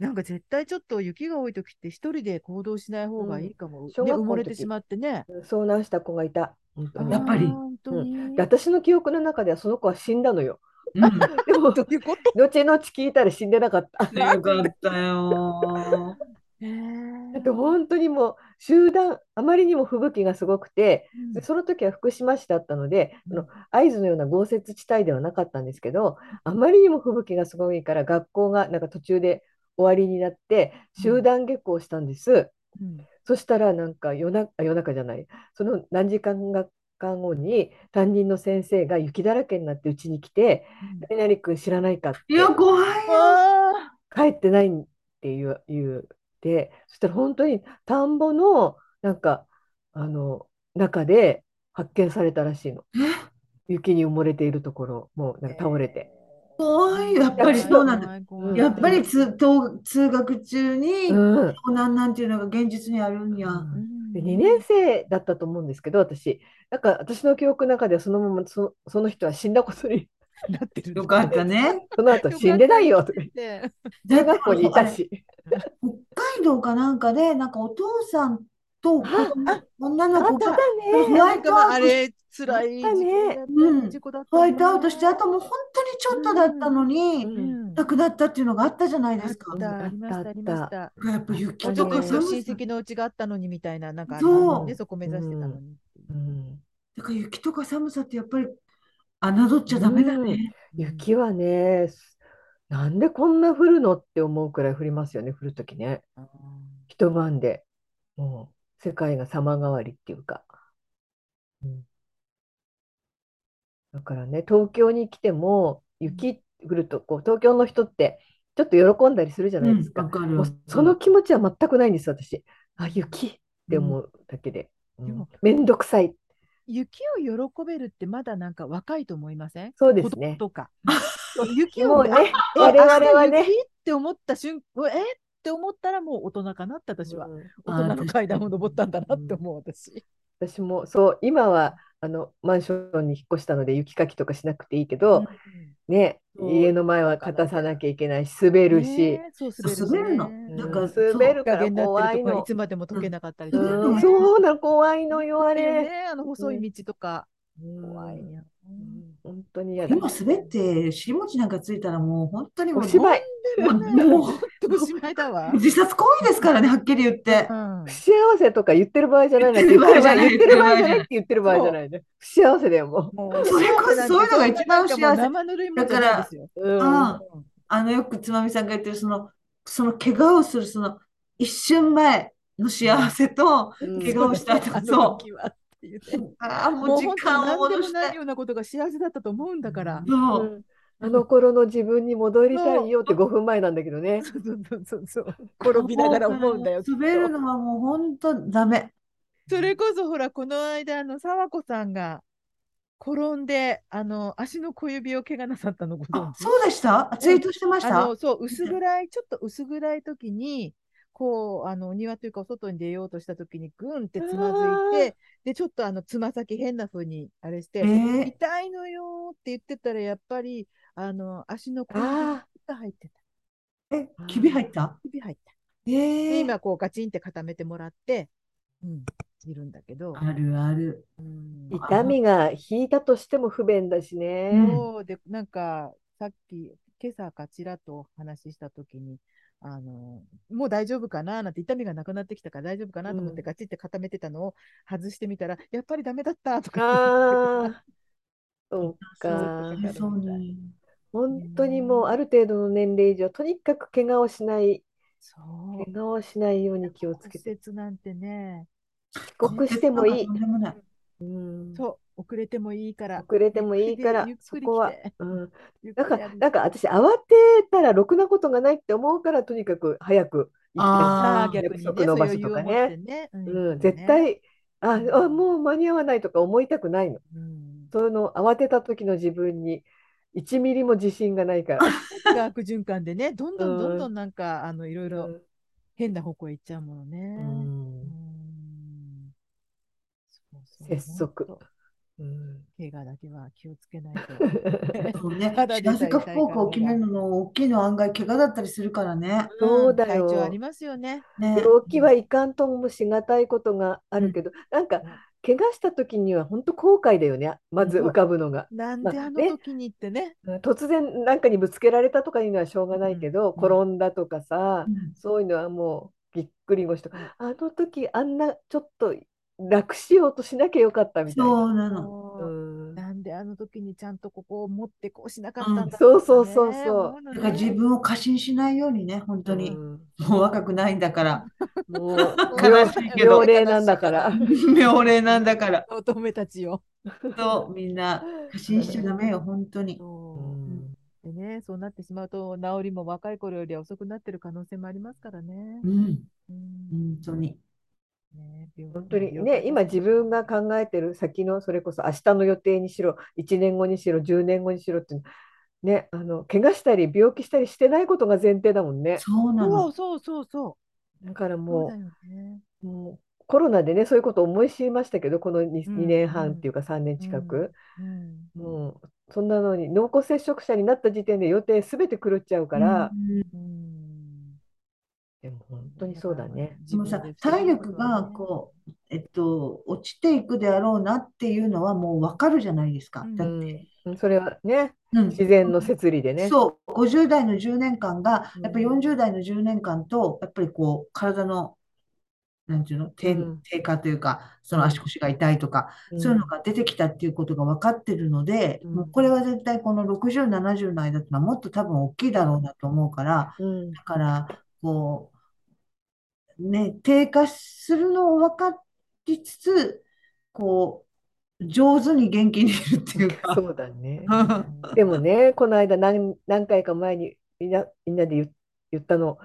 Speaker 1: なんか絶対ちょっと雪が多い時って一人で行動しない方がいいかも。
Speaker 2: ん小
Speaker 1: ね、埋
Speaker 2: 学校の時
Speaker 1: もれてしまってね。
Speaker 2: 遭難した子がいた本当に
Speaker 3: やっぱり
Speaker 1: あー本当に。
Speaker 2: で私の記憶の中ではその子は死んだ のよ
Speaker 3: うん。
Speaker 2: でも
Speaker 1: ど
Speaker 2: 後
Speaker 1: ういうこと
Speaker 2: 々聞いたら死んでなかった
Speaker 3: よかったよ。
Speaker 1: ねえ
Speaker 2: あと本当にもう集団あまりにも吹雪がすごくて
Speaker 1: うん
Speaker 2: でその時は福島市だったのであ
Speaker 1: うん
Speaker 2: の会津のような豪雪地帯ではなかったんですけどあまりにも吹雪がすごいから学校がなんか途中で終わりになって集団下校したんです。
Speaker 1: うん
Speaker 2: そしたらなんか夜な、あ夜中じゃない、その何時間か後に担任の先生が雪だらけになってうちに来て、何々君知らないかって
Speaker 3: いや、怖いよ。
Speaker 2: 帰ってないっていう言ってそしたら本当に田んぼのなんかあの中で発見されたらしいの雪に埋もれているところもうなんか倒れて、
Speaker 3: 怖いよ。やっぱりそうなんだ。
Speaker 1: だ
Speaker 3: やっぱり通、通通学中に、
Speaker 2: うん、
Speaker 3: 盗難なんていうのが現実にあるんや。
Speaker 2: で2年生だったと思うんですけど私なんか私の記憶の中ではそのままそその人は死んだことに
Speaker 1: なってる。
Speaker 3: よかったね。
Speaker 2: その後死んでないよとか
Speaker 1: て。
Speaker 2: 中学校にいた
Speaker 3: だって
Speaker 2: し
Speaker 3: あれ北海道かなんかで、なんかお父さんと子供女
Speaker 2: あ
Speaker 3: の
Speaker 2: った
Speaker 3: 子が
Speaker 2: だね
Speaker 1: なんかまああれ辛い事故だった
Speaker 3: うん
Speaker 1: 事故だった
Speaker 3: ホ
Speaker 1: ね
Speaker 3: ワイトアウトして、あともう本当にちょっとだったの
Speaker 2: う
Speaker 3: に、
Speaker 1: うんん
Speaker 3: 亡くなったっていうのがあったじゃないですか。
Speaker 1: あった
Speaker 2: あ
Speaker 1: あ
Speaker 2: っ
Speaker 1: りま
Speaker 2: た
Speaker 1: したありました。
Speaker 3: やっぱ雪
Speaker 1: お
Speaker 3: と
Speaker 1: と
Speaker 3: か
Speaker 1: こ
Speaker 3: 寒
Speaker 1: の親
Speaker 3: さ、
Speaker 1: 戚のうちがあったのにみたいな、なんかあ
Speaker 3: そう
Speaker 1: ね、そこ目指してたのに。
Speaker 2: うん
Speaker 3: だから雪とか寒さってやっぱり侮っちゃダメだね。
Speaker 2: 雪はねなんでこんな降るのって思うくらい降りますよね降るときね
Speaker 1: うん
Speaker 2: 一晩でもう世界が様変わりっていうか、うんだからね東京に来ても雪降るとこう東京の人ってちょっと喜んだりするじゃ
Speaker 3: う
Speaker 2: ない
Speaker 3: ん、
Speaker 2: ですか、
Speaker 3: わか
Speaker 2: も
Speaker 3: る
Speaker 2: う。その気持ちは全くないんです私あ雪って思うだけで、
Speaker 1: んでも
Speaker 2: 面倒くさい
Speaker 1: 雪を喜べるってまだなんか若いと思いません
Speaker 2: そうで
Speaker 1: 子
Speaker 2: す
Speaker 1: 供
Speaker 2: ね
Speaker 1: と か。雪
Speaker 2: も
Speaker 1: を
Speaker 2: う
Speaker 1: 見て、
Speaker 2: ね
Speaker 1: え
Speaker 2: 我々は
Speaker 1: 明
Speaker 2: ね
Speaker 1: 日雪って思った瞬間、えって思ったらもう大人かなって私は。
Speaker 2: うん
Speaker 1: 大人の階段を登ったんだなって思う私。
Speaker 2: 私もそう今はあのマンションに引っ越したので雪かきとかしなくていいけど、ね
Speaker 1: そう
Speaker 2: 家の前は片さなきゃいけないし滑るし、
Speaker 1: ねえそう
Speaker 3: そう
Speaker 1: 滑る
Speaker 3: 滑るの
Speaker 1: しね
Speaker 3: なんか
Speaker 2: うん滑るか
Speaker 1: 日陰
Speaker 2: ら
Speaker 1: になっ
Speaker 2: 怖
Speaker 1: てると
Speaker 2: い
Speaker 1: こい
Speaker 2: の
Speaker 1: つ。までも溶けなかったりとかね。
Speaker 3: うん
Speaker 2: うん、そうなの怖いのよあれ。
Speaker 1: ね、あの細い道とか。
Speaker 2: うん
Speaker 1: 怖いな。
Speaker 2: うん本当に嫌だ。
Speaker 3: 今滑って尻餅なんかついたらもう本当にも
Speaker 2: お
Speaker 3: う
Speaker 2: 芝居。
Speaker 1: ね
Speaker 3: もう
Speaker 1: ほんとおしまいだ わ。
Speaker 3: 自殺行為ですからね、はっきり言って
Speaker 1: う。ん
Speaker 2: 不幸せとか言ってる場合じゃないなって言
Speaker 3: 言
Speaker 2: っ
Speaker 3: ってて
Speaker 2: る
Speaker 3: る
Speaker 2: 場
Speaker 3: 場
Speaker 2: 合
Speaker 3: 合
Speaker 2: じ
Speaker 3: じ
Speaker 2: ゃ
Speaker 3: ゃ
Speaker 2: な
Speaker 3: ない
Speaker 2: っ
Speaker 3: い
Speaker 2: て言ってる場合じゃないね。不幸せだよも
Speaker 1: もう
Speaker 3: それこそそういうのが一番幸せ
Speaker 1: なんて生ぬるいもんじゃないですよ。
Speaker 2: う。うん
Speaker 3: ああの、よくつまみさんが言ってる、その、その怪我をする、その、一瞬前の幸せと、
Speaker 2: うん
Speaker 3: 怪我をした後
Speaker 1: あの
Speaker 3: そう
Speaker 1: 時はっていう ね
Speaker 3: ああ、も
Speaker 1: もう
Speaker 3: う時
Speaker 1: 本当
Speaker 3: 間
Speaker 1: 何
Speaker 3: を
Speaker 1: で
Speaker 3: 戻
Speaker 1: も
Speaker 3: し
Speaker 1: ない
Speaker 3: て
Speaker 1: よ、うなことが幸せだったと思うんだから。
Speaker 3: そうう、
Speaker 2: んあの頃の自分に戻りたいよって5分前なんだけどね。
Speaker 1: そうそうそうそう。転びながら思うんだよ。きっと
Speaker 3: 滑るのはもう本当ダメ。
Speaker 1: それこそほら、この間、あの、沢子さんが転んで、あの、足の小指を怪我なさったのご存
Speaker 3: あ、
Speaker 1: 知
Speaker 3: そうでしたツイートしてまし
Speaker 1: あ
Speaker 3: た
Speaker 1: の、そう、薄暗い、ちょっと薄暗い時に、こう、あの、お庭というか、お外に出ようとした時に、ぐんってつまずいて、で、ちょっとあの、つま先変な風に、あれして、
Speaker 3: ええ
Speaker 1: 痛いのよーって言ってたら、やっぱり、あの、足の小指
Speaker 2: ああ、
Speaker 1: が入ってた。
Speaker 3: え、きび入った
Speaker 1: 指入った。
Speaker 3: え
Speaker 1: で、
Speaker 3: え
Speaker 1: 今、こう、ガチンって固めてもらって、うん、いるんだけど、
Speaker 3: あるある。
Speaker 1: うん
Speaker 2: 痛みが引いたとしても不便だし
Speaker 3: う
Speaker 2: ね。
Speaker 3: ん
Speaker 1: そうで、なんか、さっき、今朝かちらっとお話ししたときに、あの、もう大丈夫かななんて痛みがなくなってきたから大丈夫かなと思っ
Speaker 2: うん
Speaker 1: てガチって固めてたのを外してみたら、やっぱりダメだったとか
Speaker 2: ああ、そうか。
Speaker 1: 痛
Speaker 3: そうね。
Speaker 2: 本当にもうある程度の年齢以上、とにかく怪我をしない、
Speaker 1: そう。
Speaker 2: 怪我をしないように気をつけて、
Speaker 1: 骨折なんてね、
Speaker 2: 帰国してもいい
Speaker 3: と。んでもない。
Speaker 2: うん、
Speaker 1: そう、遅れてもいいから。
Speaker 2: 遅れてもいいから
Speaker 1: ゆっ、
Speaker 2: そ
Speaker 1: くり
Speaker 2: こは。
Speaker 1: 来て
Speaker 2: うん、
Speaker 1: ゆっく
Speaker 2: だ
Speaker 1: り
Speaker 2: か
Speaker 1: や
Speaker 2: ら、
Speaker 1: る
Speaker 2: なんか私、慌てたらろくなことがないって思うから、とにかく早く行きた
Speaker 3: あ
Speaker 1: さあ
Speaker 3: ー
Speaker 1: 逆にね、
Speaker 2: 約束の場所とかね
Speaker 1: そういう余裕を持ってね。う
Speaker 2: い。
Speaker 1: ん
Speaker 2: うん、絶。対、あ、
Speaker 1: うん
Speaker 2: あ、もう間に合わないとか思いたくないの。
Speaker 1: うん
Speaker 2: その慌てた時の自分に1ミリも自信がないか ら。
Speaker 1: 悪循環でね、どんどんどんどんなんか、あの、いろいろ変な方向へ行っちゃうものね。
Speaker 2: うん
Speaker 1: うーんそうそう
Speaker 2: 拙速
Speaker 1: ほんと
Speaker 2: うん
Speaker 1: 怪我だけは気をつけないと。
Speaker 3: そうね。
Speaker 1: ただでさえ
Speaker 3: 幸せか不幸かを決めるのの大きいのは案外怪我だったりするからね。
Speaker 2: そうだよ
Speaker 1: 体調ありますよね。
Speaker 3: ね。
Speaker 2: 病気はいかんともしがたいことがあるけど、なんか怪我した時には本当後悔だよねまず浮かぶのが、
Speaker 1: なん
Speaker 2: まあ
Speaker 1: であの
Speaker 2: ね
Speaker 1: 時にってね。
Speaker 2: 突然なんかにぶつけられたとかいうのはしょうがないけど、
Speaker 1: うん
Speaker 2: 転んだとかさ、
Speaker 3: うん
Speaker 2: そういうのはもうぎっくり腰とかあの時あんなちょっと楽しようとしなきゃよかったみたい
Speaker 3: そ
Speaker 2: な。
Speaker 3: うなの。
Speaker 1: そう
Speaker 2: うん
Speaker 1: なんであの時にちゃんとここを持ってこうしなかったんだ
Speaker 3: うん
Speaker 1: とか
Speaker 2: そうそうそう
Speaker 1: ね
Speaker 2: そう
Speaker 1: 思の
Speaker 3: だから
Speaker 1: ね
Speaker 3: 自分を過信しないようにね、本当に。
Speaker 2: うん
Speaker 3: もう若くないんだから。
Speaker 2: もう
Speaker 3: 悲しいけど
Speaker 2: 妙齢なんだ から。
Speaker 3: 妙齢なんだから。
Speaker 1: 乙女たちを。
Speaker 3: と、みんな、過信しちゃダメよ、本当に。
Speaker 2: う
Speaker 1: で
Speaker 2: ん
Speaker 1: ね、そうなってしまうと、治りも若い頃よりは遅くなってる可能性もありますからね
Speaker 3: う。ん、
Speaker 1: うん
Speaker 3: 本当に。
Speaker 1: ね病
Speaker 2: 本当に
Speaker 1: 病
Speaker 2: ね、
Speaker 1: 気
Speaker 2: 今自分が考えてる先のそれこそ明日の予定にしろ、1年後にしろ、10年後にしろって、ね、あの怪我したり病気したりしてないことが前提だもんね。
Speaker 3: そうな
Speaker 1: そ
Speaker 3: の
Speaker 1: う。そうそうそ
Speaker 2: だから
Speaker 1: う。そうだ
Speaker 2: も
Speaker 1: よね。
Speaker 2: う、もうコロナでね、そういうことを思い知りましたけど、この 2,
Speaker 1: うん
Speaker 2: 2年半っていうか3年近く、
Speaker 1: うん。
Speaker 2: もうそんなのに濃厚接触者になった時点で予定すべて狂っちゃうから、
Speaker 3: うん
Speaker 1: うん。
Speaker 2: でも本当にそうだね。
Speaker 1: 自
Speaker 3: でも
Speaker 1: 分で
Speaker 3: さ
Speaker 1: 防ぐことはね。
Speaker 3: 体力がこう、えっと、落ちていくであろうなっていうのはもう分かるじゃないですか。
Speaker 1: うん
Speaker 2: う
Speaker 3: だって
Speaker 2: ん、それはね、
Speaker 3: うん
Speaker 2: 自然の摂理でね。
Speaker 3: そう、50代の10年間が、
Speaker 2: うん
Speaker 3: やっぱり40代の10年間と、やっぱりこう、体の、なんていうの、低、
Speaker 2: うん
Speaker 3: 低下というか、その足腰が痛いとか、
Speaker 2: うん
Speaker 3: そういうのが出てきたっていうことが分かってるので、
Speaker 2: うん
Speaker 3: もうこれは絶対この60、70の間ってのはもっと多分大きいだろうなと思うから、
Speaker 2: うん
Speaker 3: だから、こう、ね、低下するのを分かりつつ、こう、上手に元気にいるっていうか、
Speaker 2: そうだね。
Speaker 3: うん
Speaker 2: でもね、この間何、何回か前にみんな、みんなで言、言ったの、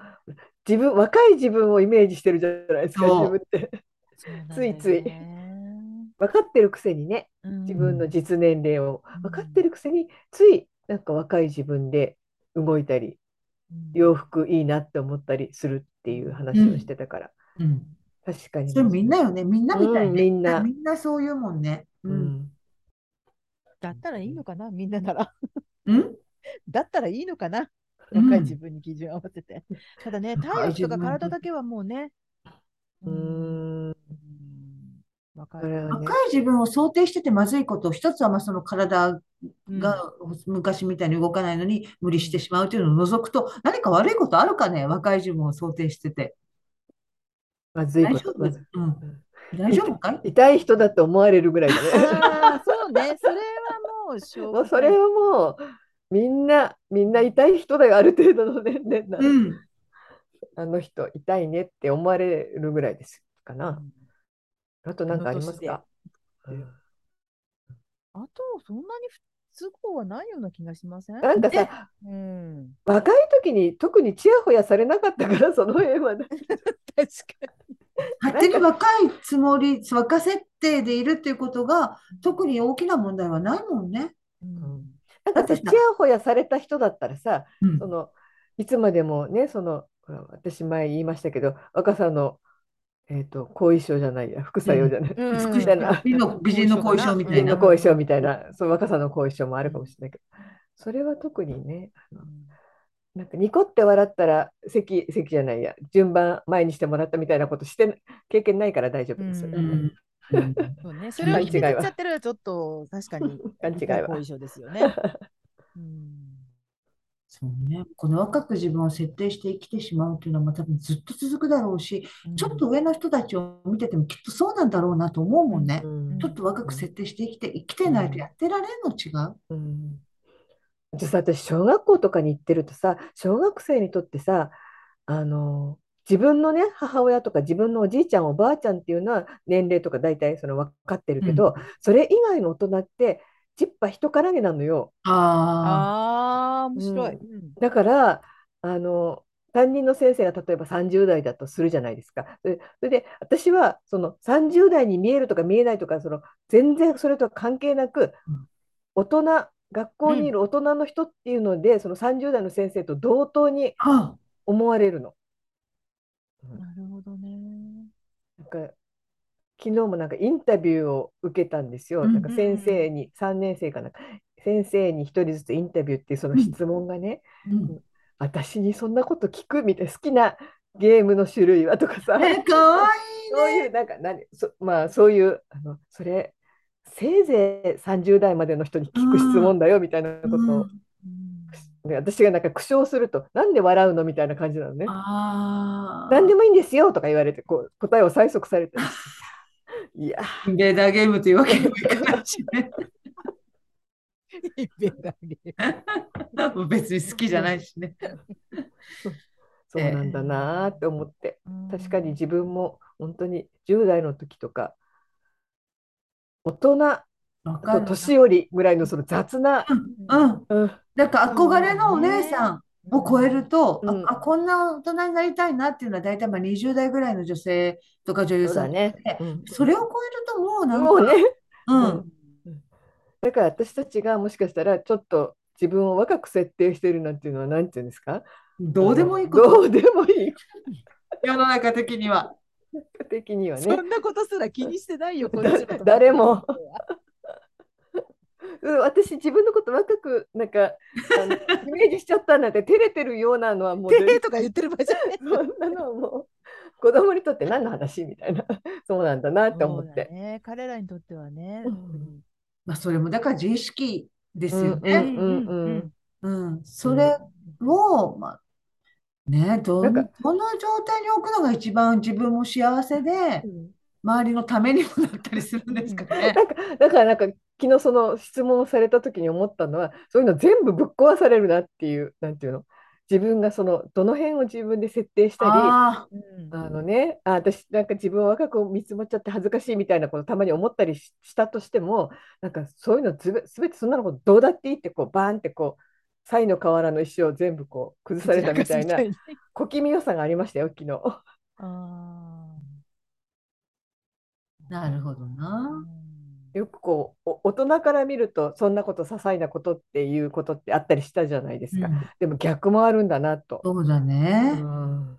Speaker 2: 自分、若い自分をイメージしてるじゃないですか、
Speaker 3: そ
Speaker 2: 自
Speaker 3: う
Speaker 2: 分って。
Speaker 1: そうなんだよ
Speaker 2: ついつい
Speaker 1: ね
Speaker 2: 分かってるくせにね、自分の実年齢を、
Speaker 1: うん
Speaker 2: 分かってるくせについなんか若い自分で動いたり、洋服いいなって思ったりするっていう話をしてたから、
Speaker 3: うん
Speaker 2: 確かに
Speaker 3: それみんなよね、みんなみたい
Speaker 2: うん
Speaker 3: ね。
Speaker 2: みんな
Speaker 3: みんなそういうもんね。う。
Speaker 2: うんん、
Speaker 1: だったらいいのかな、みんななら。
Speaker 3: うん
Speaker 1: だったらいいのかな、
Speaker 3: うん
Speaker 1: 若い自分に基準を合わせて。ただね、体
Speaker 3: 若
Speaker 1: 力
Speaker 3: い自
Speaker 1: と
Speaker 3: 分
Speaker 1: か体だけはもうね。
Speaker 2: うーん、
Speaker 1: うん若
Speaker 2: それ
Speaker 1: い。
Speaker 2: はね
Speaker 3: 若い自分を想定しててまずいこと、一つはまあその体
Speaker 1: うん
Speaker 3: が昔みたいに動かないのに無理してしまうというのを除くと、何か悪いことあるかね、若い自分を想定してて。
Speaker 2: まずい
Speaker 3: 大
Speaker 2: こ
Speaker 3: 丈
Speaker 2: と、
Speaker 3: 夫
Speaker 2: まず
Speaker 3: うん。大丈夫かい
Speaker 2: 痛い人だって思われるぐらいだね。
Speaker 1: ああ、そうね、それはもうしょう
Speaker 2: も
Speaker 1: が
Speaker 2: うそれ
Speaker 1: ない。
Speaker 2: はもうみんなみんな痛い人だよある程度の年齢なら、
Speaker 3: うん。
Speaker 2: あの人痛いねって思われるぐらいですかな。
Speaker 1: うん
Speaker 2: あと何かありますか
Speaker 1: の年であと、そんなに不都合はないような気がしません
Speaker 2: うんなんかさ
Speaker 1: うん。
Speaker 2: 若い時に特にちやほやされなかったからその辺はね
Speaker 1: 確か
Speaker 3: 勝手に若いつもり、若設定でいるっていうことが、特に大きな問題はないもんね。
Speaker 1: に。うん
Speaker 2: なんかさちやほやされた人だったらさ
Speaker 3: うん
Speaker 2: そのいつまでもねそのほら私前言いましたけど若さの、えー、と後遺症じゃないや副作用じゃない、
Speaker 1: うん
Speaker 2: みたいな
Speaker 3: 美の美人の後遺症みたい
Speaker 2: 人
Speaker 3: な
Speaker 2: の。後遺症みたいな、その若さの後遺症もあるかもしれないけど、それは特にね、あのなんかニコって笑ったら席、席じゃないや、順番前にしてもらったみたいなことして経験ないから大丈夫です。それは
Speaker 3: う
Speaker 2: ね
Speaker 3: んうん
Speaker 1: そうね、それを決めて
Speaker 2: 勘違い
Speaker 1: っ
Speaker 2: は
Speaker 1: ちゃってるのはちょっと確かに
Speaker 2: 勘違いは
Speaker 1: 後遺症ですよね。うん
Speaker 3: そうね、この若く自分を設定して生きてしまうというのは、まあ、多分ずっと続くだろうし、ちょっと上の人たちを見ててもきっとそうなんだろうなと思うもんね。
Speaker 2: うん
Speaker 3: ちょっと若く設定して生きて、生きてないとやってられんの違う。
Speaker 2: うんじゃあさ私小学校とかに行ってるとさ小学生にとってさあの自分のね母親とか自分のおじいちゃんおばあちゃんっていうのは年齢とか大体その分かってるけど、それ以外の大人ってジッパ一からげなのよ。
Speaker 3: ああ、
Speaker 1: ああ、面白い。
Speaker 2: だからあの担任の先生が例えば30代だとするじゃないですか。それそれで私はその30代に見えるとか見えないとかその全然それとは関係なく
Speaker 3: うん
Speaker 2: 大人学校にいる大人の人っていうので、その30代の先生と同等に
Speaker 3: ああ、
Speaker 2: 思われるの。
Speaker 1: なるほどね。
Speaker 2: なんか昨日もなんかインタビューを受けたんですよ。
Speaker 3: うん
Speaker 2: なんか先生に3年生かなんか先生に1人ずつインタビューっていうその質問がね、
Speaker 3: うん。
Speaker 2: 私にそんなこと聞くみたいな好きなゲームの種類はとかさ
Speaker 3: え、かわ
Speaker 2: そういうなんか何そまあそういうあのそれせいぜい30代までの人に聞く質問だよみたいなこ
Speaker 3: いい
Speaker 2: とを
Speaker 3: ね。、
Speaker 1: うん
Speaker 2: で私がなんか苦笑するとなんで笑うのみたいな感じなのね
Speaker 3: ああ、
Speaker 2: 何でもいいんですよとか言われてこう答えを催促されて いや
Speaker 3: レーダーゲームというわけにもいかないしね。
Speaker 1: ベラリー
Speaker 3: 別に好きじゃないしね。
Speaker 2: そうなんだなーって思って、
Speaker 1: うん
Speaker 2: 確かに自分も本当に10代の時とか、大人
Speaker 3: わか
Speaker 2: と
Speaker 3: る。
Speaker 2: 年寄りぐらいのその雑な、
Speaker 3: う
Speaker 1: うん
Speaker 3: ん。
Speaker 2: うん、
Speaker 3: だから憧れのお姉さんを超えると、
Speaker 2: うん
Speaker 3: あ、あこんな大人になりたいなっていうのは大体まあ20代ぐらいの女性とか女優
Speaker 2: そう
Speaker 3: さ
Speaker 2: だ
Speaker 3: ん。
Speaker 2: ね。
Speaker 3: それを超えるともうな
Speaker 2: うんん、もう
Speaker 3: か、
Speaker 2: ね、
Speaker 3: うん、
Speaker 2: うんだから私たちがもしかしたらちょっと自分を若く設定しているなんていうのは何て言うんですか
Speaker 3: どうでもいいこ
Speaker 2: ど
Speaker 3: と、
Speaker 2: うでもいい
Speaker 3: 世の中的には。
Speaker 2: 的にはね
Speaker 1: そんなことすら気にしてないよ、こっちの
Speaker 2: 誰も。うん私自分のこと若くなんかあのイメージしちゃったなんて照れてるようなのはもう
Speaker 1: てへーとか言ってる場合 じゃない。
Speaker 2: そんなのはもう子供にとって何の話みたいなそうなんだなって思っ
Speaker 1: そうだ
Speaker 2: て。
Speaker 1: ね、彼らにとってはね。
Speaker 2: うん
Speaker 3: まあ、それもだから自意識ですよ
Speaker 2: う
Speaker 3: ね。
Speaker 2: んうんうん
Speaker 3: うん。それを、まあ、ね、どん、
Speaker 2: なんか
Speaker 3: この状態に置くのが一番自分も幸せで、周りのためにもなったりするんですかね。
Speaker 2: なんかだからなんか昨日その質問をされた時に思ったのはそういうの全部ぶっ壊されるなっていうなんていうの自分がそのどの辺を自分で設定したりあ
Speaker 3: あ
Speaker 1: うん
Speaker 2: のねあ私なんか自分を若く見積もっちゃって恥ずかしいみたいなことたまに思ったりししたとしてもなんかそういうのずべ全てそんなのことどうだっていいってこうバーンってこう。サイの河原の石を全部こう崩されたみたいな
Speaker 1: 散らかすみたいに
Speaker 2: 小気味よさがありましたよ昨日。
Speaker 1: あ
Speaker 3: あ、なるほど
Speaker 1: ー
Speaker 3: な。
Speaker 2: よくこうお大人から見るとそんなこと些細なことっていうことってあったりしたじゃないですか、
Speaker 3: うん
Speaker 2: でも逆もあるんだなと、
Speaker 3: そうだ
Speaker 2: う
Speaker 3: ね。
Speaker 2: ん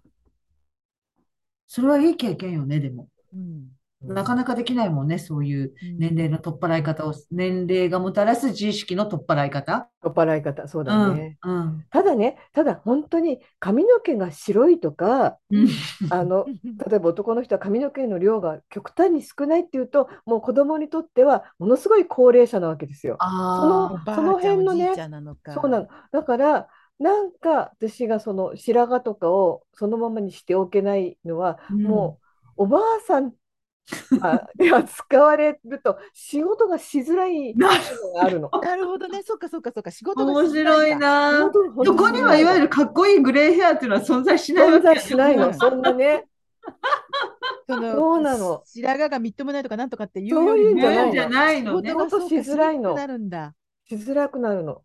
Speaker 3: それはいい経験よね、でも。
Speaker 1: うん
Speaker 3: なかなかできないもんね、そういう
Speaker 1: うん
Speaker 3: 年齢の取っ払い方を、年齢がもたらす自意識の取っ払い方。
Speaker 2: 酔っ払い方そうだね、
Speaker 3: うん、うん。
Speaker 2: ただねただ本当に髪の毛が白いとか
Speaker 3: うん
Speaker 2: あの例えば男の人は髪の毛の量が極端に少ないっていうともう子供にとってはものすごい高齢者なわけですよ。そ
Speaker 3: あ
Speaker 2: の
Speaker 1: お
Speaker 3: あ、
Speaker 1: ばあ
Speaker 2: その
Speaker 1: ちゃん
Speaker 2: 辺の
Speaker 1: おじ
Speaker 2: ね
Speaker 1: いちゃんなのか。
Speaker 2: そうなの。だから、なんか私がその白髪とかをそのままにしておけないのは、
Speaker 3: うん
Speaker 2: もうおばあさんあで扱われると仕事がしづらいの
Speaker 3: な
Speaker 2: があるの。
Speaker 1: なるほどね、そっかそっかそっか、仕事が
Speaker 3: 面白い
Speaker 1: しんだ。
Speaker 3: な。そ
Speaker 2: そ
Speaker 3: こにはいわゆるかっこいいグレーヘアっていうのは存在しない
Speaker 2: 存
Speaker 3: わけ
Speaker 2: 在しないの、 そんなね。
Speaker 1: その
Speaker 2: そうなの
Speaker 1: 白髪がみっともないとかなんとかっていう
Speaker 2: そう
Speaker 1: よ
Speaker 2: い
Speaker 1: り
Speaker 2: うん
Speaker 1: も
Speaker 2: じゃない
Speaker 3: じゃない
Speaker 1: 仕
Speaker 3: のね
Speaker 1: 事。がそうか
Speaker 2: 仕事しづらい
Speaker 1: しにくく
Speaker 2: の
Speaker 1: なるんだ。
Speaker 2: しづらくなるの。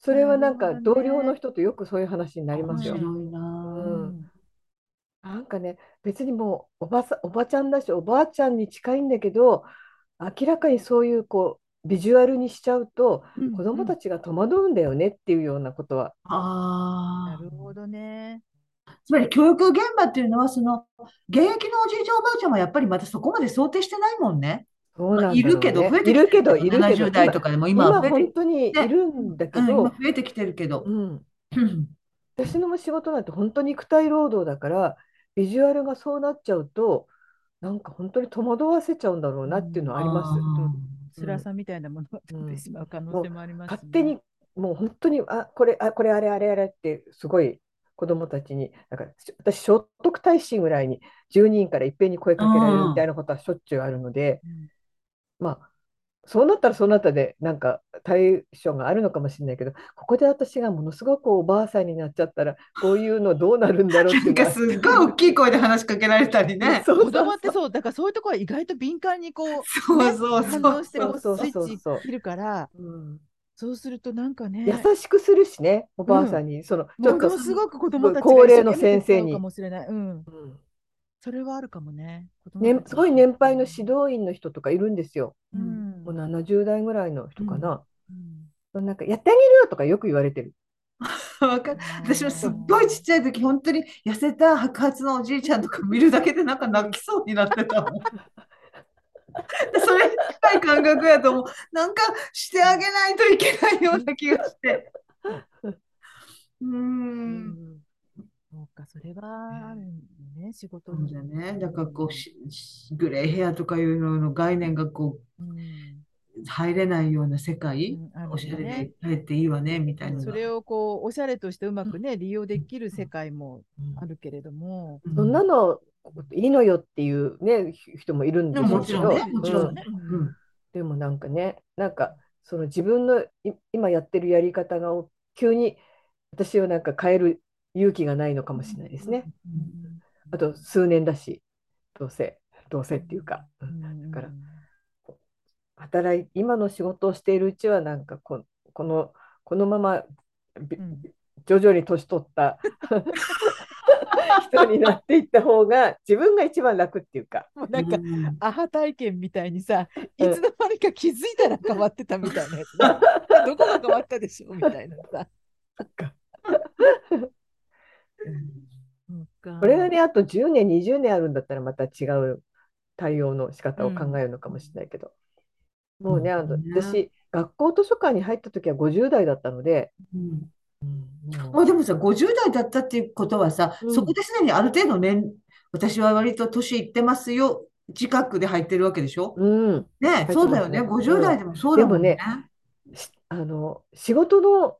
Speaker 2: それはなん
Speaker 1: な
Speaker 2: か
Speaker 1: るほど
Speaker 2: 同
Speaker 1: ね
Speaker 2: 僚の人とよくそういう話になり
Speaker 3: 面
Speaker 2: ますよ。
Speaker 3: 白いな。
Speaker 2: うんなんかね、別にもうおばさ、おばちゃんだし、おばあちゃんに近いんだけど、明らかにそういうこうビジュアルにしちゃうと、子供た
Speaker 1: ち。
Speaker 2: ちが戸惑うんだよねっていうようなことは。
Speaker 1: な
Speaker 3: あ
Speaker 1: る
Speaker 3: あ。
Speaker 1: ほどね。
Speaker 3: つまり教育現場っていうのは、その、現役のおじいちゃんおばあちゃんはやっぱりまたそこまで想定してないもんね。
Speaker 2: そうなん
Speaker 3: い
Speaker 2: だろう
Speaker 3: るけど、
Speaker 2: ね
Speaker 3: 増えて
Speaker 2: い
Speaker 3: き
Speaker 2: る
Speaker 3: て
Speaker 2: けど、
Speaker 3: る
Speaker 2: い
Speaker 3: け
Speaker 2: るけ
Speaker 3: ど、
Speaker 2: ど、
Speaker 3: 70代
Speaker 2: 今
Speaker 3: とかでも
Speaker 2: 今
Speaker 3: 今は増え
Speaker 2: 本
Speaker 3: て、
Speaker 2: 当にいるんだけ
Speaker 3: うん、今
Speaker 2: ど
Speaker 3: 増、えてきてるけど
Speaker 2: う。ん、
Speaker 3: うん
Speaker 2: 私の仕事なんて本当に肉体労働だから、ビジュアルがそうなっちゃうと、なんか本当に戸惑わせちゃうんだろうなっていうのはあります。
Speaker 3: あー
Speaker 1: 辛さみたいなものが
Speaker 2: うん
Speaker 1: 出てしまう可能性もあります、ね
Speaker 2: 勝手に。もう本当にあこれあこれあれあれあれってすごい子供たちになんかし私聖徳太子ぐらいに10人からいっぺんに声かけられるみたいなことはしょっちゅうあるので、
Speaker 1: うん
Speaker 2: まあそうなったらそうなったでなんか対処があるのかもしれないけどここで私がものすごくおばあさんになっちゃったらこういうのどうなるんだろうっていう
Speaker 3: な
Speaker 2: んの
Speaker 3: か
Speaker 2: は
Speaker 3: すっごい大きい声で話しかけられたりね。
Speaker 2: そうそうそう
Speaker 1: 子供ってそう、だからそういうところは意外と敏感にこう、
Speaker 3: そうそう
Speaker 1: ね
Speaker 3: そう。
Speaker 1: 反応してこうス
Speaker 2: そうそう
Speaker 1: イ
Speaker 2: そう
Speaker 1: ッチ切るから、
Speaker 2: うん
Speaker 1: そうするとなんかね、
Speaker 2: 優しくするしねおばあさんに、そのちょっ
Speaker 1: も
Speaker 2: と
Speaker 1: のすごく子供たちが
Speaker 2: 高齢の先生
Speaker 1: 一生懸命手伝
Speaker 2: に
Speaker 1: うかもしれない。うん、
Speaker 2: うん
Speaker 1: それはあるかもね。子供
Speaker 2: ね
Speaker 1: たち
Speaker 2: すごい年配の指導員の人とかいるんですよ。
Speaker 1: うん
Speaker 2: もう70代ぐらいの人かな。
Speaker 1: うん
Speaker 2: なんかやってあげるよとかよく言われてる。
Speaker 3: わかる私もすっごいちっちゃい時、本当に痩せた白髪のおじいちゃんとか見るだけでなんか泣きそうになって たもん。でそれに近い感覚やと思う。なんかしてあげないといけないような気がして。うー。
Speaker 1: うんんそうか、それはあるね、仕事
Speaker 3: そう
Speaker 1: に。
Speaker 3: だね。だからこうししグレーヘアとかいうのの概念がこ
Speaker 1: うん
Speaker 3: う入れないような世
Speaker 1: う
Speaker 3: 界、
Speaker 1: んあるよね
Speaker 3: おしゃれで入っていいわねみたいなの
Speaker 1: そ
Speaker 3: が。
Speaker 1: れをこうおしゃれとしてうまくね利用できる世界もあるけれども、
Speaker 3: うん
Speaker 2: そんなのいいのよっていうね、ひ人もいるん
Speaker 3: で
Speaker 2: で
Speaker 3: も
Speaker 2: す
Speaker 3: もちろんね、
Speaker 2: けど
Speaker 3: もちろん
Speaker 2: うん
Speaker 3: ね。
Speaker 1: うん
Speaker 3: うん
Speaker 2: でもなんかね、なんかその自分のい今やってるやり方が急に私をなんか変える勇気がないのかもしれないですね。あと数年だし、どうせ、どうせっていうか、う
Speaker 1: だ
Speaker 2: んから働い、今の仕事をしているうちは、なんかこ、この、このままび徐々に年取った 人になっていった方が、自分が一番楽っていうか、
Speaker 1: もうなんか、
Speaker 3: うん
Speaker 1: アハ体験みたいにさ、い
Speaker 2: うん
Speaker 1: つの間にか気づいたら変わってたみたいなや つね、どこが変わったでしょうみたいなさ。
Speaker 2: これがね、あと10年、20年あるんだったら、また違う対応の仕方を考えるのかもしれないけど、もうね、あの、
Speaker 3: うん
Speaker 2: 私、学校図書館に入った時は50代だったので、
Speaker 3: うん
Speaker 2: も
Speaker 3: ま
Speaker 2: う
Speaker 3: あでもさ、50代だったっていうことはさ、
Speaker 2: うん
Speaker 3: そこですでにある程度年、私は割と年いってますよ、自覚で入ってるわけでしょ
Speaker 2: うん、
Speaker 3: ね
Speaker 2: 入ってますね
Speaker 3: そうだよね。50代でもそうだもんね。
Speaker 2: しあの仕事の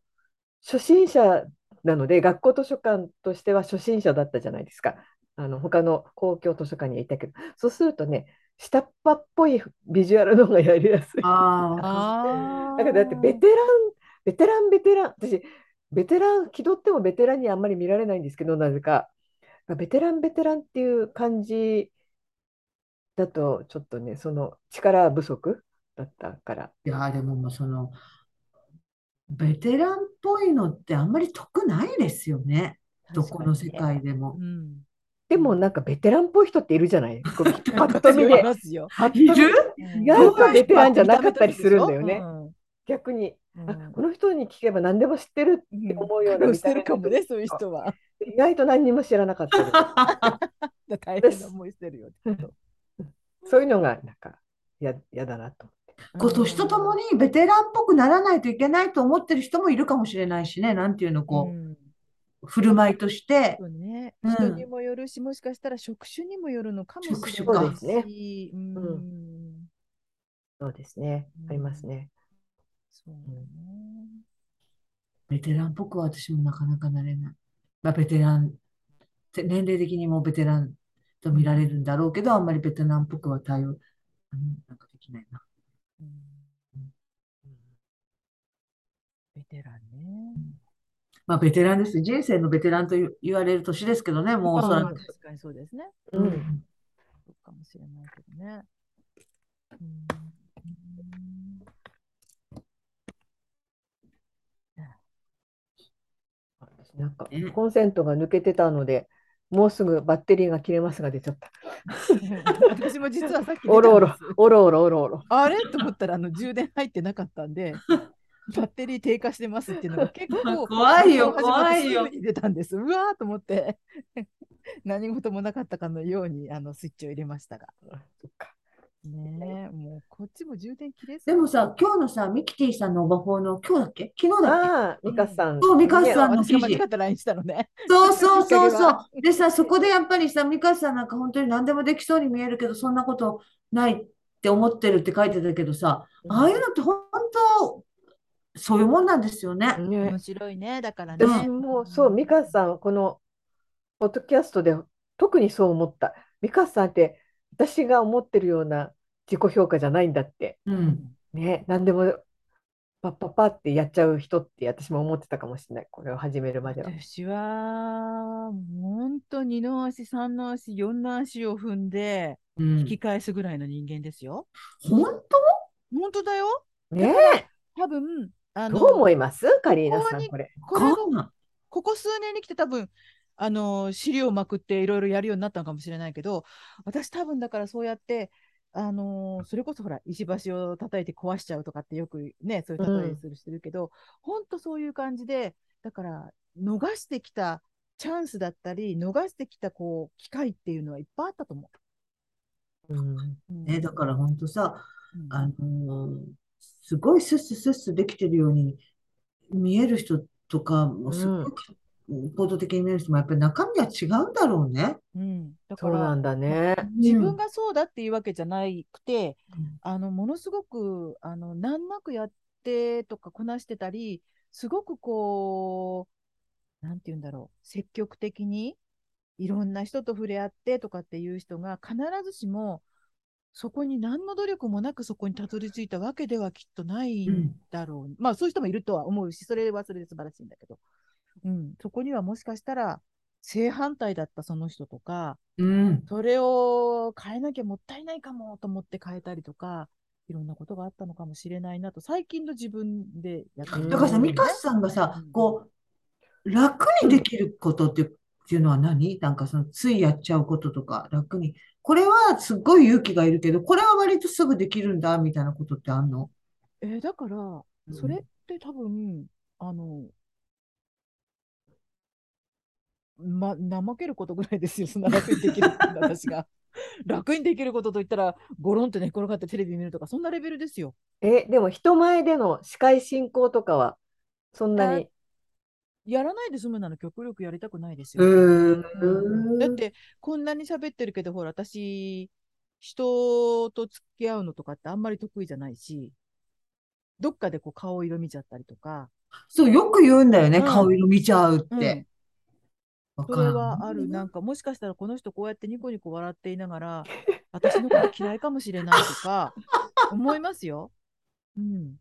Speaker 2: 初心者なので学校図書館としては初心者だったじゃないですかあの他の公共図書館にはいたけどそうするとね下っ端っぽいビジュアルの方がやりやすいだ
Speaker 3: ああ、
Speaker 1: あ
Speaker 2: からだってベテランベテランベテラン私ベテラン気取ってもベテランにあんまり見られないんですけどなぜかベテランベテランっていう感じだとちょっとねその力不足だったから
Speaker 3: いや、でももうその、ベテランっぽいのってあんまり得ないですよね。どこの世界でも。
Speaker 2: でもなんかベテランっぽい人っているじゃないこうパッ
Speaker 1: と
Speaker 2: と
Speaker 1: 見
Speaker 2: 見
Speaker 1: で
Speaker 2: で
Speaker 1: ますよ。
Speaker 2: パッと
Speaker 3: い
Speaker 2: 見
Speaker 3: る
Speaker 1: 意
Speaker 2: 外とベテランじゃなかったりするんだよね
Speaker 1: うん
Speaker 2: 逆に
Speaker 1: うん
Speaker 2: あこの人に聞けば何でも知ってるって思うような
Speaker 1: 苦労
Speaker 2: 見
Speaker 1: したて
Speaker 2: 目
Speaker 1: るかもね、そういう人は。
Speaker 2: 意外と何にも知らなかったり
Speaker 1: 大変な思いしてるよ。
Speaker 2: そういうのがなんかややだなと
Speaker 3: こう年とともにベテランっぽくならないといけないと思ってる人もいるかもしれないしね、なんていうの、
Speaker 1: う
Speaker 3: こ
Speaker 1: ん
Speaker 3: う、振る舞いとして
Speaker 1: そ。うね、
Speaker 3: うん
Speaker 1: 人にもよるし、もしかしたら職種にもよるのかもしれ
Speaker 3: 職
Speaker 1: ない
Speaker 2: 種かそうです
Speaker 1: し、うん
Speaker 2: うそうですね
Speaker 1: うん
Speaker 2: ありますね
Speaker 1: そうね
Speaker 3: ベテランっぽくは私もなかなかなれない。まあ、ベテランって、年齢的にもベテランと見られるんだろうけど、あんまりベテランっぽくは対応、うんなんかできないな。
Speaker 1: うんベテランね。
Speaker 3: まあ、ベテランです。人生のベテランと言言われる年ですけどね、もうおそら
Speaker 1: まあ
Speaker 3: く。
Speaker 1: 確かにそうですね。
Speaker 2: うん
Speaker 1: そうかもしれないけどね。うん
Speaker 2: なんか
Speaker 3: うん
Speaker 2: コンセントが抜けてたのでもうすぐバッテリーが切れますが出ちゃった
Speaker 1: 私も実はさっき出たんです
Speaker 2: おろおろおろおろおろおろ
Speaker 1: あれと思ったらあの充電入ってなかったんで、バッテリー低下してますっていうのが結構
Speaker 3: 怖いよ
Speaker 1: 録音始まって
Speaker 3: 怖いよ
Speaker 1: すぐに出たんです。うわーと思って、何事もなかったかのようにあのスイッチを入れましたが。
Speaker 2: そっか
Speaker 1: ねえ、もうこっちも充電切れそ
Speaker 3: で
Speaker 1: う
Speaker 3: もさ、今日のさ、ミキティさんのオバフォーの、今日だっけ昨日だっけ
Speaker 2: ああミカさん
Speaker 3: そうミカさん
Speaker 2: ね
Speaker 3: あの
Speaker 1: 私が間
Speaker 3: 記
Speaker 1: 違
Speaker 3: 事
Speaker 1: った LINE したのね。
Speaker 3: そうそうそ
Speaker 1: きっかけ
Speaker 3: うそ
Speaker 1: は
Speaker 3: う。でさ、そこでやっぱりさ、ミカさんなんか本当に何でもできそうに見えるけど、そんなことないって思ってるって書いてたけどさ、ああいうのって本当、そういうもんなんですよね。
Speaker 2: ね
Speaker 1: 面白いね、だからね。
Speaker 2: 私もそう、ミカさんはこのポッドキャストで特にそう思った。ミカさんって私が思ってるような自己評価じゃないんだって。
Speaker 3: うん。
Speaker 2: ね、何でもパッパッパってやっちゃう人って私も思ってたかもしれない。これを始めるまでは。
Speaker 1: 私は本当二の足、三の足、四の足を踏んで
Speaker 3: うん
Speaker 1: 引き返すぐらいの人間ですよ。
Speaker 3: 本
Speaker 1: 本当だよ。
Speaker 2: ね
Speaker 1: 多分あ
Speaker 2: ど
Speaker 1: の
Speaker 2: う思いますカリーナさ
Speaker 1: ここ
Speaker 2: ん、
Speaker 1: に
Speaker 2: これ。
Speaker 1: こ
Speaker 3: 当
Speaker 1: れが
Speaker 3: かんな
Speaker 1: ここ数年に来て多分あの資料をまくっていろいろやるようになったのかもしれないけど私多分だからそうやってあのそれこそほら石橋を叩いて壊しちゃうとかってよくねそういう例えするするけど、ほんとそういう感じでだから逃してきたチャンスだったり逃してきたこう機会っていうのはいっぱいあったと思
Speaker 2: うん
Speaker 1: う。うん
Speaker 3: い。ね、だから本当さ、
Speaker 1: うん
Speaker 3: あのーすごいスッススッスできてるように見える人とかもすごい行動的に見える人もやっぱり中身は違うんだろうね。
Speaker 1: うんだか
Speaker 2: そうな
Speaker 1: ら
Speaker 2: んだね。
Speaker 1: 自分
Speaker 3: が、
Speaker 1: がそうだっていうわけじゃなくて、
Speaker 3: うん
Speaker 1: あのものすごくあの難なくやってとかこなしてたりすごくこうなんて言うんだろう積極的にいろんな人と触れ合ってとかっていう人が必ずしもそこに何の努力もなくそこにたどり着いたわけではきっとないんだろう、まあそういう人もいるとは思うし、それはそれで素晴らしいんだけど、うん、そこにはもしかしたら正反対だったその人とか、
Speaker 3: うん。
Speaker 1: それを変えなきゃもったいないかもと思って変えたりとか、いろんなことがあったのかもしれないなと、最近の自分でやってみ
Speaker 3: だからさ、
Speaker 2: うん
Speaker 3: ミカさんがさ
Speaker 1: う、ん
Speaker 3: こう、楽にできることって、っていうのは何なんかその、ついやっちゃうこととか、楽に。これはすごい勇気がいるけど、これは割とすぐできるんだ、みたいなことってあんの
Speaker 1: えーだから、
Speaker 3: ん
Speaker 1: それって多分、あの、ま、怠けることぐらいですよ、そんな楽にできるっていうのは私 が。楽にできることといったら、ゴロンと寝転がってテレビ見るとか、そんなレベルですよ。
Speaker 2: え、でも人前での司会進行とかはそんなに。
Speaker 1: やらないで済むなら極力やりたくないです
Speaker 3: う
Speaker 1: よ。
Speaker 3: ーん。
Speaker 1: だって、こんなに喋ってるけど、ほら、私、人と付き合うのとかってあんまり得意じゃないし、どっかでこう顔色見ちゃったりとか、
Speaker 3: そう、よく言うんだよね、
Speaker 1: うん
Speaker 3: 顔色見ちゃう
Speaker 1: う
Speaker 3: っ
Speaker 1: ん
Speaker 3: て。わ
Speaker 1: そ
Speaker 3: か
Speaker 1: れ
Speaker 3: らん
Speaker 1: はある、なんかもしかしたらこの人こうやってニコニコ笑っていながら、私のこと嫌いかもしれないとか、思いますよ。うん。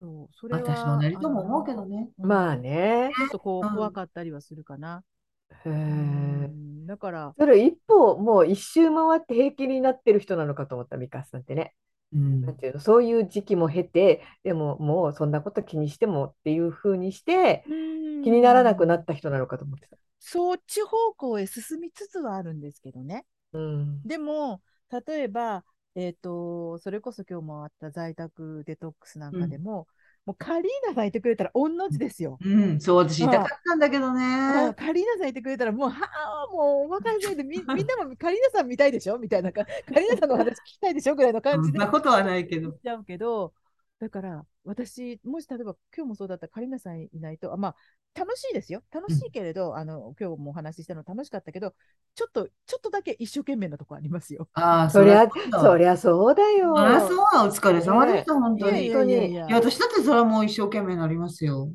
Speaker 1: そう、それは、
Speaker 3: 私のなりとも思うけ
Speaker 1: あ
Speaker 3: どね。
Speaker 1: の、
Speaker 2: ま
Speaker 1: う
Speaker 2: あ
Speaker 1: んち
Speaker 2: ね。
Speaker 1: ょっとこ
Speaker 3: う
Speaker 1: うん怖かったりはするかな。
Speaker 2: へ
Speaker 1: う
Speaker 2: え。
Speaker 1: ん、だから、
Speaker 2: それ一方、もう一周回って平気になってる人なのかと思った、ミカさんってね。
Speaker 3: うん
Speaker 2: なんていうの、そういう時期も経て、でももうそんなこと気にしてもっていうふうにして、
Speaker 1: 気
Speaker 2: 気にならなくな
Speaker 1: た
Speaker 2: った人なのかと思ってた。
Speaker 1: そっち方向へ進みつつはあるんですけどね。
Speaker 2: うん。
Speaker 1: でも、例えば、えっと、それこそ今日もあった在宅デトックスなんかでも、もうカリーナがいてくれたら、御の字ですよ。
Speaker 3: うん、そう、私
Speaker 1: うん
Speaker 3: 痛かったんだけど
Speaker 1: もう
Speaker 3: ね。
Speaker 1: カリーナさんいてくれたら、もう、はあ、もうお任せで、みみんなもカリーナさん見たいでしょみたいなか、カリーナさんの話聞きたいでしょぐらいの
Speaker 3: そ
Speaker 1: 感じ
Speaker 3: ん
Speaker 1: で。
Speaker 3: なことはないけ
Speaker 1: 言
Speaker 3: ど
Speaker 1: っ。ちゃうけど、だから私、もし例えば今日もそうだったら、カリナさんいないと、あまあ、楽しいですよ。楽しいけれど、あの、今日もお話ししたの楽しかったけど、ちょっと、ちょっとだけ一生懸命なとこありますよ。
Speaker 3: ああ、
Speaker 2: そりゃ、
Speaker 3: うだ
Speaker 2: そりゃそうだよ。
Speaker 3: そりゃそうだお疲れ様でした、本当
Speaker 2: ね
Speaker 3: に。
Speaker 2: え
Speaker 3: い
Speaker 2: 当に
Speaker 1: や
Speaker 3: や、私だってそれはもう一生懸命になりますよ。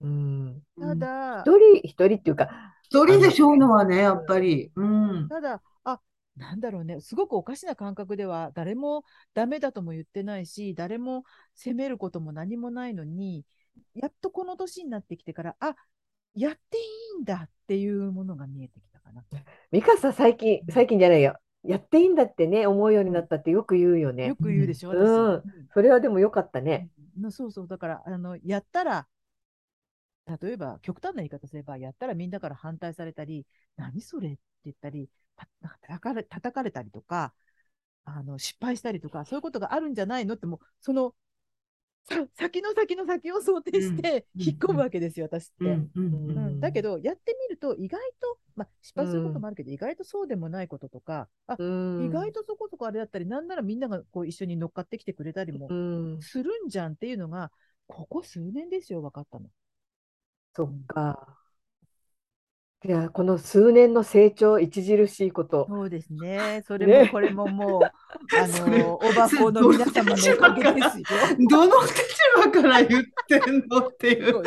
Speaker 2: うん。
Speaker 3: う
Speaker 1: た
Speaker 3: ん
Speaker 1: だ、
Speaker 2: 一人、一人っていうか、
Speaker 3: 一人でしょうのはね、やっぱり。うん。
Speaker 1: ただ、あなんだろうね、すごくおかしな感覚では、誰もダメだとも言ってないし、誰も責めることも何もないのに、やっとこの年になってきてから、あやっていいんだっていうものが見えてきたかな。
Speaker 2: ミカさん最近、最近じゃないよ。やっていいんだってね、思うようになったってよく言うよね。
Speaker 1: よく言うでしょ、
Speaker 2: うん
Speaker 1: 私
Speaker 2: うんそれはでもよかったね。
Speaker 1: うんそうそう、だから、あの、やったら、例えば、極端な言い方すれば、やったらみんなから反対されたり、何それって言ったり、た叩かれ叩かれたりとか、あの、失敗したりとか、そういうことがあるんじゃないのって、もう、その、さ先の先の先を想定して、
Speaker 3: うん
Speaker 1: 引っ込むわけですよ、私って。
Speaker 3: うん。うん。
Speaker 1: うん
Speaker 2: うん
Speaker 1: だけど、やってみると、意外と、まあ、失敗するこ
Speaker 2: う
Speaker 1: と
Speaker 2: ん
Speaker 1: もあるけど、意外とそうでもないこととか、あ、
Speaker 2: うん
Speaker 1: 意外とそこそこあれだったり、なんならみんながこう一緒に乗っかってきてくれたりも
Speaker 2: うん、
Speaker 1: するんじゃんっていうのが、ここ数年ですよ、分かったの。
Speaker 2: そっか。いや、この数年の成長著しいこと。
Speaker 1: そうですね。そ
Speaker 2: れもね
Speaker 1: これも もう、あ
Speaker 3: それ
Speaker 1: オバ
Speaker 3: コの皆様のおかげです
Speaker 1: よ。
Speaker 3: どの立場から言ってんのっていう。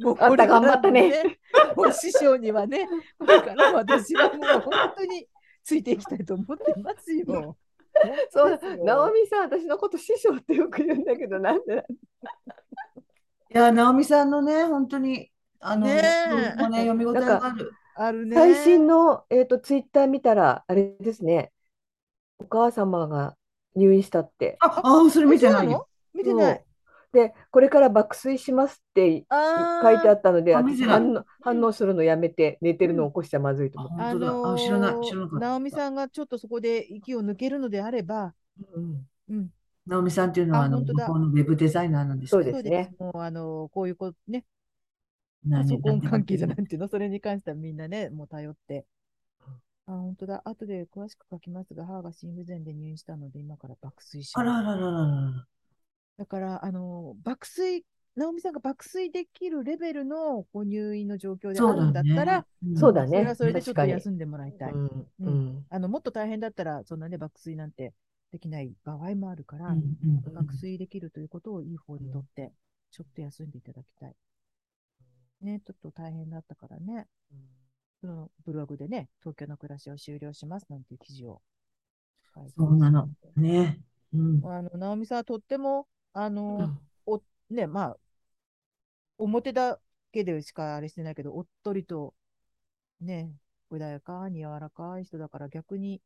Speaker 1: もう
Speaker 2: あんた頑張ったね。
Speaker 1: お師匠にはね、これから私はもう本当についていきたいと思ってますよ。
Speaker 2: そう
Speaker 1: です よ
Speaker 2: 直美さん、私のこと師匠ってよく言うんだけど、なんで
Speaker 3: いや、直美さんのね、本当に、あの、
Speaker 1: ねえ
Speaker 3: もうね、読み応えがある。
Speaker 1: あるね。
Speaker 2: 最新の、えー、とツイッター見たら、あれですね、お母様が入院したって。
Speaker 3: あ、あ、それ見てないよ。
Speaker 1: 見てない。
Speaker 2: そうで、これから爆睡しますって
Speaker 1: あー
Speaker 2: 書いてあったので、
Speaker 3: あ
Speaker 2: 私
Speaker 3: 見てない
Speaker 2: 反応反応するのやめて、寝てるのを起こしちゃまずいと
Speaker 3: あ、
Speaker 2: 思う。
Speaker 1: あ
Speaker 3: 本当だ。
Speaker 1: の
Speaker 3: あ、知らない。知らなか
Speaker 1: ー、
Speaker 3: った。
Speaker 1: 直美さんがちょっとそこで息を抜けるのであれば、
Speaker 2: うん
Speaker 1: うん、
Speaker 3: 直美さんっていうのは、
Speaker 1: あ
Speaker 3: あの、
Speaker 1: 本当
Speaker 3: 向
Speaker 1: だ
Speaker 3: こうのウェブデザイナーなんです
Speaker 2: そう
Speaker 3: けど
Speaker 2: ですね。
Speaker 1: もうあのーこういうこね、
Speaker 3: 何
Speaker 1: パソコン
Speaker 3: 何
Speaker 1: 関係じゃないっていうの、それに関してはみんなね、もう頼って。あ、本当だ。後で詳しく書きますが、母が心不全で入院したので、今から爆睡し
Speaker 3: あら
Speaker 1: ま
Speaker 3: あ
Speaker 1: す。
Speaker 3: らあらあらあ
Speaker 1: だから、あのー爆睡、直美さんが爆睡できるレベルのご入院の状況
Speaker 3: ら。
Speaker 1: であ
Speaker 3: そう
Speaker 1: るんだ
Speaker 3: だ
Speaker 1: ったら
Speaker 3: ね。、うん
Speaker 2: そうだ
Speaker 1: それは
Speaker 2: ね
Speaker 1: それでちょっと
Speaker 2: 確かに
Speaker 1: 休んでもらいたい。
Speaker 2: うん
Speaker 1: うん
Speaker 2: うん
Speaker 1: あの、もっと大変だったら、そんなね、爆睡なんてできない場合もあるか
Speaker 3: う
Speaker 1: ら、
Speaker 3: んうんうん
Speaker 1: 爆睡できるということをいい方にとって、ちょっと休んでいただきたい。ね、ちょっと大変だったからね。そのブログでね、東京の暮らしを終了しますなんていう記事を書いて
Speaker 3: そうなの。ね。うん。
Speaker 1: あの、直美さんはとっても、あ
Speaker 2: う
Speaker 1: の、
Speaker 2: ん
Speaker 1: ね、まあ、表だけでしかあれしてないけど、おっとりと、ね、穏やかに柔らかい人だから逆に、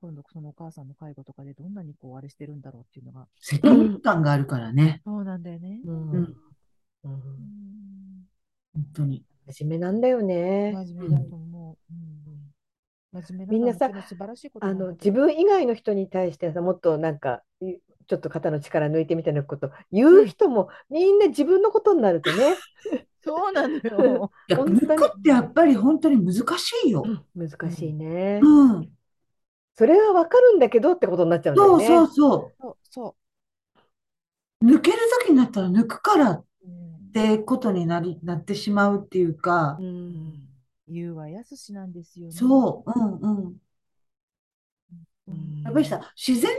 Speaker 1: 今度そのお母さんの介護とかでどんなにこうあれしてるんだろうっていうのが。
Speaker 3: 責任感があるからね。
Speaker 1: そうなんだよね。
Speaker 2: うん
Speaker 3: うん。
Speaker 2: うん
Speaker 3: 本当に。
Speaker 2: 真面目なんだよね。
Speaker 1: 真面目だと思う。うん真面目
Speaker 2: みんな
Speaker 1: だからも
Speaker 2: さ
Speaker 1: ちろ素晴らしいこと
Speaker 2: あ
Speaker 1: なんだ
Speaker 2: の
Speaker 1: け
Speaker 2: 自分以外の人に対してさもっとなんかいちょっと肩の力抜いてみたいなこと言う人もみんな自分のことになるとね、
Speaker 1: どそうなのよ。
Speaker 3: いや、
Speaker 2: 本当に
Speaker 3: 肉ってやっぱり本当に難しいよ。
Speaker 2: 難しいね、
Speaker 3: うん。
Speaker 2: それはわかるんだけどってことになっちゃうんだ
Speaker 3: そ
Speaker 2: よ
Speaker 3: う
Speaker 2: ね
Speaker 3: そうそ。
Speaker 1: そうそう
Speaker 3: 抜ける時になったら抜くからっ
Speaker 1: う。うん
Speaker 3: てことになり、なってしまうっていうか
Speaker 2: う、ん
Speaker 1: 言うはやすしなんですよね。
Speaker 3: そう、うんうん。
Speaker 1: うん。
Speaker 3: やっぱりさ、自然に抜けるよ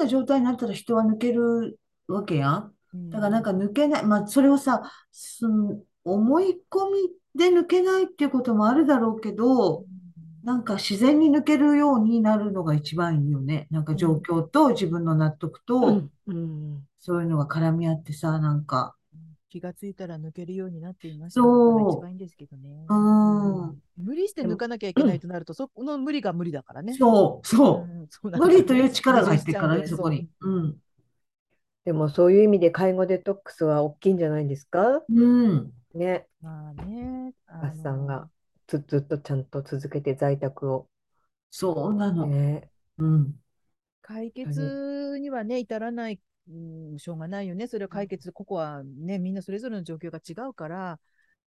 Speaker 3: うな状態になったら人は抜けるわけやん。
Speaker 1: うん
Speaker 3: だからなんか抜けない、まあそれをさ、その思い込みで抜けないっていうこともあるだろうけど、なんか自然に抜けるようになるのが一番いいよね。なんか状況と自分の納得
Speaker 2: う
Speaker 3: と、
Speaker 2: んうん
Speaker 3: そういうのが絡み合ってさ、なんか、
Speaker 1: 気がついたら抜けるようになっていました。
Speaker 3: そ
Speaker 1: こ
Speaker 3: う
Speaker 1: れが一番いいんですけどね。
Speaker 3: うん、
Speaker 1: 無理して抜かなきゃいけないとなると、そこの無理が無理だからね。
Speaker 3: そう、そう。
Speaker 1: んそうなんだ
Speaker 3: 無理という力が入ってるから
Speaker 1: 無理
Speaker 3: ね、
Speaker 1: しちゃ
Speaker 3: そうこ
Speaker 1: んだよ
Speaker 3: に。うん。
Speaker 2: でもそういう意味で介護デトックスは大きいんじゃないですか
Speaker 3: うん。
Speaker 2: ね
Speaker 1: そうまあね。あ
Speaker 2: あっさん
Speaker 1: の
Speaker 2: がずずっとちゃんと続けて在宅を
Speaker 3: そうなの。
Speaker 2: ね
Speaker 3: うん。
Speaker 1: 解決にはね、至らない、うん、しょうがないよね。それは解決、ここはね、みんなそれぞれの状況が違うから、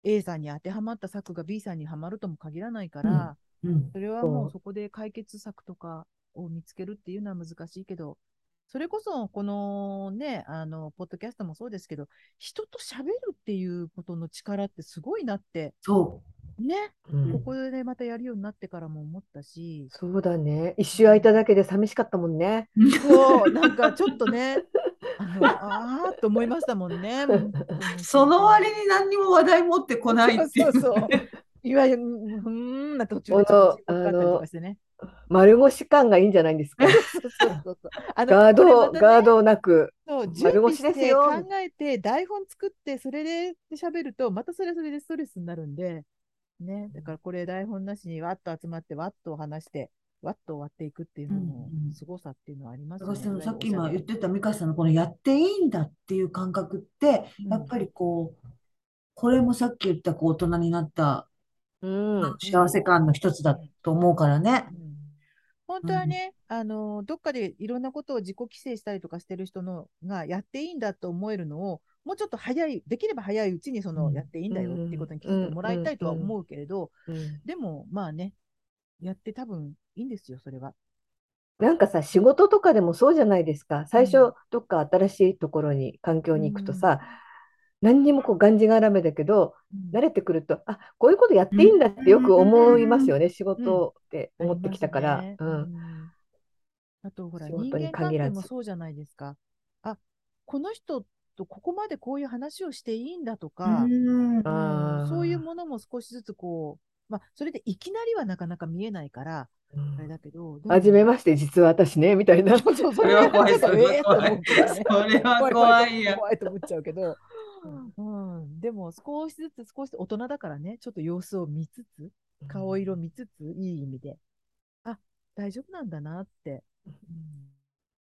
Speaker 1: A さんに当てはまった策が B さんにはまるとも限らないから、
Speaker 3: うん。
Speaker 1: それはも
Speaker 2: そうう
Speaker 1: そこで解決策とかを見つけるっていうのは難しいけど、それこそこのね、あの、ポッドキャストもそうですけど、人と喋るっていうことの力ってすごいなって、
Speaker 3: そ
Speaker 1: ね、
Speaker 2: うん
Speaker 1: ここでまたやるようになってからも思ったし、
Speaker 2: そうだね一周空いただけで寂しかったもんね
Speaker 3: う。
Speaker 1: そう、なんかちょっとね、あの、あーっと思いましたもんね。
Speaker 3: その割に何にも話題持ってこないってい
Speaker 1: そう
Speaker 3: う。
Speaker 1: そう そう。いわゆる、うーんな途中でちょっと時間かかったりとかして ね。
Speaker 2: 丸腰感がいいんじゃないんですか
Speaker 1: そうそうそうそう。あの
Speaker 2: ガー
Speaker 1: これま
Speaker 2: ド、
Speaker 1: たね
Speaker 2: ガードなく。
Speaker 1: そう、準
Speaker 2: 丸
Speaker 1: 備
Speaker 2: 腰
Speaker 1: して
Speaker 2: ですよ
Speaker 1: 考えて、台本作って、それで喋ると、またそれはそれでストレスになるんで、ね、だからこれ台本なしにわっと集まって、わっと話して、わっと終わっていくっていうのも
Speaker 3: うんうん、
Speaker 1: 凄さっていうのはあります
Speaker 3: 高橋さんのさっき
Speaker 1: おしゃ
Speaker 3: 今
Speaker 1: べり
Speaker 3: 言ってた美香さんのこのやっていいんだっていう感覚って、
Speaker 1: うん
Speaker 3: やっぱりこう、これもさっき言ったこう大人になった
Speaker 2: うん。
Speaker 3: 幸せ感の一つだと思うからね。
Speaker 1: うん本当はね、あのどっかでいろんなことを自己規制したりとかしてる人のがやっていいんだと思えるのを、もうちょっと早い、できれば早いうちにその、
Speaker 3: うん
Speaker 1: やっていいんだよっていうことに気づいてもらいたいとは思うけれど、でもまあね、やって多分いいんですよ、それは。
Speaker 2: なんかさ、仕事とかでもそうじゃないですか。最
Speaker 1: うん
Speaker 2: 初、どっか新しいところに、環境に行くとさ、何にもこう、がんじがらめだけど、慣れてくると、あ、こういうことやっていいんだってよく思いますよね、仕事って思ってきたから。
Speaker 1: あります
Speaker 2: う
Speaker 1: ね
Speaker 2: ん。
Speaker 1: うんあとほら、
Speaker 2: 仕事に
Speaker 1: 人間関
Speaker 2: 限ら
Speaker 1: 係
Speaker 2: ず
Speaker 1: もそうじゃないですか。あ、この人とここまでこういう話をしていいんだとか、
Speaker 3: うん
Speaker 2: あー
Speaker 1: そういうものも少しずつこう、まあ、それでいきなりはなかなか見えないから、あれだけど、でも
Speaker 2: はじめまして、実は私ね、みたい な。
Speaker 1: そうそう、そ
Speaker 3: それ
Speaker 1: れ
Speaker 3: は怖い、
Speaker 1: ちょっと
Speaker 3: それは
Speaker 1: えーと
Speaker 3: 怖
Speaker 1: 思う
Speaker 3: い。
Speaker 1: けどね
Speaker 3: それは怖いや。
Speaker 1: 怖いと思っちゃうけど、うん、でも少しずつ少し大人だからね、ちょっと様子を見つつ、顔色見つつ、いい意味で、あ、大丈夫なんだなって、うん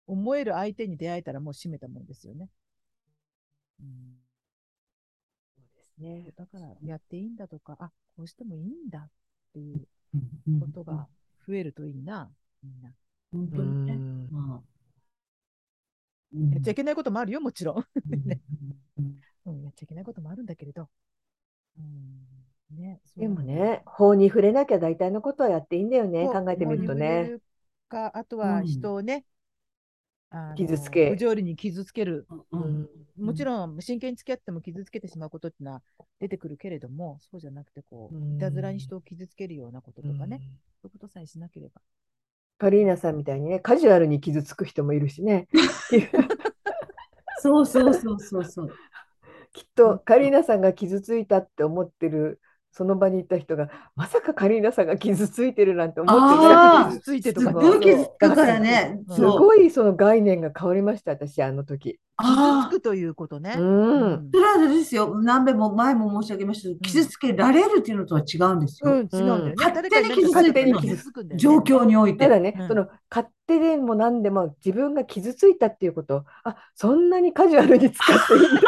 Speaker 1: 思える相手に出会えたらもう閉めたもんですよね。うん
Speaker 2: ね。
Speaker 1: だからやっていいんだとか、あ、こうしてもいいんだっていう
Speaker 3: うん
Speaker 1: ことが増えるといいな、みんな。
Speaker 3: 本当
Speaker 2: う
Speaker 3: にね。
Speaker 2: ん。
Speaker 3: まあ
Speaker 1: やっちゃいけないこともあるよ、もちろん。ね
Speaker 3: うんうん
Speaker 1: うん、やっちゃいけないこともあるんだけれど。うん、ね、そう
Speaker 2: で
Speaker 1: なん
Speaker 2: も
Speaker 1: だ
Speaker 2: ね、法に触れなきゃ大体のことはやっていいんだよね、
Speaker 1: そう
Speaker 2: 考えてみると
Speaker 1: 法に
Speaker 2: ね
Speaker 1: 触れ。るか、あとは
Speaker 3: うん
Speaker 1: 人をね、あの
Speaker 2: 傷つけ
Speaker 1: 不条理に傷つける。
Speaker 3: う
Speaker 2: うんん
Speaker 1: もちろん、真剣に付き合っても傷つけてしまうことっていうのは出てくるけれども、そうじゃなくて、こ
Speaker 2: うん
Speaker 1: う、いたずらに人を傷つけるようなこととかね、そういうことさえしなければ。
Speaker 2: カリーナさんみたいにね、カジュアルに傷つく人もいるし ね、
Speaker 3: そうそうそうそうそう。
Speaker 2: きっとカリーナさんが傷ついたって思ってるその場に行った人がまさかカリーナさんが傷ついてるなんて思っていな
Speaker 3: あ
Speaker 2: い
Speaker 3: ー
Speaker 1: 傷ついてと
Speaker 3: す
Speaker 1: か
Speaker 3: っごい傷つくからね。
Speaker 1: うん
Speaker 2: す
Speaker 3: そう。
Speaker 2: ごいその概念が変わりました私あの時。
Speaker 1: 傷つ
Speaker 3: ああ。
Speaker 1: くということね
Speaker 2: う。
Speaker 1: うんん
Speaker 3: それはあれですよ。何べも前も申し上げましたけど、傷つけられるっていうのとは違うんです
Speaker 1: うん、違
Speaker 3: よ。
Speaker 1: うんだよね。
Speaker 3: 勝
Speaker 1: 誰
Speaker 3: 手
Speaker 1: かに
Speaker 3: に
Speaker 2: 勝手に
Speaker 1: 傷
Speaker 2: 傷
Speaker 1: つくんだよね。
Speaker 3: 状況において。
Speaker 2: ただね、
Speaker 1: うん
Speaker 2: その勝手でも何でも自分が傷ついたっていうことあそんなにカジュアルに使っていいんだ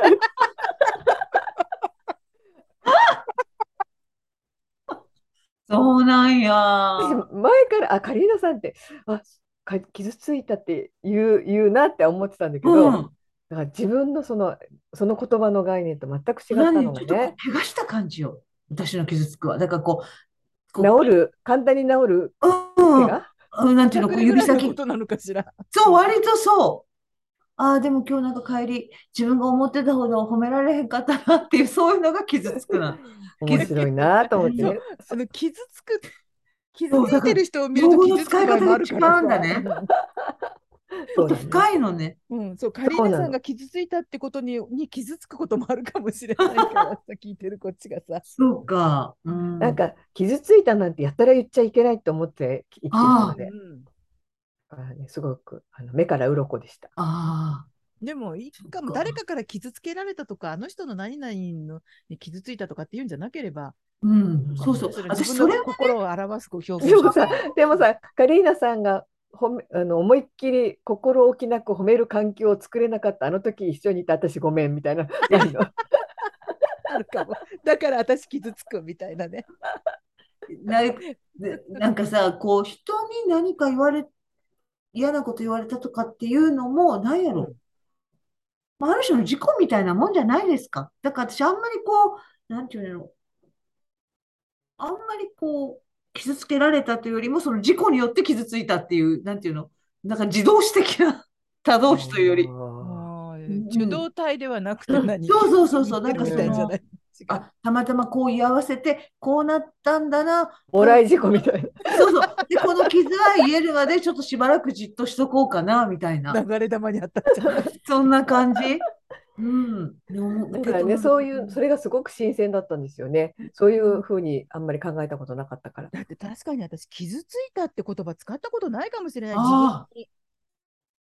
Speaker 3: そうなんや。
Speaker 2: 私前からあカリーナさんってあか傷ついたって言う言うなって思ってたんだけど、
Speaker 3: う
Speaker 2: だ
Speaker 3: ん。
Speaker 2: から自分のそのその言葉の概念と全く違ったの
Speaker 3: 何
Speaker 2: が
Speaker 3: ちょっとこ
Speaker 2: ね
Speaker 3: う怪我した感じよ。私の傷つくは。だからこう、こう
Speaker 2: 治る簡単に治る
Speaker 3: う
Speaker 2: 怪
Speaker 3: んうん
Speaker 2: 我
Speaker 3: うん、なんていうの、こう
Speaker 1: 逆にぐ
Speaker 3: 指
Speaker 1: らいの
Speaker 3: 先
Speaker 1: こ。となのかしら。
Speaker 3: そう、割とそう。ああ、でも今日なんか帰り、自分が思ってたほど褒められへんかったなっていう、そういうのが傷つくな。
Speaker 2: 面白いなと思って
Speaker 1: そ
Speaker 2: ね
Speaker 1: う。その傷つく、傷
Speaker 3: そう
Speaker 1: ついてる人を 見ると傷つく場合もあるから
Speaker 3: 用語の使い方が違うん
Speaker 1: さ。
Speaker 3: ちょ
Speaker 2: そ
Speaker 3: っ
Speaker 2: う
Speaker 3: と
Speaker 2: だね
Speaker 3: 深いのね。
Speaker 1: うん、そう、カリーナさんが傷ついたってことにに傷つくこともあるかもしれないからさ、聞いてるこっちがさ。
Speaker 3: そうか。うん。
Speaker 2: なんか傷ついたなんてやたら言っちゃいけないと思って生きてたの
Speaker 1: う
Speaker 2: で、
Speaker 1: ん、
Speaker 2: あね、すごくあの目から鱗でした。
Speaker 3: あ
Speaker 1: でも、いい
Speaker 3: そっ
Speaker 1: かも、
Speaker 3: か
Speaker 1: 誰かから傷つけられたとか、あの人の何々のに傷ついたとかっていうんじゃなければ、
Speaker 3: あ、うん、そうそう。
Speaker 1: れ
Speaker 3: 私、
Speaker 1: 自
Speaker 3: そ
Speaker 1: 分
Speaker 3: れ
Speaker 1: の心を表す表現
Speaker 2: でもさ
Speaker 1: だから、
Speaker 2: でもさ、カリーナさんが褒めあの思いっきり心置きなく褒める環境を作れなかったあの時一緒にいた私ごめんみ たいな。ないの
Speaker 1: あるかも。だから私傷つくみたいなね。
Speaker 3: な、でなんかさ、こう、人に何か言われ、嫌なこと言われたとかっていうのも、なんやろ。まあ、ある種の事故みたいなもんじゃないですか。だから私、あんまりこう、なんていうの、あんまりこう、傷つけられたというよりも、その事故によって傷ついたっていう、なんていうの、なんか自動詞的な、他動詞というより。
Speaker 1: あ
Speaker 2: あ
Speaker 1: ー
Speaker 3: うん
Speaker 1: 受動体ではなくて何
Speaker 3: そうそうそうそう、なん
Speaker 1: 言っ
Speaker 3: か
Speaker 1: て
Speaker 3: そ
Speaker 1: るみたいじゃ
Speaker 3: の
Speaker 1: な、い。違う
Speaker 3: あ、たまたまこう居合わせて、こうなったんだな、
Speaker 2: ーもらい事故みたいな。
Speaker 3: そうそう。で、この傷は癒えるまで、ちょっとしばらくじっとしとこうかな、みたいな。
Speaker 1: 流れ玉にあったんじゃ ない。
Speaker 3: そんな感 じ。うん。でも
Speaker 2: だからね、そういう、それがすごく新鮮だったんですよね。そういうふうにあんまり考えたことなかったから。
Speaker 1: だって確かに私、傷ついたって言葉使ったことないかもしれない。
Speaker 3: あー
Speaker 1: 自分に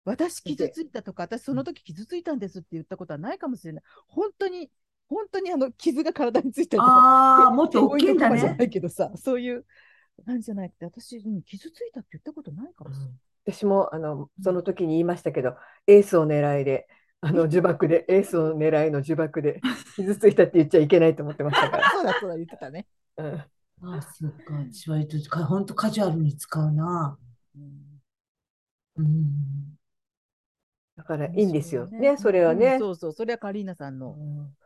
Speaker 1: 私、傷ついたとか、私、その時傷ついたんですって言ったことはないかもしれない。本当に、本当にあの傷が体についたりとか、
Speaker 3: ああ、もっと大きいんだ
Speaker 1: 病院のとかじゃ
Speaker 3: ね
Speaker 1: な。いけどさ、そういう感じじゃなくて、私、うん傷ついたって言ったことないかもしれない。
Speaker 2: 私もあのその時に言いましたけど、エースを狙いで、あの呪縛で、エースを狙いの呪縛で、傷ついたって言っちゃいけないと思ってましたか
Speaker 1: そうだ、そうだ、言ってたね。
Speaker 2: ら。うん
Speaker 3: ああ、そうか。私割と、かほんとカジュアルに使うな。
Speaker 1: うん
Speaker 3: うん。
Speaker 2: だからいいんですよ
Speaker 1: そう
Speaker 2: ね、それは
Speaker 1: うん
Speaker 2: ね。
Speaker 1: そうそう、それはカリーナさんの。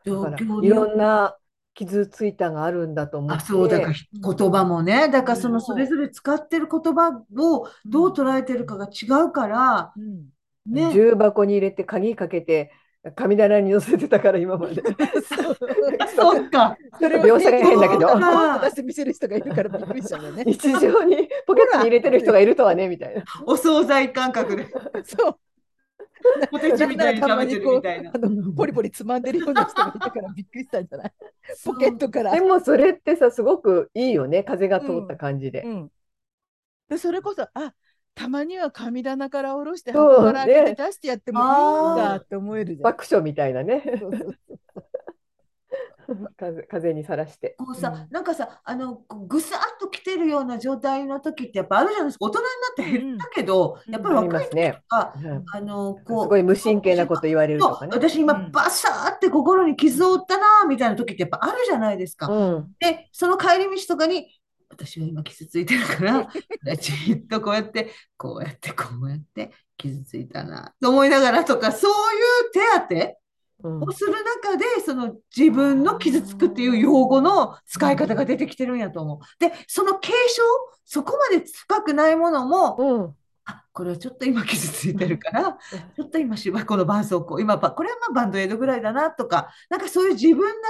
Speaker 3: 状
Speaker 2: だから
Speaker 3: 況に
Speaker 2: い
Speaker 3: よっ
Speaker 2: ろんな傷ついたがあるんだと思
Speaker 3: あ、
Speaker 2: って。
Speaker 3: そう、だからひ言葉もね。だからその
Speaker 1: そ
Speaker 3: そうれぞれ使ってる言葉をどう捉えてるかが違うから、
Speaker 1: うん、
Speaker 3: ね。
Speaker 2: 重箱に入れて鍵かけて神棚に乗せてたから今まで。
Speaker 1: そう
Speaker 3: そうか。
Speaker 1: それを
Speaker 2: 描写が変だけど
Speaker 1: そうそう出して見せる人がいるからびっくりしちゃうよ ね。
Speaker 2: 日常にポケットに入れてる人がいるとはねみたいな。
Speaker 3: お惣菜感覚で、
Speaker 1: そう。
Speaker 3: ポテチみたいに食べてるみたいな
Speaker 1: あ。 のポリポリつまんでるような人がいたからびっくりしたんじゃないポケットから。
Speaker 2: でもそれってさすごくいいよね風が通った感じで
Speaker 1: う。ん、でそれこそ、あたまには神棚から下ろして、
Speaker 2: そう
Speaker 1: 箱から開けて出してやってもいいんだ
Speaker 3: ね
Speaker 1: って思えるじゃん。
Speaker 2: 爆笑みたいなね。
Speaker 1: そうそう
Speaker 2: 風風にさらして。
Speaker 3: こ
Speaker 1: う
Speaker 3: う
Speaker 1: ん
Speaker 3: さ、なんかさ、あの、こうぐさっと来てるような状態の時ってやっぱあるじゃないですか。大人になって減ったけど、
Speaker 1: うん
Speaker 3: やっぱ
Speaker 1: う
Speaker 3: り
Speaker 1: ん
Speaker 2: あり
Speaker 3: 若
Speaker 2: ま
Speaker 3: い
Speaker 2: す
Speaker 3: 時
Speaker 2: ね。
Speaker 3: とか、
Speaker 2: うん
Speaker 3: あの、
Speaker 2: す
Speaker 3: こう、
Speaker 2: ごい無神経なこと言われると
Speaker 3: そう
Speaker 2: かね。
Speaker 3: 私今
Speaker 1: うん
Speaker 3: バサーって心に傷を負ったなーみたいな時ってやっぱあるじゃないですか。
Speaker 2: うん。
Speaker 3: で、その帰り道とかに、私は今傷ついてる から、じっとこうやって、こうやって、こうやって、傷ついたなと思いながらとか、そういう手当て
Speaker 2: うん
Speaker 3: をする中で、その自分の傷つくっていう用語の使い方が出てきてるんやと思う。で、その継承、そこまで深くないものも、
Speaker 2: うん。
Speaker 3: あ、これはちょっと今傷ついてるから、ちょっと今芝この絆創膏、今ば、これはまあバンドエイドぐらいだなとか、なんかそういう自分なりの、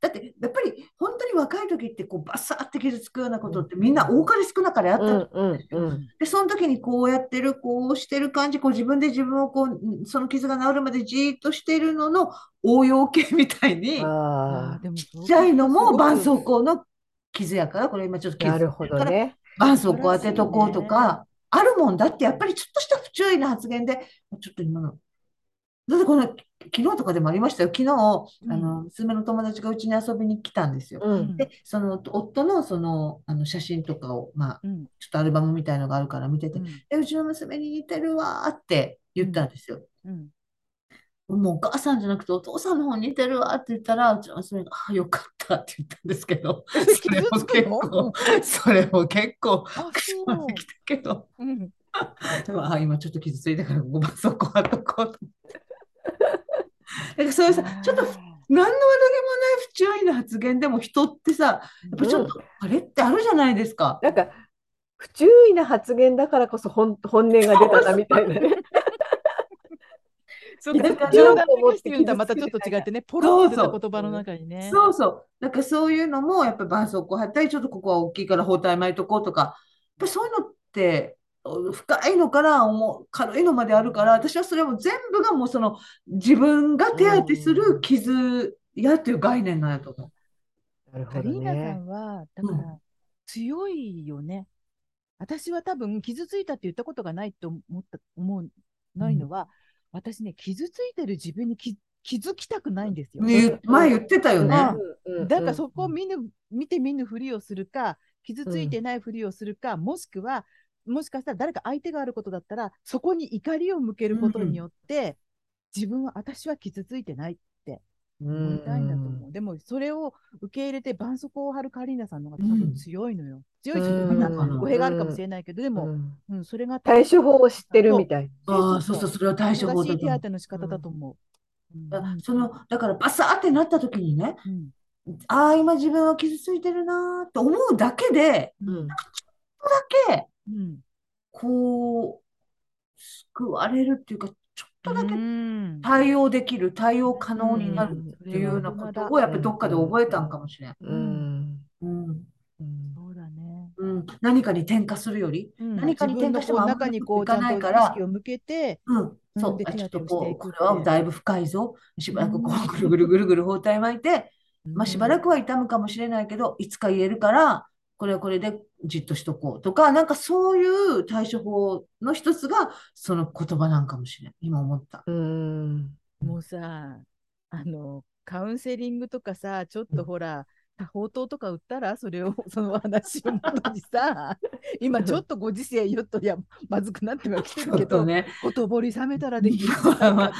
Speaker 3: だってやっぱり本当に若い時ってこうバサーって傷つくようなことってみんな多かれ少なかれあった
Speaker 2: う
Speaker 3: と
Speaker 2: んうんうん。
Speaker 3: で、その時にこうやってる、こうしてる感じ、こう自分で自分をこう、その傷が治るまでじーっとしてるのの応用形みたいに、
Speaker 1: あ
Speaker 2: あ
Speaker 1: ーでも
Speaker 3: ちっちゃいのも絆創膏の傷やから、これ今ちょっと傷
Speaker 2: なるほ
Speaker 3: だ
Speaker 2: ど
Speaker 3: から
Speaker 2: ね。
Speaker 3: バンスをこう当てとこうとか、あるもんだって、やっぱりちょっとした不注意な発言で、ちょっと今の、だってこの、昨日とかでもありましたよ。昨日、あの、娘の友達がうちに遊びに来たんですよ。
Speaker 2: う
Speaker 1: うん
Speaker 2: ん。
Speaker 3: で、その、夫の、その、あの、写真とかを、まあ、
Speaker 1: うん
Speaker 3: ちょっとアルバムみたいのがあるから見て
Speaker 1: う
Speaker 3: て、
Speaker 1: ん
Speaker 3: え、うちの娘に似てるわーって言ったんですよ。
Speaker 1: うん
Speaker 3: もうお母さんじゃなくてお父さんの方に似てるわって言ったら、うちの娘が、あ、よかったって言ったんですけど、それ
Speaker 1: 傷
Speaker 3: も
Speaker 1: つく
Speaker 3: 結構
Speaker 1: の、
Speaker 3: それも結構、
Speaker 1: あ
Speaker 3: 口
Speaker 1: そ
Speaker 3: まで来
Speaker 1: う
Speaker 3: たけど、
Speaker 1: うん
Speaker 3: でもあ、今ちょっと傷ついたから、ごめん、そこはとこうと思って。なんかそういうさ、ちょっと
Speaker 1: あー
Speaker 3: 何の悪気もない不注意な発言でも人ってさ、やっぱちょっと、あれってあるじゃないですか。
Speaker 2: なんか不注意な発言だからこそ本本音が出たなみたいなね。
Speaker 1: そうか
Speaker 3: なんか
Speaker 1: 冗談めかして言うんだまたちょっと違ってね、ポロって出た
Speaker 3: そうそう
Speaker 1: 言葉の中にね。
Speaker 3: そうそう。だからそういうのも、やっぱり絆創膏貼ったり、ちょっとここは大きいから包帯巻いとこうとか、やっぱりそういうのって、お深いのから重軽いのまであるから、私はそれも全部がもうその、自分が手当てする傷やっていう概念なんやと思う。
Speaker 2: なる
Speaker 1: カ
Speaker 2: ほ
Speaker 1: リ
Speaker 2: ど
Speaker 1: ーナさ
Speaker 2: ね。
Speaker 1: んは、だか
Speaker 3: う
Speaker 1: ら強いよね。私は多分傷ついたって言ったことがないと思った、思う、ないのは、私ね、傷ついてる自分に気気づきたくないんですよ。
Speaker 3: ね言う前言ってたよね。
Speaker 2: うん
Speaker 1: だからそこを見ぬ、見て見ぬふりをするか、傷ついてないふりをするか、もしくは、もしかしたら誰か相手があることだったら、そこに怒りを向けることによって、自分は、私は傷ついてない
Speaker 2: うん
Speaker 1: 思いたいんだと思う。でも、それを受け入れて、絆創膏を貼るカリーナさんの方が多分強いのよ。強いし、
Speaker 2: うん
Speaker 1: まあ
Speaker 3: うん
Speaker 1: 語弊があるかもしれないけど、で
Speaker 2: う
Speaker 1: も、
Speaker 2: ん
Speaker 1: うん、それが
Speaker 2: 対処法を知ってるみたい。
Speaker 3: ああ、そうそう、それは対処法
Speaker 1: 正し
Speaker 3: だ
Speaker 1: い
Speaker 3: と
Speaker 1: 手
Speaker 3: 思
Speaker 1: 当
Speaker 3: う。
Speaker 1: ての仕方だと思う。うん
Speaker 3: だその、だからバサーってなった時にね、
Speaker 1: うん
Speaker 3: ああ、今自分は傷ついてるなーと思うだけで、
Speaker 2: うん
Speaker 3: だけ、
Speaker 1: うん
Speaker 3: こう、救われるっていうか、ちょっとだけ
Speaker 1: うん
Speaker 3: 対応できる、対応可能になるっていうようなことを、やっぱりどっかで覚えたんかもしれん。
Speaker 2: うん
Speaker 3: うん。
Speaker 2: うん
Speaker 1: そうだね。
Speaker 3: うん。何かに転化するより、何
Speaker 1: 何
Speaker 3: かに転化してもあんま
Speaker 1: 中
Speaker 3: り
Speaker 1: に
Speaker 3: う
Speaker 1: こ
Speaker 3: ま
Speaker 1: う
Speaker 3: くい
Speaker 1: ちゃ
Speaker 3: か
Speaker 1: ん
Speaker 3: な
Speaker 1: と
Speaker 3: い
Speaker 1: 意
Speaker 3: から
Speaker 1: 識を向けて、
Speaker 3: うん。そう。
Speaker 1: で
Speaker 3: あ、ちょっと
Speaker 1: 手当てをしてい
Speaker 3: こ
Speaker 1: く
Speaker 3: う、これはだいぶ深いぞ。しばらくこ
Speaker 1: うん
Speaker 3: う、ぐるぐるぐるぐる包帯巻いて、まあ、しばら
Speaker 1: く
Speaker 3: くは痛むかもしれないけど、いつか言えるから、これはこれでじっとしとこうとか、なんかそういう対処法の一つが、その言葉なんかもしれん。今思った。
Speaker 2: うん
Speaker 1: もうさ、あのカウンセリングとかさ、ちょっとほら。多宝刀とか売ったらそれをその話をもとにさ今ちょっとご時世よっといやまずくなってはきて
Speaker 3: ち
Speaker 1: る
Speaker 3: ょ
Speaker 1: け
Speaker 3: っと
Speaker 1: ど、
Speaker 3: ね。
Speaker 1: ほとぼり冷めたらできる
Speaker 3: ま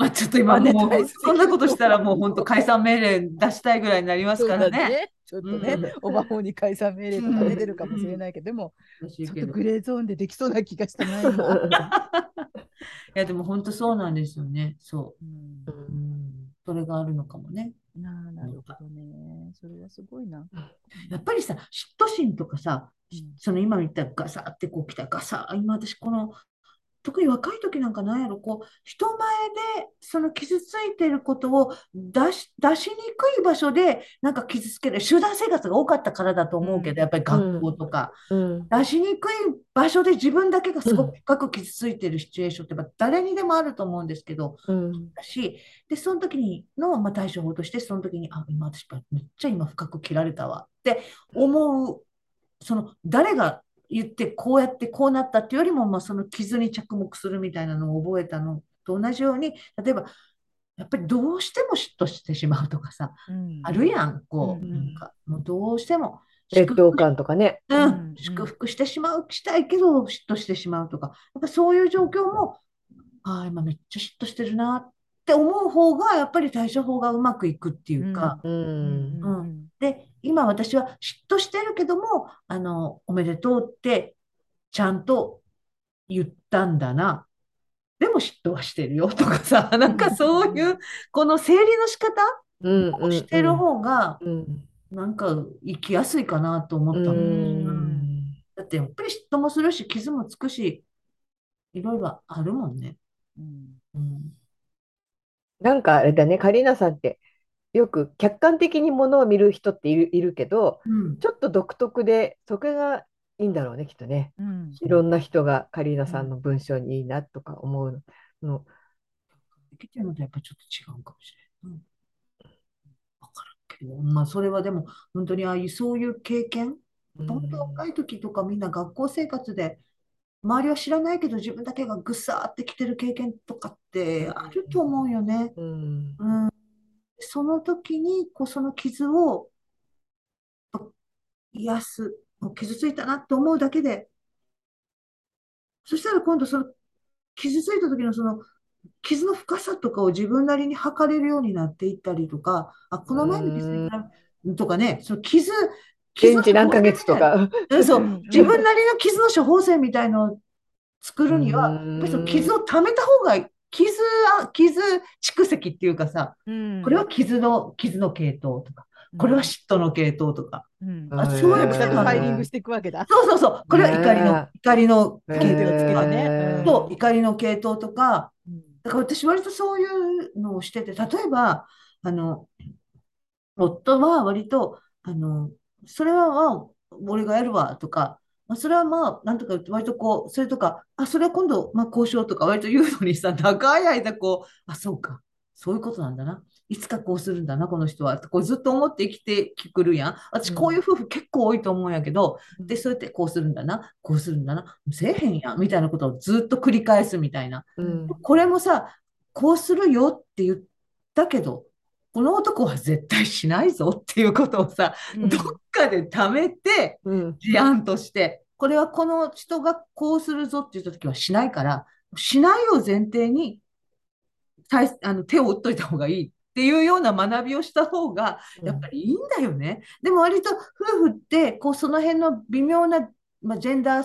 Speaker 3: あちょっと今も
Speaker 1: 真似体
Speaker 3: う、
Speaker 1: 制
Speaker 3: そんなことしたらもう本当解散命令出したいぐらいになります
Speaker 1: そう
Speaker 3: か
Speaker 1: だ
Speaker 3: らね。
Speaker 1: ちょっとね、おばほに解散命令とか出てるかもしれないけど、でも
Speaker 3: らしい
Speaker 1: ちょっ
Speaker 3: け
Speaker 1: と
Speaker 3: ど
Speaker 1: グ
Speaker 3: い
Speaker 1: レーゾーンでできそうな気がしてないの。
Speaker 3: やでも本当そうなんですよね。そ
Speaker 1: うん
Speaker 2: う
Speaker 3: う。うんん、それがあるのかもね。
Speaker 1: なあなるほどね。それはすごいな。
Speaker 3: やっぱりさ、嫉妬心とかさ、
Speaker 1: うん
Speaker 3: その今言ったガサってこう来たガサ、今私この、特に若い時なんかなんやろ、こう、人前でその傷ついてることを出し、出しにくい場所でなんか傷つける、集団生活が多かったからだと思うけど、やっぱり学校とか。
Speaker 2: うん
Speaker 3: 出しにくい場所で自分だけがすごく深く傷ついてるシチュエーションってまあ誰にでもあると思うんですけど、
Speaker 2: うん
Speaker 3: だし、で、その時にの、まあ、対処法として、その時に、あ、今私めっちゃ今深く切られたわって思う、その誰が言ってこうやってこうなったっていうよりも、まあ、その傷に着目するみたいなのを覚えたのと同じように、例えば、やっぱりどうしても嫉妬してしまうとかさ、
Speaker 1: うん
Speaker 3: あるやん、こう、
Speaker 1: うん
Speaker 3: なんか、もうどうしても、
Speaker 2: 劣等感とかね。
Speaker 3: う
Speaker 1: うんうん
Speaker 3: ん、祝福してしまう、したいけど嫉妬してしまうとか、やっぱそういう状況も、ああ、今めっちゃ嫉妬してるなって思う方が、やっぱり対処法がうまくいくっていうか、
Speaker 2: う
Speaker 1: うんんうんうん
Speaker 3: で、今私は嫉妬してるけども、あの、おめでとうってちゃんと言ったんだな。でも嫉妬はしてるよとかさ、なんかそういう、この整理の仕方
Speaker 2: うんうん
Speaker 3: をしてる方が、
Speaker 2: うん
Speaker 3: なんか生きやすいかなと思ったの。
Speaker 2: うん
Speaker 3: だってやっぱり嫉妬もするし、傷もつくし、いろいろあるもんね。
Speaker 1: うん
Speaker 3: うん。
Speaker 2: なんかあれだね、カリーナさんってよく客観的にものを見る人っている、いるけど、
Speaker 3: うん。
Speaker 2: ちょっと独特で、そこがいいんだろうね、きっとね。
Speaker 1: うん
Speaker 2: いろんな人がカリーナさんの文章にいいなとか思うの。
Speaker 3: できてるのとやっぱりちょっと違うかもしれない。うん。わからんけけど、まあ、それはでも、本当にああいう、そういう経験、
Speaker 2: うん
Speaker 3: 本当若い時とかみんな学校生活で、周りは知らないけど、自分だけがぐさーってきてる経験とかってあると思うよね。
Speaker 2: うん
Speaker 3: その時に、こう、その傷を、やっぱ癒す。もう傷ついたなって思うだけで、そしたら今度その、傷ついた時のその、傷の深さとかを自分なりに測れるようになっていったりとか、あ、この前の傷に比べとかね、その傷、傷
Speaker 2: 現地何ヶ月とか。
Speaker 3: うんそうう、
Speaker 1: ん
Speaker 3: 自分なりの傷の処方箋みたいのを作るには、やっぱりその傷を溜めた方が、傷あ、傷蓄積っていうかさ、
Speaker 1: うん
Speaker 3: これは傷の、傷の系統とか、これは嫉妬の系統とか、
Speaker 1: うん
Speaker 3: あそう
Speaker 1: そ
Speaker 3: いうう
Speaker 1: やっ
Speaker 3: こ
Speaker 1: て
Speaker 3: と
Speaker 1: フ
Speaker 3: な
Speaker 1: ァ
Speaker 3: ん
Speaker 1: イリン
Speaker 3: だ
Speaker 1: グしていくわけだ。
Speaker 3: そうそうそう、これは怒りの
Speaker 2: ね、
Speaker 3: 怒りの
Speaker 2: ね
Speaker 3: 系
Speaker 1: 手をつけてね。
Speaker 2: えー
Speaker 1: うん
Speaker 3: 統、怒りの系統とか、
Speaker 1: うん
Speaker 3: だから私割とそういうのをしてて、例えば、あの、夫は割と、あの、それはまあ、俺がやるわとか、まあ、それはまあ、なんとか言って割とこう、それとか、あ、それは今度、まあ、交渉とか割と言うのにさ、長い間こう、あ、そうか、そういうことなんだな。いつかこうするんだな、この人は。こうずっと思って生きてくるやん。私、こういう夫婦結構多いと思うんやけど、で、そうやってこうするんだな、こうするんだな、せえへんやん、みたいなことをずっと繰り返すみたいな。
Speaker 2: うん
Speaker 3: これもさ、こうするよって言ったけど、この男は絶対しないぞ っていうことをさ、
Speaker 1: うん
Speaker 3: どっかで貯めて、
Speaker 2: うん
Speaker 3: 事案として、これはこの人がこうするぞって言った時はしないから、しないを前提に、たいあの手を打っといた方がいいっていうような学びをした方が、やっぱりいいんだよね。でも割と夫婦ってこうその辺の微妙な、まあ、ジェンダー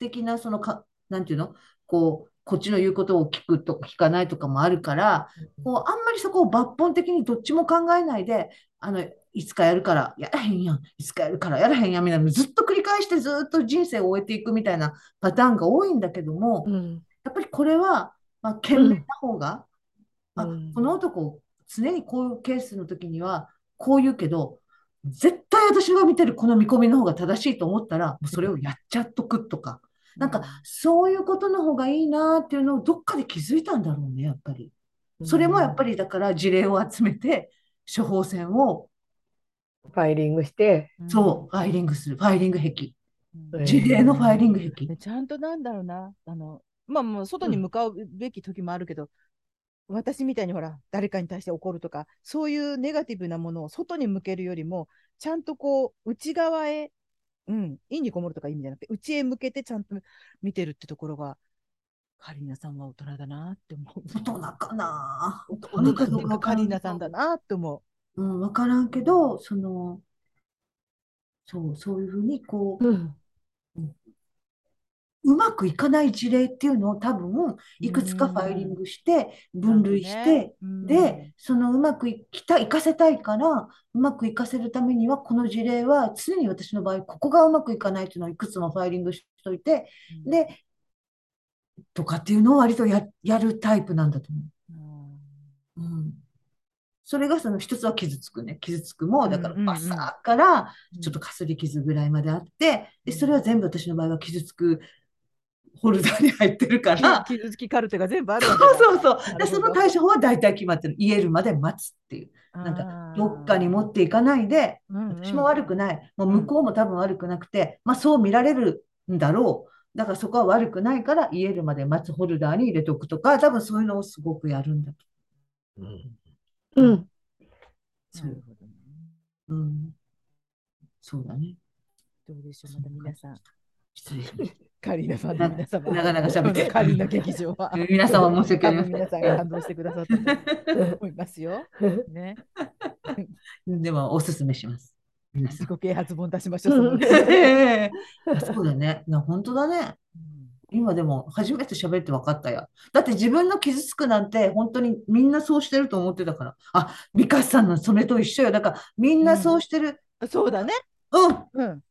Speaker 3: 的なそのか、なんていうのこうこっちの言うことを聞くとか聞かないとかもあるからこうあんまりそこを抜本的にどっちも考えないであのいつかやるからやらへんやんいつかやるからやらへんやんみたいなずっと繰り返してずっと人生を終えていくみたいなパターンが多いんだけども
Speaker 2: うん
Speaker 3: やっぱりこれは、まあ、賢明な方が。あ、
Speaker 2: うん
Speaker 3: この男、常にこういうケースの時には、こう言うけど、絶対私が見てるこの見込みの方が正しいと思ったら、もうそれをやっちゃっとくとか、なんか、そういうことの方がいいなっていうのをどっかで気づいたんだろうね、やっぱり。それもやっぱりだから事例を集めて、処方箋を、
Speaker 2: ファイリングして、
Speaker 3: そう、ファイリングする、ファイリング
Speaker 1: う
Speaker 3: 壁。
Speaker 1: ん
Speaker 2: えー
Speaker 3: 事例のファイリング壁。
Speaker 1: ねちゃんとなんだろうな、あの、まあもう外に
Speaker 3: うん
Speaker 1: 向かうべき時もあるけど、私みたいにほら、誰かに対して怒るとか、そういうネガティブなものを外に向けるよりも、ちゃんとこう、内側へ、うん、陰にこもるとか意味じゃなくて、内へ向けてちゃんと見てるってところが、カリーナさんは大人だなって思う。
Speaker 3: 大人かな大
Speaker 1: 大人
Speaker 3: 人かどうか
Speaker 1: カ
Speaker 3: わか
Speaker 1: リ
Speaker 3: ら
Speaker 1: ー
Speaker 3: ん
Speaker 1: ナさんだなって思
Speaker 3: うん、わからんけど、その、そう、そういうふうに、こう、
Speaker 2: うん
Speaker 3: うまくいかない事例っていうのを多分、いくつかファイリングして、分類して、、
Speaker 1: うん
Speaker 3: で、、そのうまくいきたい、活かせたいから、うまくいかせるためには、この事例は常に私の場合、ここがうまくいかないっていうのをいくつもファイリングしといて、
Speaker 1: うん、
Speaker 3: で、とかっていうのを割とや、やるタイプなんだと思う。
Speaker 1: うん
Speaker 3: うん。それがその一つは傷つくね。傷つくも、だから
Speaker 1: うんうんうん
Speaker 3: バサーから、ちょっとかすり傷ぐらいまであって、で、それは全部私の場合は傷つくホルダーに入ってるか
Speaker 1: き
Speaker 3: ら、
Speaker 1: 傷つきカルテが全部あるわけだ
Speaker 3: そうそうそう。
Speaker 1: な
Speaker 3: で、
Speaker 1: るほ
Speaker 3: そ
Speaker 1: ど
Speaker 3: の対処法は大体決まってる。癒えるまで待つっていう。なん
Speaker 1: か
Speaker 3: どっかに持っていかないで、私も悪く
Speaker 1: い。
Speaker 3: ない。もう向こうも多分悪くなくて、まあそう見られるんだろう。だからそこは悪くないから、癒えるまで待つホルダーに入れておくとか、多分そういうのをすごくやるんだと。
Speaker 1: なるほど
Speaker 2: うん
Speaker 1: ね
Speaker 3: うん。そうだね。
Speaker 1: どうでしょう、また皆さん。
Speaker 3: 失礼しまし
Speaker 1: カリーナファンの皆様。
Speaker 3: 長々喋って
Speaker 1: カリーナ劇場は
Speaker 3: た。。皆様申し訳あ
Speaker 1: 多
Speaker 3: りま
Speaker 1: 分
Speaker 3: せ
Speaker 1: 皆さん
Speaker 3: ん。
Speaker 1: が感動してくださったと思います よ。ね。
Speaker 3: では、おすすめします。皆さ
Speaker 1: 自
Speaker 3: ん。
Speaker 1: 己啓発本出しましょう。そのう
Speaker 2: うんん
Speaker 3: そうだね。な本当だね。今でも初めて喋って分かったや。だって自分の傷つくなんて本当にみんなそうしてると思ってたから。あ、美香さんのそれと一緒よ。だからみんなそうしてる。
Speaker 1: そうだね。
Speaker 3: うん、
Speaker 1: うん。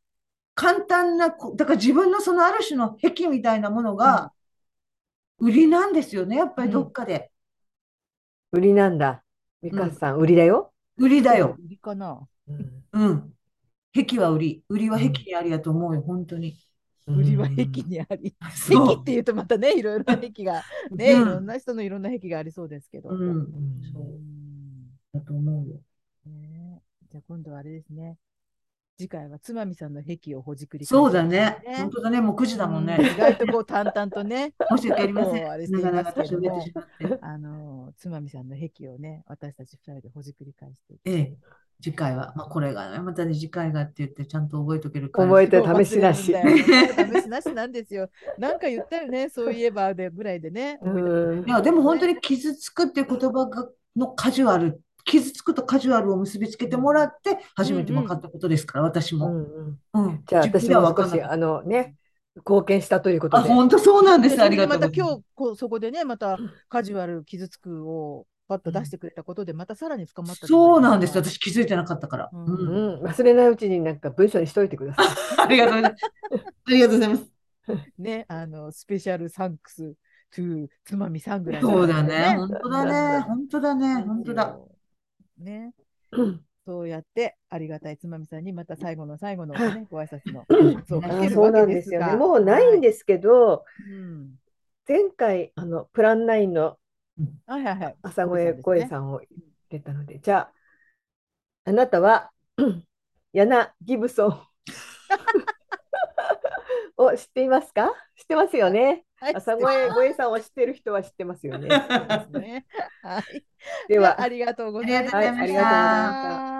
Speaker 3: 簡単なこ、だから自分のそのある種の癖みたいなものが売りなんですよね。やっぱりどっかで。
Speaker 2: 売りなんだ。ミカさん、売りだよ。
Speaker 3: 売りだよ。
Speaker 1: 売りかな。
Speaker 3: うん。癖は売り。売りは癖にありやと思うよ。本当に。
Speaker 1: 売りは壁にあり。
Speaker 3: そ
Speaker 1: 壁
Speaker 3: う
Speaker 1: っていうとまたね、いろいろな壁が、ね、い
Speaker 3: うん
Speaker 1: ろんな人のいろんな壁がありそうですけど。
Speaker 3: うん。
Speaker 1: う
Speaker 3: そうんだと思うよ。
Speaker 1: ねじゃあ今度はあれですね。次回はつまみさんの癖をほじくり返し
Speaker 3: そうだ
Speaker 1: ます
Speaker 3: ね。本当だね。もう9時だもん
Speaker 1: う
Speaker 3: ね。
Speaker 1: 意外とこう淡々とね、
Speaker 3: 申し訳ありませ
Speaker 1: もうあれし
Speaker 3: ん。
Speaker 1: てい
Speaker 3: 長
Speaker 1: ま
Speaker 3: 々
Speaker 1: す
Speaker 3: と
Speaker 1: けど
Speaker 3: 喋
Speaker 1: も
Speaker 3: ってしまって。
Speaker 1: あのつまみさんの癖をね、私たち二人でほじくり返してい
Speaker 3: ええ。次回は、まあ、これがね、またね、次回がって言って、ちゃんと覚えとける感じ。
Speaker 2: 覚えて試しなし
Speaker 1: 忘れるんだよね試しなしなんですよ。なんか言ったよね、そういえばでぐらいでね。
Speaker 2: うん
Speaker 3: いや、でも本当に傷つくっていう言葉がのカジュアル、傷つくとカジュアルを結びつけてもらって、初めて分かったことですから、私
Speaker 2: う
Speaker 3: も。
Speaker 2: んうん
Speaker 3: うん。
Speaker 2: じゃあ
Speaker 3: 自分
Speaker 2: 私
Speaker 3: では
Speaker 2: も
Speaker 3: 分か
Speaker 2: 少
Speaker 3: ん
Speaker 2: し
Speaker 3: なかっ
Speaker 2: あのね貢献したというこ
Speaker 3: た。あ、
Speaker 2: とで。
Speaker 3: 本当そうなんです。あり
Speaker 1: で
Speaker 3: がと
Speaker 1: ま
Speaker 3: う
Speaker 1: た
Speaker 3: ございます
Speaker 1: 今日こうそこでね、またカジュアル傷つくをパッと出してくれたことで、またさらに深まったじゃい
Speaker 3: そうなんです。
Speaker 1: か
Speaker 3: 私気づいてなかったから。
Speaker 1: うん
Speaker 2: う
Speaker 3: うん。
Speaker 2: ん、忘れないうちになんか文章にしといてください。
Speaker 3: ありがとうございます。ありがとうございます。
Speaker 1: ね、あの、スペシャルサンクス、トゥー、つまみさんぐらいの
Speaker 3: そうだね。
Speaker 1: ね
Speaker 3: 本当だね。本当だね。本当だ。。
Speaker 1: ね、
Speaker 2: うん
Speaker 1: そうやって、ありがたいつまみさんに、また最後の最後の
Speaker 2: は
Speaker 1: ね、ご挨拶 の、
Speaker 3: そう
Speaker 1: か
Speaker 2: あ
Speaker 1: け
Speaker 2: ー
Speaker 1: る
Speaker 2: そう
Speaker 1: わ
Speaker 2: な
Speaker 1: け
Speaker 2: ん
Speaker 1: で
Speaker 2: ですすよ
Speaker 1: が
Speaker 2: ね。もうないんですけど、
Speaker 1: うん。
Speaker 2: 前回あのプランナインの
Speaker 1: はいはいはい。
Speaker 2: 朝声
Speaker 1: そうです
Speaker 2: 声
Speaker 1: ね
Speaker 2: さんを入れたので、じゃああなたは うんヤナ・ギブソン を知っていますか？知ってますよね。
Speaker 1: はい
Speaker 2: 朝声声さんを知ってる人は知っ てますよね。
Speaker 1: そうですねはい。
Speaker 2: で
Speaker 1: で
Speaker 2: は
Speaker 1: は、ありがとうございました。。
Speaker 2: はいありがとうございました